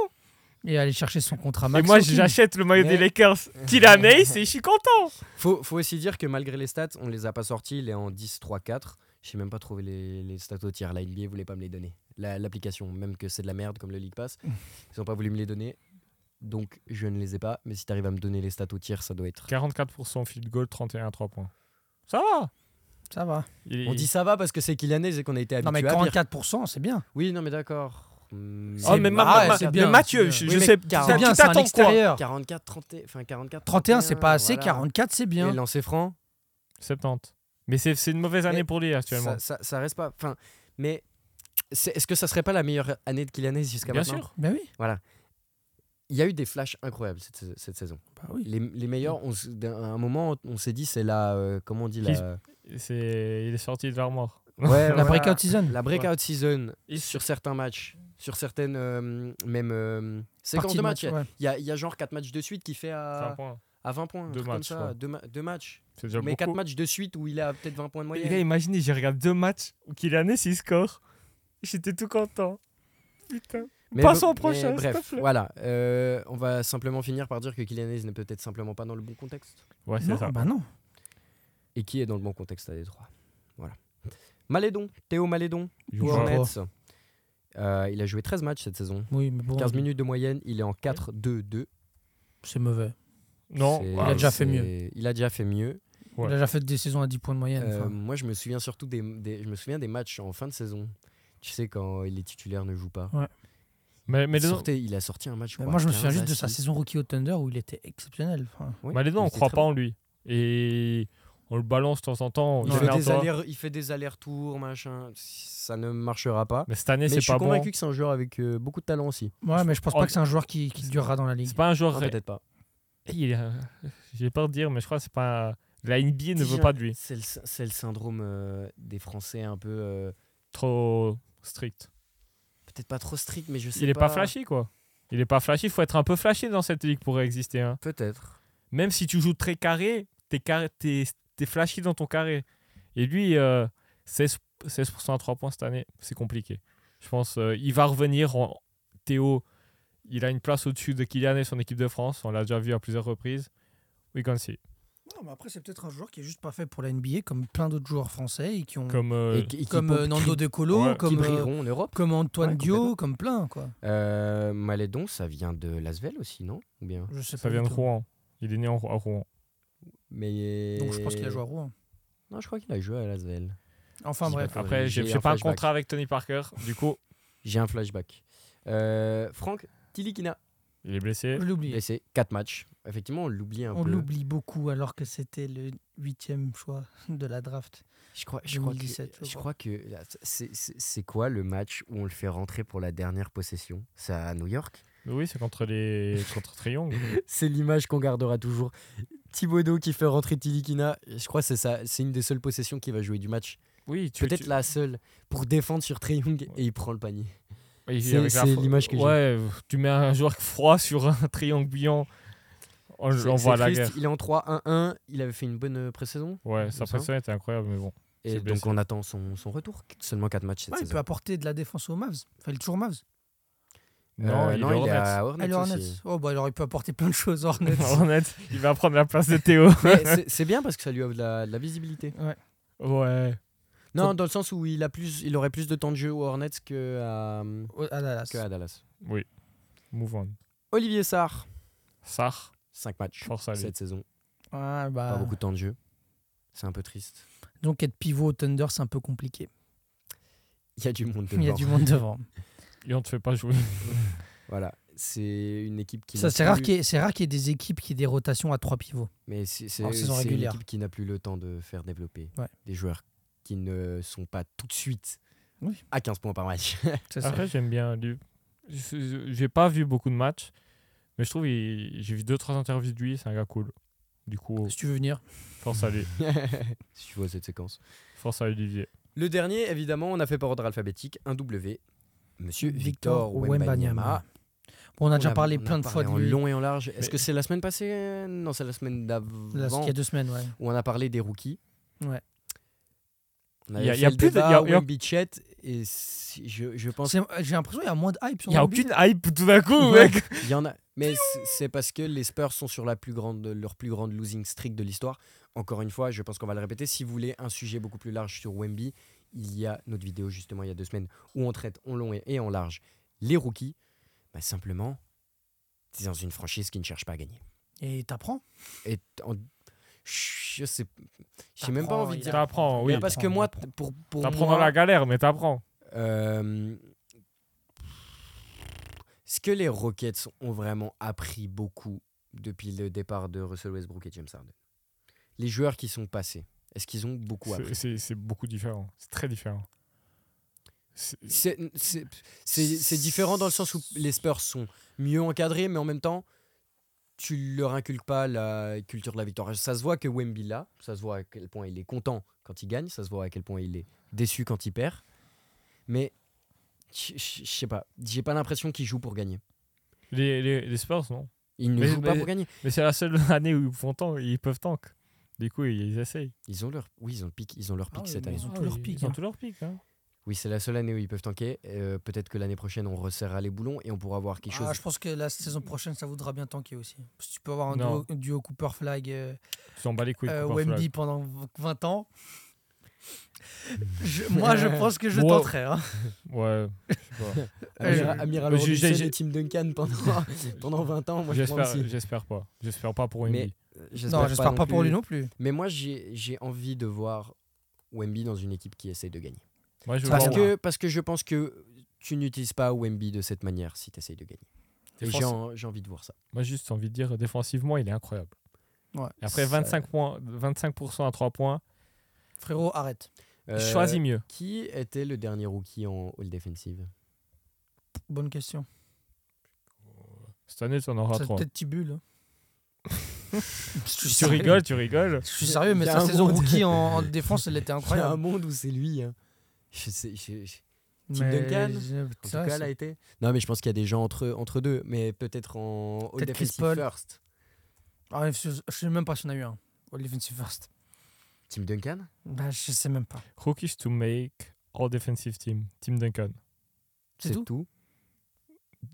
B: Et aller chercher son contrat
C: et
B: max.
C: moi,
B: au Kings.
C: j'achète le maillot
A: Mais-
C: des Lakers. Kylian Hayes et je suis content.
A: Faut, faut aussi dire que malgré les stats, on les a pas sortis. Il est en 10-3-4. Je sais même pas trouver les, les stats au tir. La NBA voulait pas me les donner. La- L'application, même que c'est de la merde comme le League
C: [laughs]
A: Pass, ils ont pas voulu me les donner. Donc je ne les ai pas. Mais si tu arrives à me donner les stats au tir, ça doit être.
C: 44% field goal, 31 3 points. Ça va.
B: Ça va.
C: Il-
A: On dit ça va parce que c'est Kylian Hayes et qu'on a été habitué
B: Non, mais
A: à pire.
B: 44%, c'est bien.
A: Oui, non, mais d'accord. Hmm.
C: Oh,
B: C'est-
C: mais, ma-
B: ah ouais,
C: ma-
B: c'est
C: mais
B: bien,
C: Mathieu,
B: c'est
C: je,
A: bien.
C: je
A: Oui,
C: sais
A: mais
C: tu-
B: C'est
A: Ah,
C: tu
B: bien, c'est un
C: t'attends quoi
B: extérieur.
A: 44, 30, enfin 44,
B: 31, c'est pas assez.
A: Euh, voilà.
B: 44, c'est
A: Et
B: bien.
A: lancer franc,
C: 70. Mais c'est c'est une mauvaise année
A: Mais
C: pour lui
A: ça,
C: actuellement.
A: ça, ça reste pas. Enfin, mais c'est- est-ce que ça serait pas la meilleure année de Kylian Hayes jusqu'à
C: Bien
A: maintenant
C: sûr.
B: Ben oui.
A: Il y a eu des flashs incroyables cette, sa- cette saison.
B: Bah oui.
A: Les, les meilleurs, on s- d'un- à un moment, on s'est dit, c'est la. euh, comment on dit la.
C: C'est- Il est sorti de l'armoire.
B: [laughs]
A: Ouais,
B: La
A: voilà.
B: breakout season.
A: La breakout season
C: Et-
A: sur certains matchs, sur certaines euh, même euh, séquences
B: Partie
A: de
B: de
A: matchs. Il y a-
B: match, ouais.
A: il y, a- il y a genre 4 matchs de suite qui fait
C: C'est
A: à,
C: un point.
A: à 20 points. un
C: Deux
A: truc comme
C: matchs, je
A: ça,
C: crois.
A: deux, ma- deux matchs.
C: C'est déjà
A: Mais
C: beaucoup.
A: 4 matchs de suite où il a peut-être 20 points de
C: Les
A: moyenne.
C: gars, imaginez, j'ai regardé deux matchs où Kylian Hayes, il score. J'étais tout content. Putain. Passons
A: bon-
C: au prochain, s'il te
A: bref,
C: plaît.
A: voilà. euh, on va simplement finir par dire que Kylian Hayes n'est peut-être simplement pas dans le bon contexte.
C: Ouais,
B: Non, bah non.
A: Et qui est dans le bon contexte à Détroit. Voilà. Malédon, Théo Malédon,
C: Il
A: aux
B: joue
A: Hornets.
B: pas.
A: Euh, il a joué 13 matchs cette saison.
B: Oui, mais bon.
A: 15 minutes de moyenne, il est en 4-2-2.
B: C'est mauvais.
C: Non,
A: C'est-
B: il a déjà fait
A: c'est-
B: mieux.
A: Il a déjà fait mieux.
C: Ouais.
B: Il a déjà fait des saisons à 10 points de moyenne.
A: Euh,
B: enfin.
A: moi, je me souviens surtout des, des- je me souviens des matchs en fin de saison. Tu sais, quand les titulaires ne jouent pas.
C: Mais, mais
A: il,
C: les gens-
A: sortait- il a sorti un match. je
B: Mais
A: crois,
B: Euh, moi, je me
A: 15
B: souviens juste
A: à
B: de sa
A: 6.
B: saison rookie au Thunder où il était exceptionnel. enfin.
A: Oui,
C: Maledon,
A: il
C: on
A: était
C: croit
A: très
C: pas en lui. Et on le balance de temps en temps.
A: Il
C: on
A: fait,
C: énerve
A: des
C: toi.
A: allers, il fait des allers-retours, machin. Ça ne marchera pas.
C: Mais cette année,
A: Mais je
C: c'est
A: suis
C: pas bon.
A: convaincu que c'est un joueur avec euh, beaucoup de talent aussi.
B: Ouais, mais je pense
C: Oh,
B: pas que c'est un joueur qui, qui durera dans la ligue.
C: C'est pas un joueur.
A: Ah, Peut-être pas.
C: Il est- [laughs] J'ai peur de dire, mais je crois que c'est pas. La NBA
A: Dis,
C: ne veut pas de lui.
A: C'est le, sy- c'est le syndrome euh, des Français un peu. euh,
C: Trop strict.
A: Peut-être pas trop strict, mais je sais
C: Il est pas flashy, quoi. Il est pas flashy. Il faut être un peu flashy dans cette ligue pour exister. hein.
A: Peut-être.
C: Même si tu joues très carré, t'es carré- t'es- t'es flashy dans ton carré. Et lui, euh, 16, 16% à 3 points cette année, c'est compliqué. Je pense euh, il va revenir. en- Théo, il a une place au-dessus de Kylian et son équipe de France. On l'a déjà vu à plusieurs reprises. We can see.
B: Non, mais après, c'est peut-être un joueur qui est juste pas fait pour la NBA, comme plein d'autres joueurs français et qui ont.
C: Comme euh,
A: Mm. Et qui- et qui
B: Comme
A: pop-
B: euh,
A: qui-
B: Nando De Colo,
C: Ouais.
A: qui
B: comme, euh,
A: brilleront en Europe.
B: comme Antoine
A: Ouais,
B: Dio,
A: complètement.
B: comme plein, quoi.
A: Euh, Malédon, ça vient de Lasvel aussi, non Ou bien
B: Je sais
C: ça
B: pas
C: vient
B: du
C: de
B: tout.
C: Rouen. Il est né en- à Rouen.
A: Mais
B: Donc je pense qu'il a joué à Rouen.
A: Non, je crois qu'il a joué à Lasvel.
B: Enfin
A: Je sais
B: bref.
A: pas.
C: Après, j'ai
A: J'ai
C: j'ai
A: un
C: pas un
A: flashback.
C: contrat avec Tony Parker.
A: [laughs]
C: Du coup,
A: J'ai un flashback. Euh, Franck Tilikina,
C: il est blessé.
B: Je l'ai oublié.
A: blessé, 4 matchs. Effectivement, on l'oublie un
B: On
A: peu.
B: l'oublie beaucoup alors que c'était le huitième choix de la draft.
A: Je crois, je crois
B: 2017,
A: que,
B: je
A: je crois que là, c'est- c'est c'est quoi le match où on le fait rentrer pour la dernière possession C'est à New York
C: Oui, c'est contre les contre Triangle.
A: [laughs] C'est l'image qu'on gardera toujours. Thibodeau qui fait rentrer Tilikina, je crois que c'est ça, c'est une des seules possessions qui va jouer du match.
C: Oui, tu
A: Peut-être
C: tu-
A: la seule pour défendre sur Trey Young et il prend le panier.
C: oui,
A: c'est-
C: avec la
A: c'est
C: fo-
A: l'image que j'ai.
C: Ouais, tu mets un joueur [laughs] froid sur un Triangle bouillant. On
A: C'est-
C: on
A: c'est
C: voit la
A: triste,
C: guerre.
A: Il est en 3-1-1, il avait fait une bonne euh, pré-saison.
C: Ouais, sa
A: Comme ça.
C: pression était incroyable, mais bon.
A: Et
C: C'est
A: donc
C: blessé.
A: on attend son, son retour. Seulement 4 matchs cette
B: Ouais, il peut
A: saison.
B: apporter de la défense aux Mavs. Enfin, il est toujours Mavs.
A: Euh,
C: Non, il est
A: est
C: Hornets.
A: à
B: Ah,
A: Hornets
B: le Hornets.
A: aussi.
B: Oh, bah alors il peut apporter plein de choses aux
C: [laughs]
B: Hornets.
C: Hornets, [laughs] il va prendre la place de Théo. [laughs]
A: Mais c'est- c'est bien parce que ça lui offre de la, de la visibilité.
C: ouais.
A: Non,
C: Faut-
A: dans le sens où il, a plus, il aurait plus de temps de jeu aux Hornets que à,
B: Au- à Dallas.
A: que à Dallas.
C: Oui. Move on.
A: Olivier Sarr,
C: Sar,
A: 5 matchs
C: force à lui.
A: cette saison.
B: Ouais, bah,
A: Pas beaucoup de temps de jeu. C'est un peu triste.
B: Donc être pivot au Thunder, c'est un peu compliqué.
A: Il y a du monde
B: Il y a
A: dedans.
B: du
A: [laughs]
B: monde devant.
C: Et on te fait pas jouer.
A: Voilà, c'est une équipe qui.
B: Ça,
A: n'a
B: c'est rare
A: plus-
B: qu'il y, ait- c'est rare qu'il y ait des équipes qui aient des rotations à trois pivots.
A: Mais c'est c'est-
B: en saison
A: c'est une
B: régulière.
A: équipe qui n'a plus le temps de faire développer
B: Ouais.
A: des joueurs qui ne sont pas tout de suite
B: Oui.
A: à 15 points par
B: [laughs]
A: match.
B: C'est ça.
C: Après, j'aime bien lui. Je- je- J'ai pas vu beaucoup de matchs, mais je trouve il- j'ai vu deux trois interviews de lui, c'est un gars cool. Du coup,
B: Si tu veux venir.
C: force à lui,
A: si tu vois cette séquence.
C: force à Olivier.
A: Le dernier, évidemment, on a fait par ordre alphabétique, un W. Monsieur
B: Victor
A: Victor, Wembanyama.
B: Wembanyama. Bon, on a déjà
A: a-
B: parlé
A: on a
B: plein de fois
A: parlé
B: de
A: en
B: lui.
A: long et en large. Est-ce
C: Mais-
A: que c'est la semaine passée euh, Non, c'est la semaine
B: Là,
A: d'avant
B: il y a deux semaines, ouais.
A: où on a parlé des rookies.
B: Ouais.
A: On
C: Y a-
A: avait
C: y a
A: fait le
C: plus de-
A: débat
C: y a- y a-
A: Wemby-Chet, et si- je, je pense
B: C'est- J'ai l'impression qu'il y a moins de hype sur
C: Il y a
B: Wemby.
C: aucune hype tout d'un coup,
B: Ouais.
C: mec.
A: Il y en a, mais c- c'est parce que les Spurs sont sur la plus grande, leur plus grande losing streak de l'histoire. Encore une fois, je pense qu'on va le répéter. Si vous voulez un sujet beaucoup plus large sur Wemby, il y a notre vidéo justement il y a deux semaines où on traite en long et- et en large les rookies. Bah, simplement, c'est dans une franchise qui ne cherche pas à gagner.
B: Et t'apprends.
A: Et en- je sais, j'ai même pas
B: T'apprends,
A: envie de
B: il a-
A: dire.
C: T'apprends,
A: Mais
C: oui.
A: parce que
B: T'apprends,
A: moi,
B: t'apprends.
A: pour pour
C: T'apprends
A: moi,
C: dans la galère, mais t'apprends.
A: euh, ce que les Rockets ont vraiment appris beaucoup depuis le départ de Russell Westbrook et James Harden Les joueurs qui sont passés, est-ce qu'ils ont beaucoup
C: C'est-
A: appris
C: C'est c'est beaucoup différent. C'est très différent. C'est-
A: C'est c'est- c'est- c'est différent dans le sens où les Spurs sont mieux encadrés, mais en même temps, tu leur inculques pas la culture de la victoire. Ça se voit que Wemby là, ça se voit à quel point il est content quand il gagne, ça se voit à quel point il est déçu quand il perd. Mais je je- je sais pas, j'ai pas l'impression qu'il joue pour gagner.
C: Les, les, les Spurs, non.
A: Ils ne
C: Mais-
A: jouent pas
C: mais-
A: pour gagner.
C: Mais c'est la seule [laughs] année où ils font tank, ils peuvent tank. Du coup, ils, ils essayent.
A: Ils ont leur, oui, ils ont le pic, Ah, ils ont leur pic
B: Ah oui,
A: cette
B: mais
A: année.
B: ils ont- tous leurs pics,
C: Ah Ils ont
B: hein.
C: tous leurs pics. hein.
A: Oui, c'est la seule année où ils peuvent tanker. Euh, Peut-être que l'année prochaine, on resserrera les boulons et on pourra voir quelque chose.
B: Ah, je pense que la saison prochaine, ça voudra bien tanker aussi. Parce que tu peux avoir un
C: Non.
B: duo, un duo Cooper Flag, euh,
C: Tu t'en bats les couilles. de
B: euh,
C: Cooper Flag.
B: Wemby pendant v-
A: [laughs]
B: 20 ans. Je- moi, je pense que je
C: Wow.
B: tenterai. hein.
C: Ouais, je sais
A: Amira-
B: je-
A: Amiral
C: mais j'ai-
A: Robinson
C: j'ai-
A: et Tim Duncan pendant, [laughs] pendant 20 ans,
C: pas.
A: moi je prends le
C: J'espère-
A: six.
C: J'espère pas. J'espère pas pour
A: Mais-
C: Wemby.
A: Euh,
B: Non, j'espère pas, pour
A: plus.
B: lui non plus.
A: Mais moi, j'ai j'ai envie de voir Wemby dans une équipe qui essaie de gagner.
C: Moi, je
A: Parce
C: vois-
A: que, parce que je pense que tu n'utilises pas Wemby de cette manière si tu essayes de gagner. Et
C: Défense-
A: J'ai en- j'ai envie de voir ça.
C: Moi, juste envie de dire, défensivement, il est incroyable.
B: Ouais.
C: Et après,
A: Ça-
C: 25, points, 25 à 3 points,
B: Frérot, arrête.
A: Euh,
C: choisis mieux.
A: Qui était le dernier rookie en All Defensive
B: Bonne question.
C: Cette année, tu en auras
B: C'est
C: 3.
B: peut-être Tibul. [laughs] hein. je suis
C: Tu
B: sérieux.
C: rigoles, tu rigoles.
B: Je suis sérieux, mais
A: Il y a
B: sa
A: un
B: saison
A: monde.
B: rookie en, en défense, elle
A: Il y
B: était
A: a un
B: incroyable.
A: monde où c'est lui. hein. Je sais, je- je- Tim
B: Mais-
A: Duncan,
B: je-
A: En
B: ça,
A: tout cas,
B: c'est-
A: elle a été. Non, mais je pense qu'il y a des gens entre, entre deux, mais peut-être en All
B: Peut-être Chris
A: Defensive
B: Paul.
A: First.
B: Ah, je je sais même pas si on a eu un. All defensive first.
A: Tim Duncan
B: Bah, je sais même pas.
C: Rookies to make all defensive team. Team Duncan.
B: C'est tout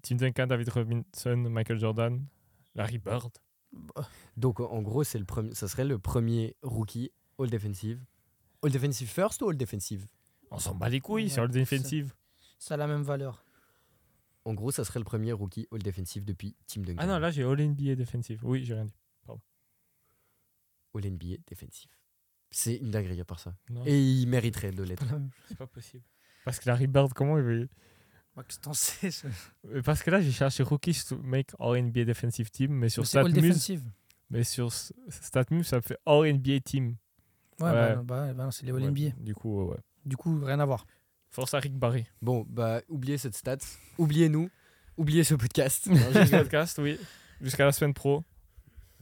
C: Tim Duncan, David Robinson, Michael Jordan, Larry Bird,
A: Donc en- en gros, c'est le premier, ça serait le premier rookie all defensive. All defensive first ou all defensive
C: On s'en bat les couilles
B: Ouais,
C: sur le
B: c'est ça.
C: défensive.
B: Ça a la même [laughs] valeur.
A: En gros, ça serait le premier rookie all defensive depuis Tim Duncan.
C: Ah non, là j'ai All NBA défensive. Oui, j'ai rien dit.
A: All NBA défensif. C'est une dinguerie à part ça.
C: Non,
A: Et il mériterait de l'être.
B: Bah,
C: c'est pas possible. Parce que Larry Bird, comment il veut
B: Moi, qu'est-ce que t'en sais ça
C: Euh, Parce que là j'ai cherché Rookies to make All NBA defensive team, mais sur
B: C'est all
C: StatMuse,
B: defensive.
C: mais sur S- StatMuse ça fait All NBA team.
B: Ouais,
C: Ouais.
B: Bah, non, bah, bah non, c'est les all
C: Ouais,
B: NBA.
C: Du coup, ouais. ouais.
B: Du coup, rien à voir.
C: Force à
B: [laughs]
C: Rick Barry.
A: Bon, bah, oubliez cette stat. Oubliez-nous. Oubliez ce podcast. Non, je
B: [laughs]
C: Ce
A: rigole.
C: podcast, oui. Jusqu'à la semaine pro.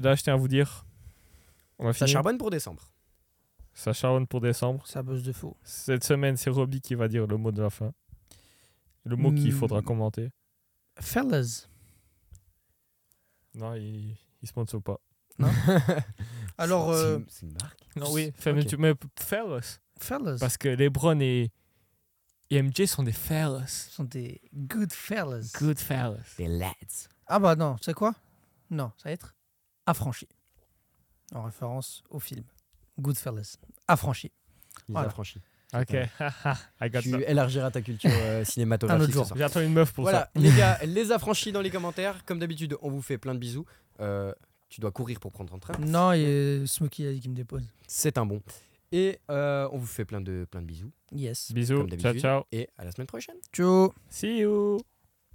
C: Là, je tiens à vous dire, on a
A: ça
C: fini.
A: charbonne pour décembre.
C: Ça charbonne pour décembre.
B: Ça buzz de faux.
C: Cette semaine, c'est Roby qui va dire le mot de la fin. Le mot qu'il
B: Hmm.
C: faudra commenter.
B: Fellas.
C: Non, il, il sponsor pas.
B: Alors,
A: C'est-
B: euh,
A: c'est une marque.
C: Non,
A: Je
C: oui.
A: sais- ok.
C: Mais fellas.
B: fellas.
C: Parce que LeBron et, et MJ sont des fellas.
B: Ce sont des good fellas.
C: Good fellas.
A: Des lads.
B: Ah bah non, tu sais quoi Non, ça va être affranchi. En référence au film. Goodfellas. Affranchi.
A: Il
B: Voilà.
A: a franchi.
C: Ok. [laughs]
A: Ouais.
C: I got
A: Tu
C: that.
A: élargiras ta culture euh,
B: Un
A: cinématographique.
B: autre jour.
A: ce soir.
C: J'attends une meuf pour
A: Voilà, les gars, les affranchis dans les commentaires. Comme d'habitude, on vous fait plein de bisous. Euh, tu dois courir pour prendre ton train.
B: Non, il y a Smokey a dit qu'il me dépose.
A: C'est un bon. Et euh, on vous fait plein de, plein de bisous.
B: Yes.
C: ça. Bisous.
A: Comme
C: Ciao,
A: d'habitude.
C: ciao.
A: Et à la semaine prochaine.
B: Ciao.
C: See you.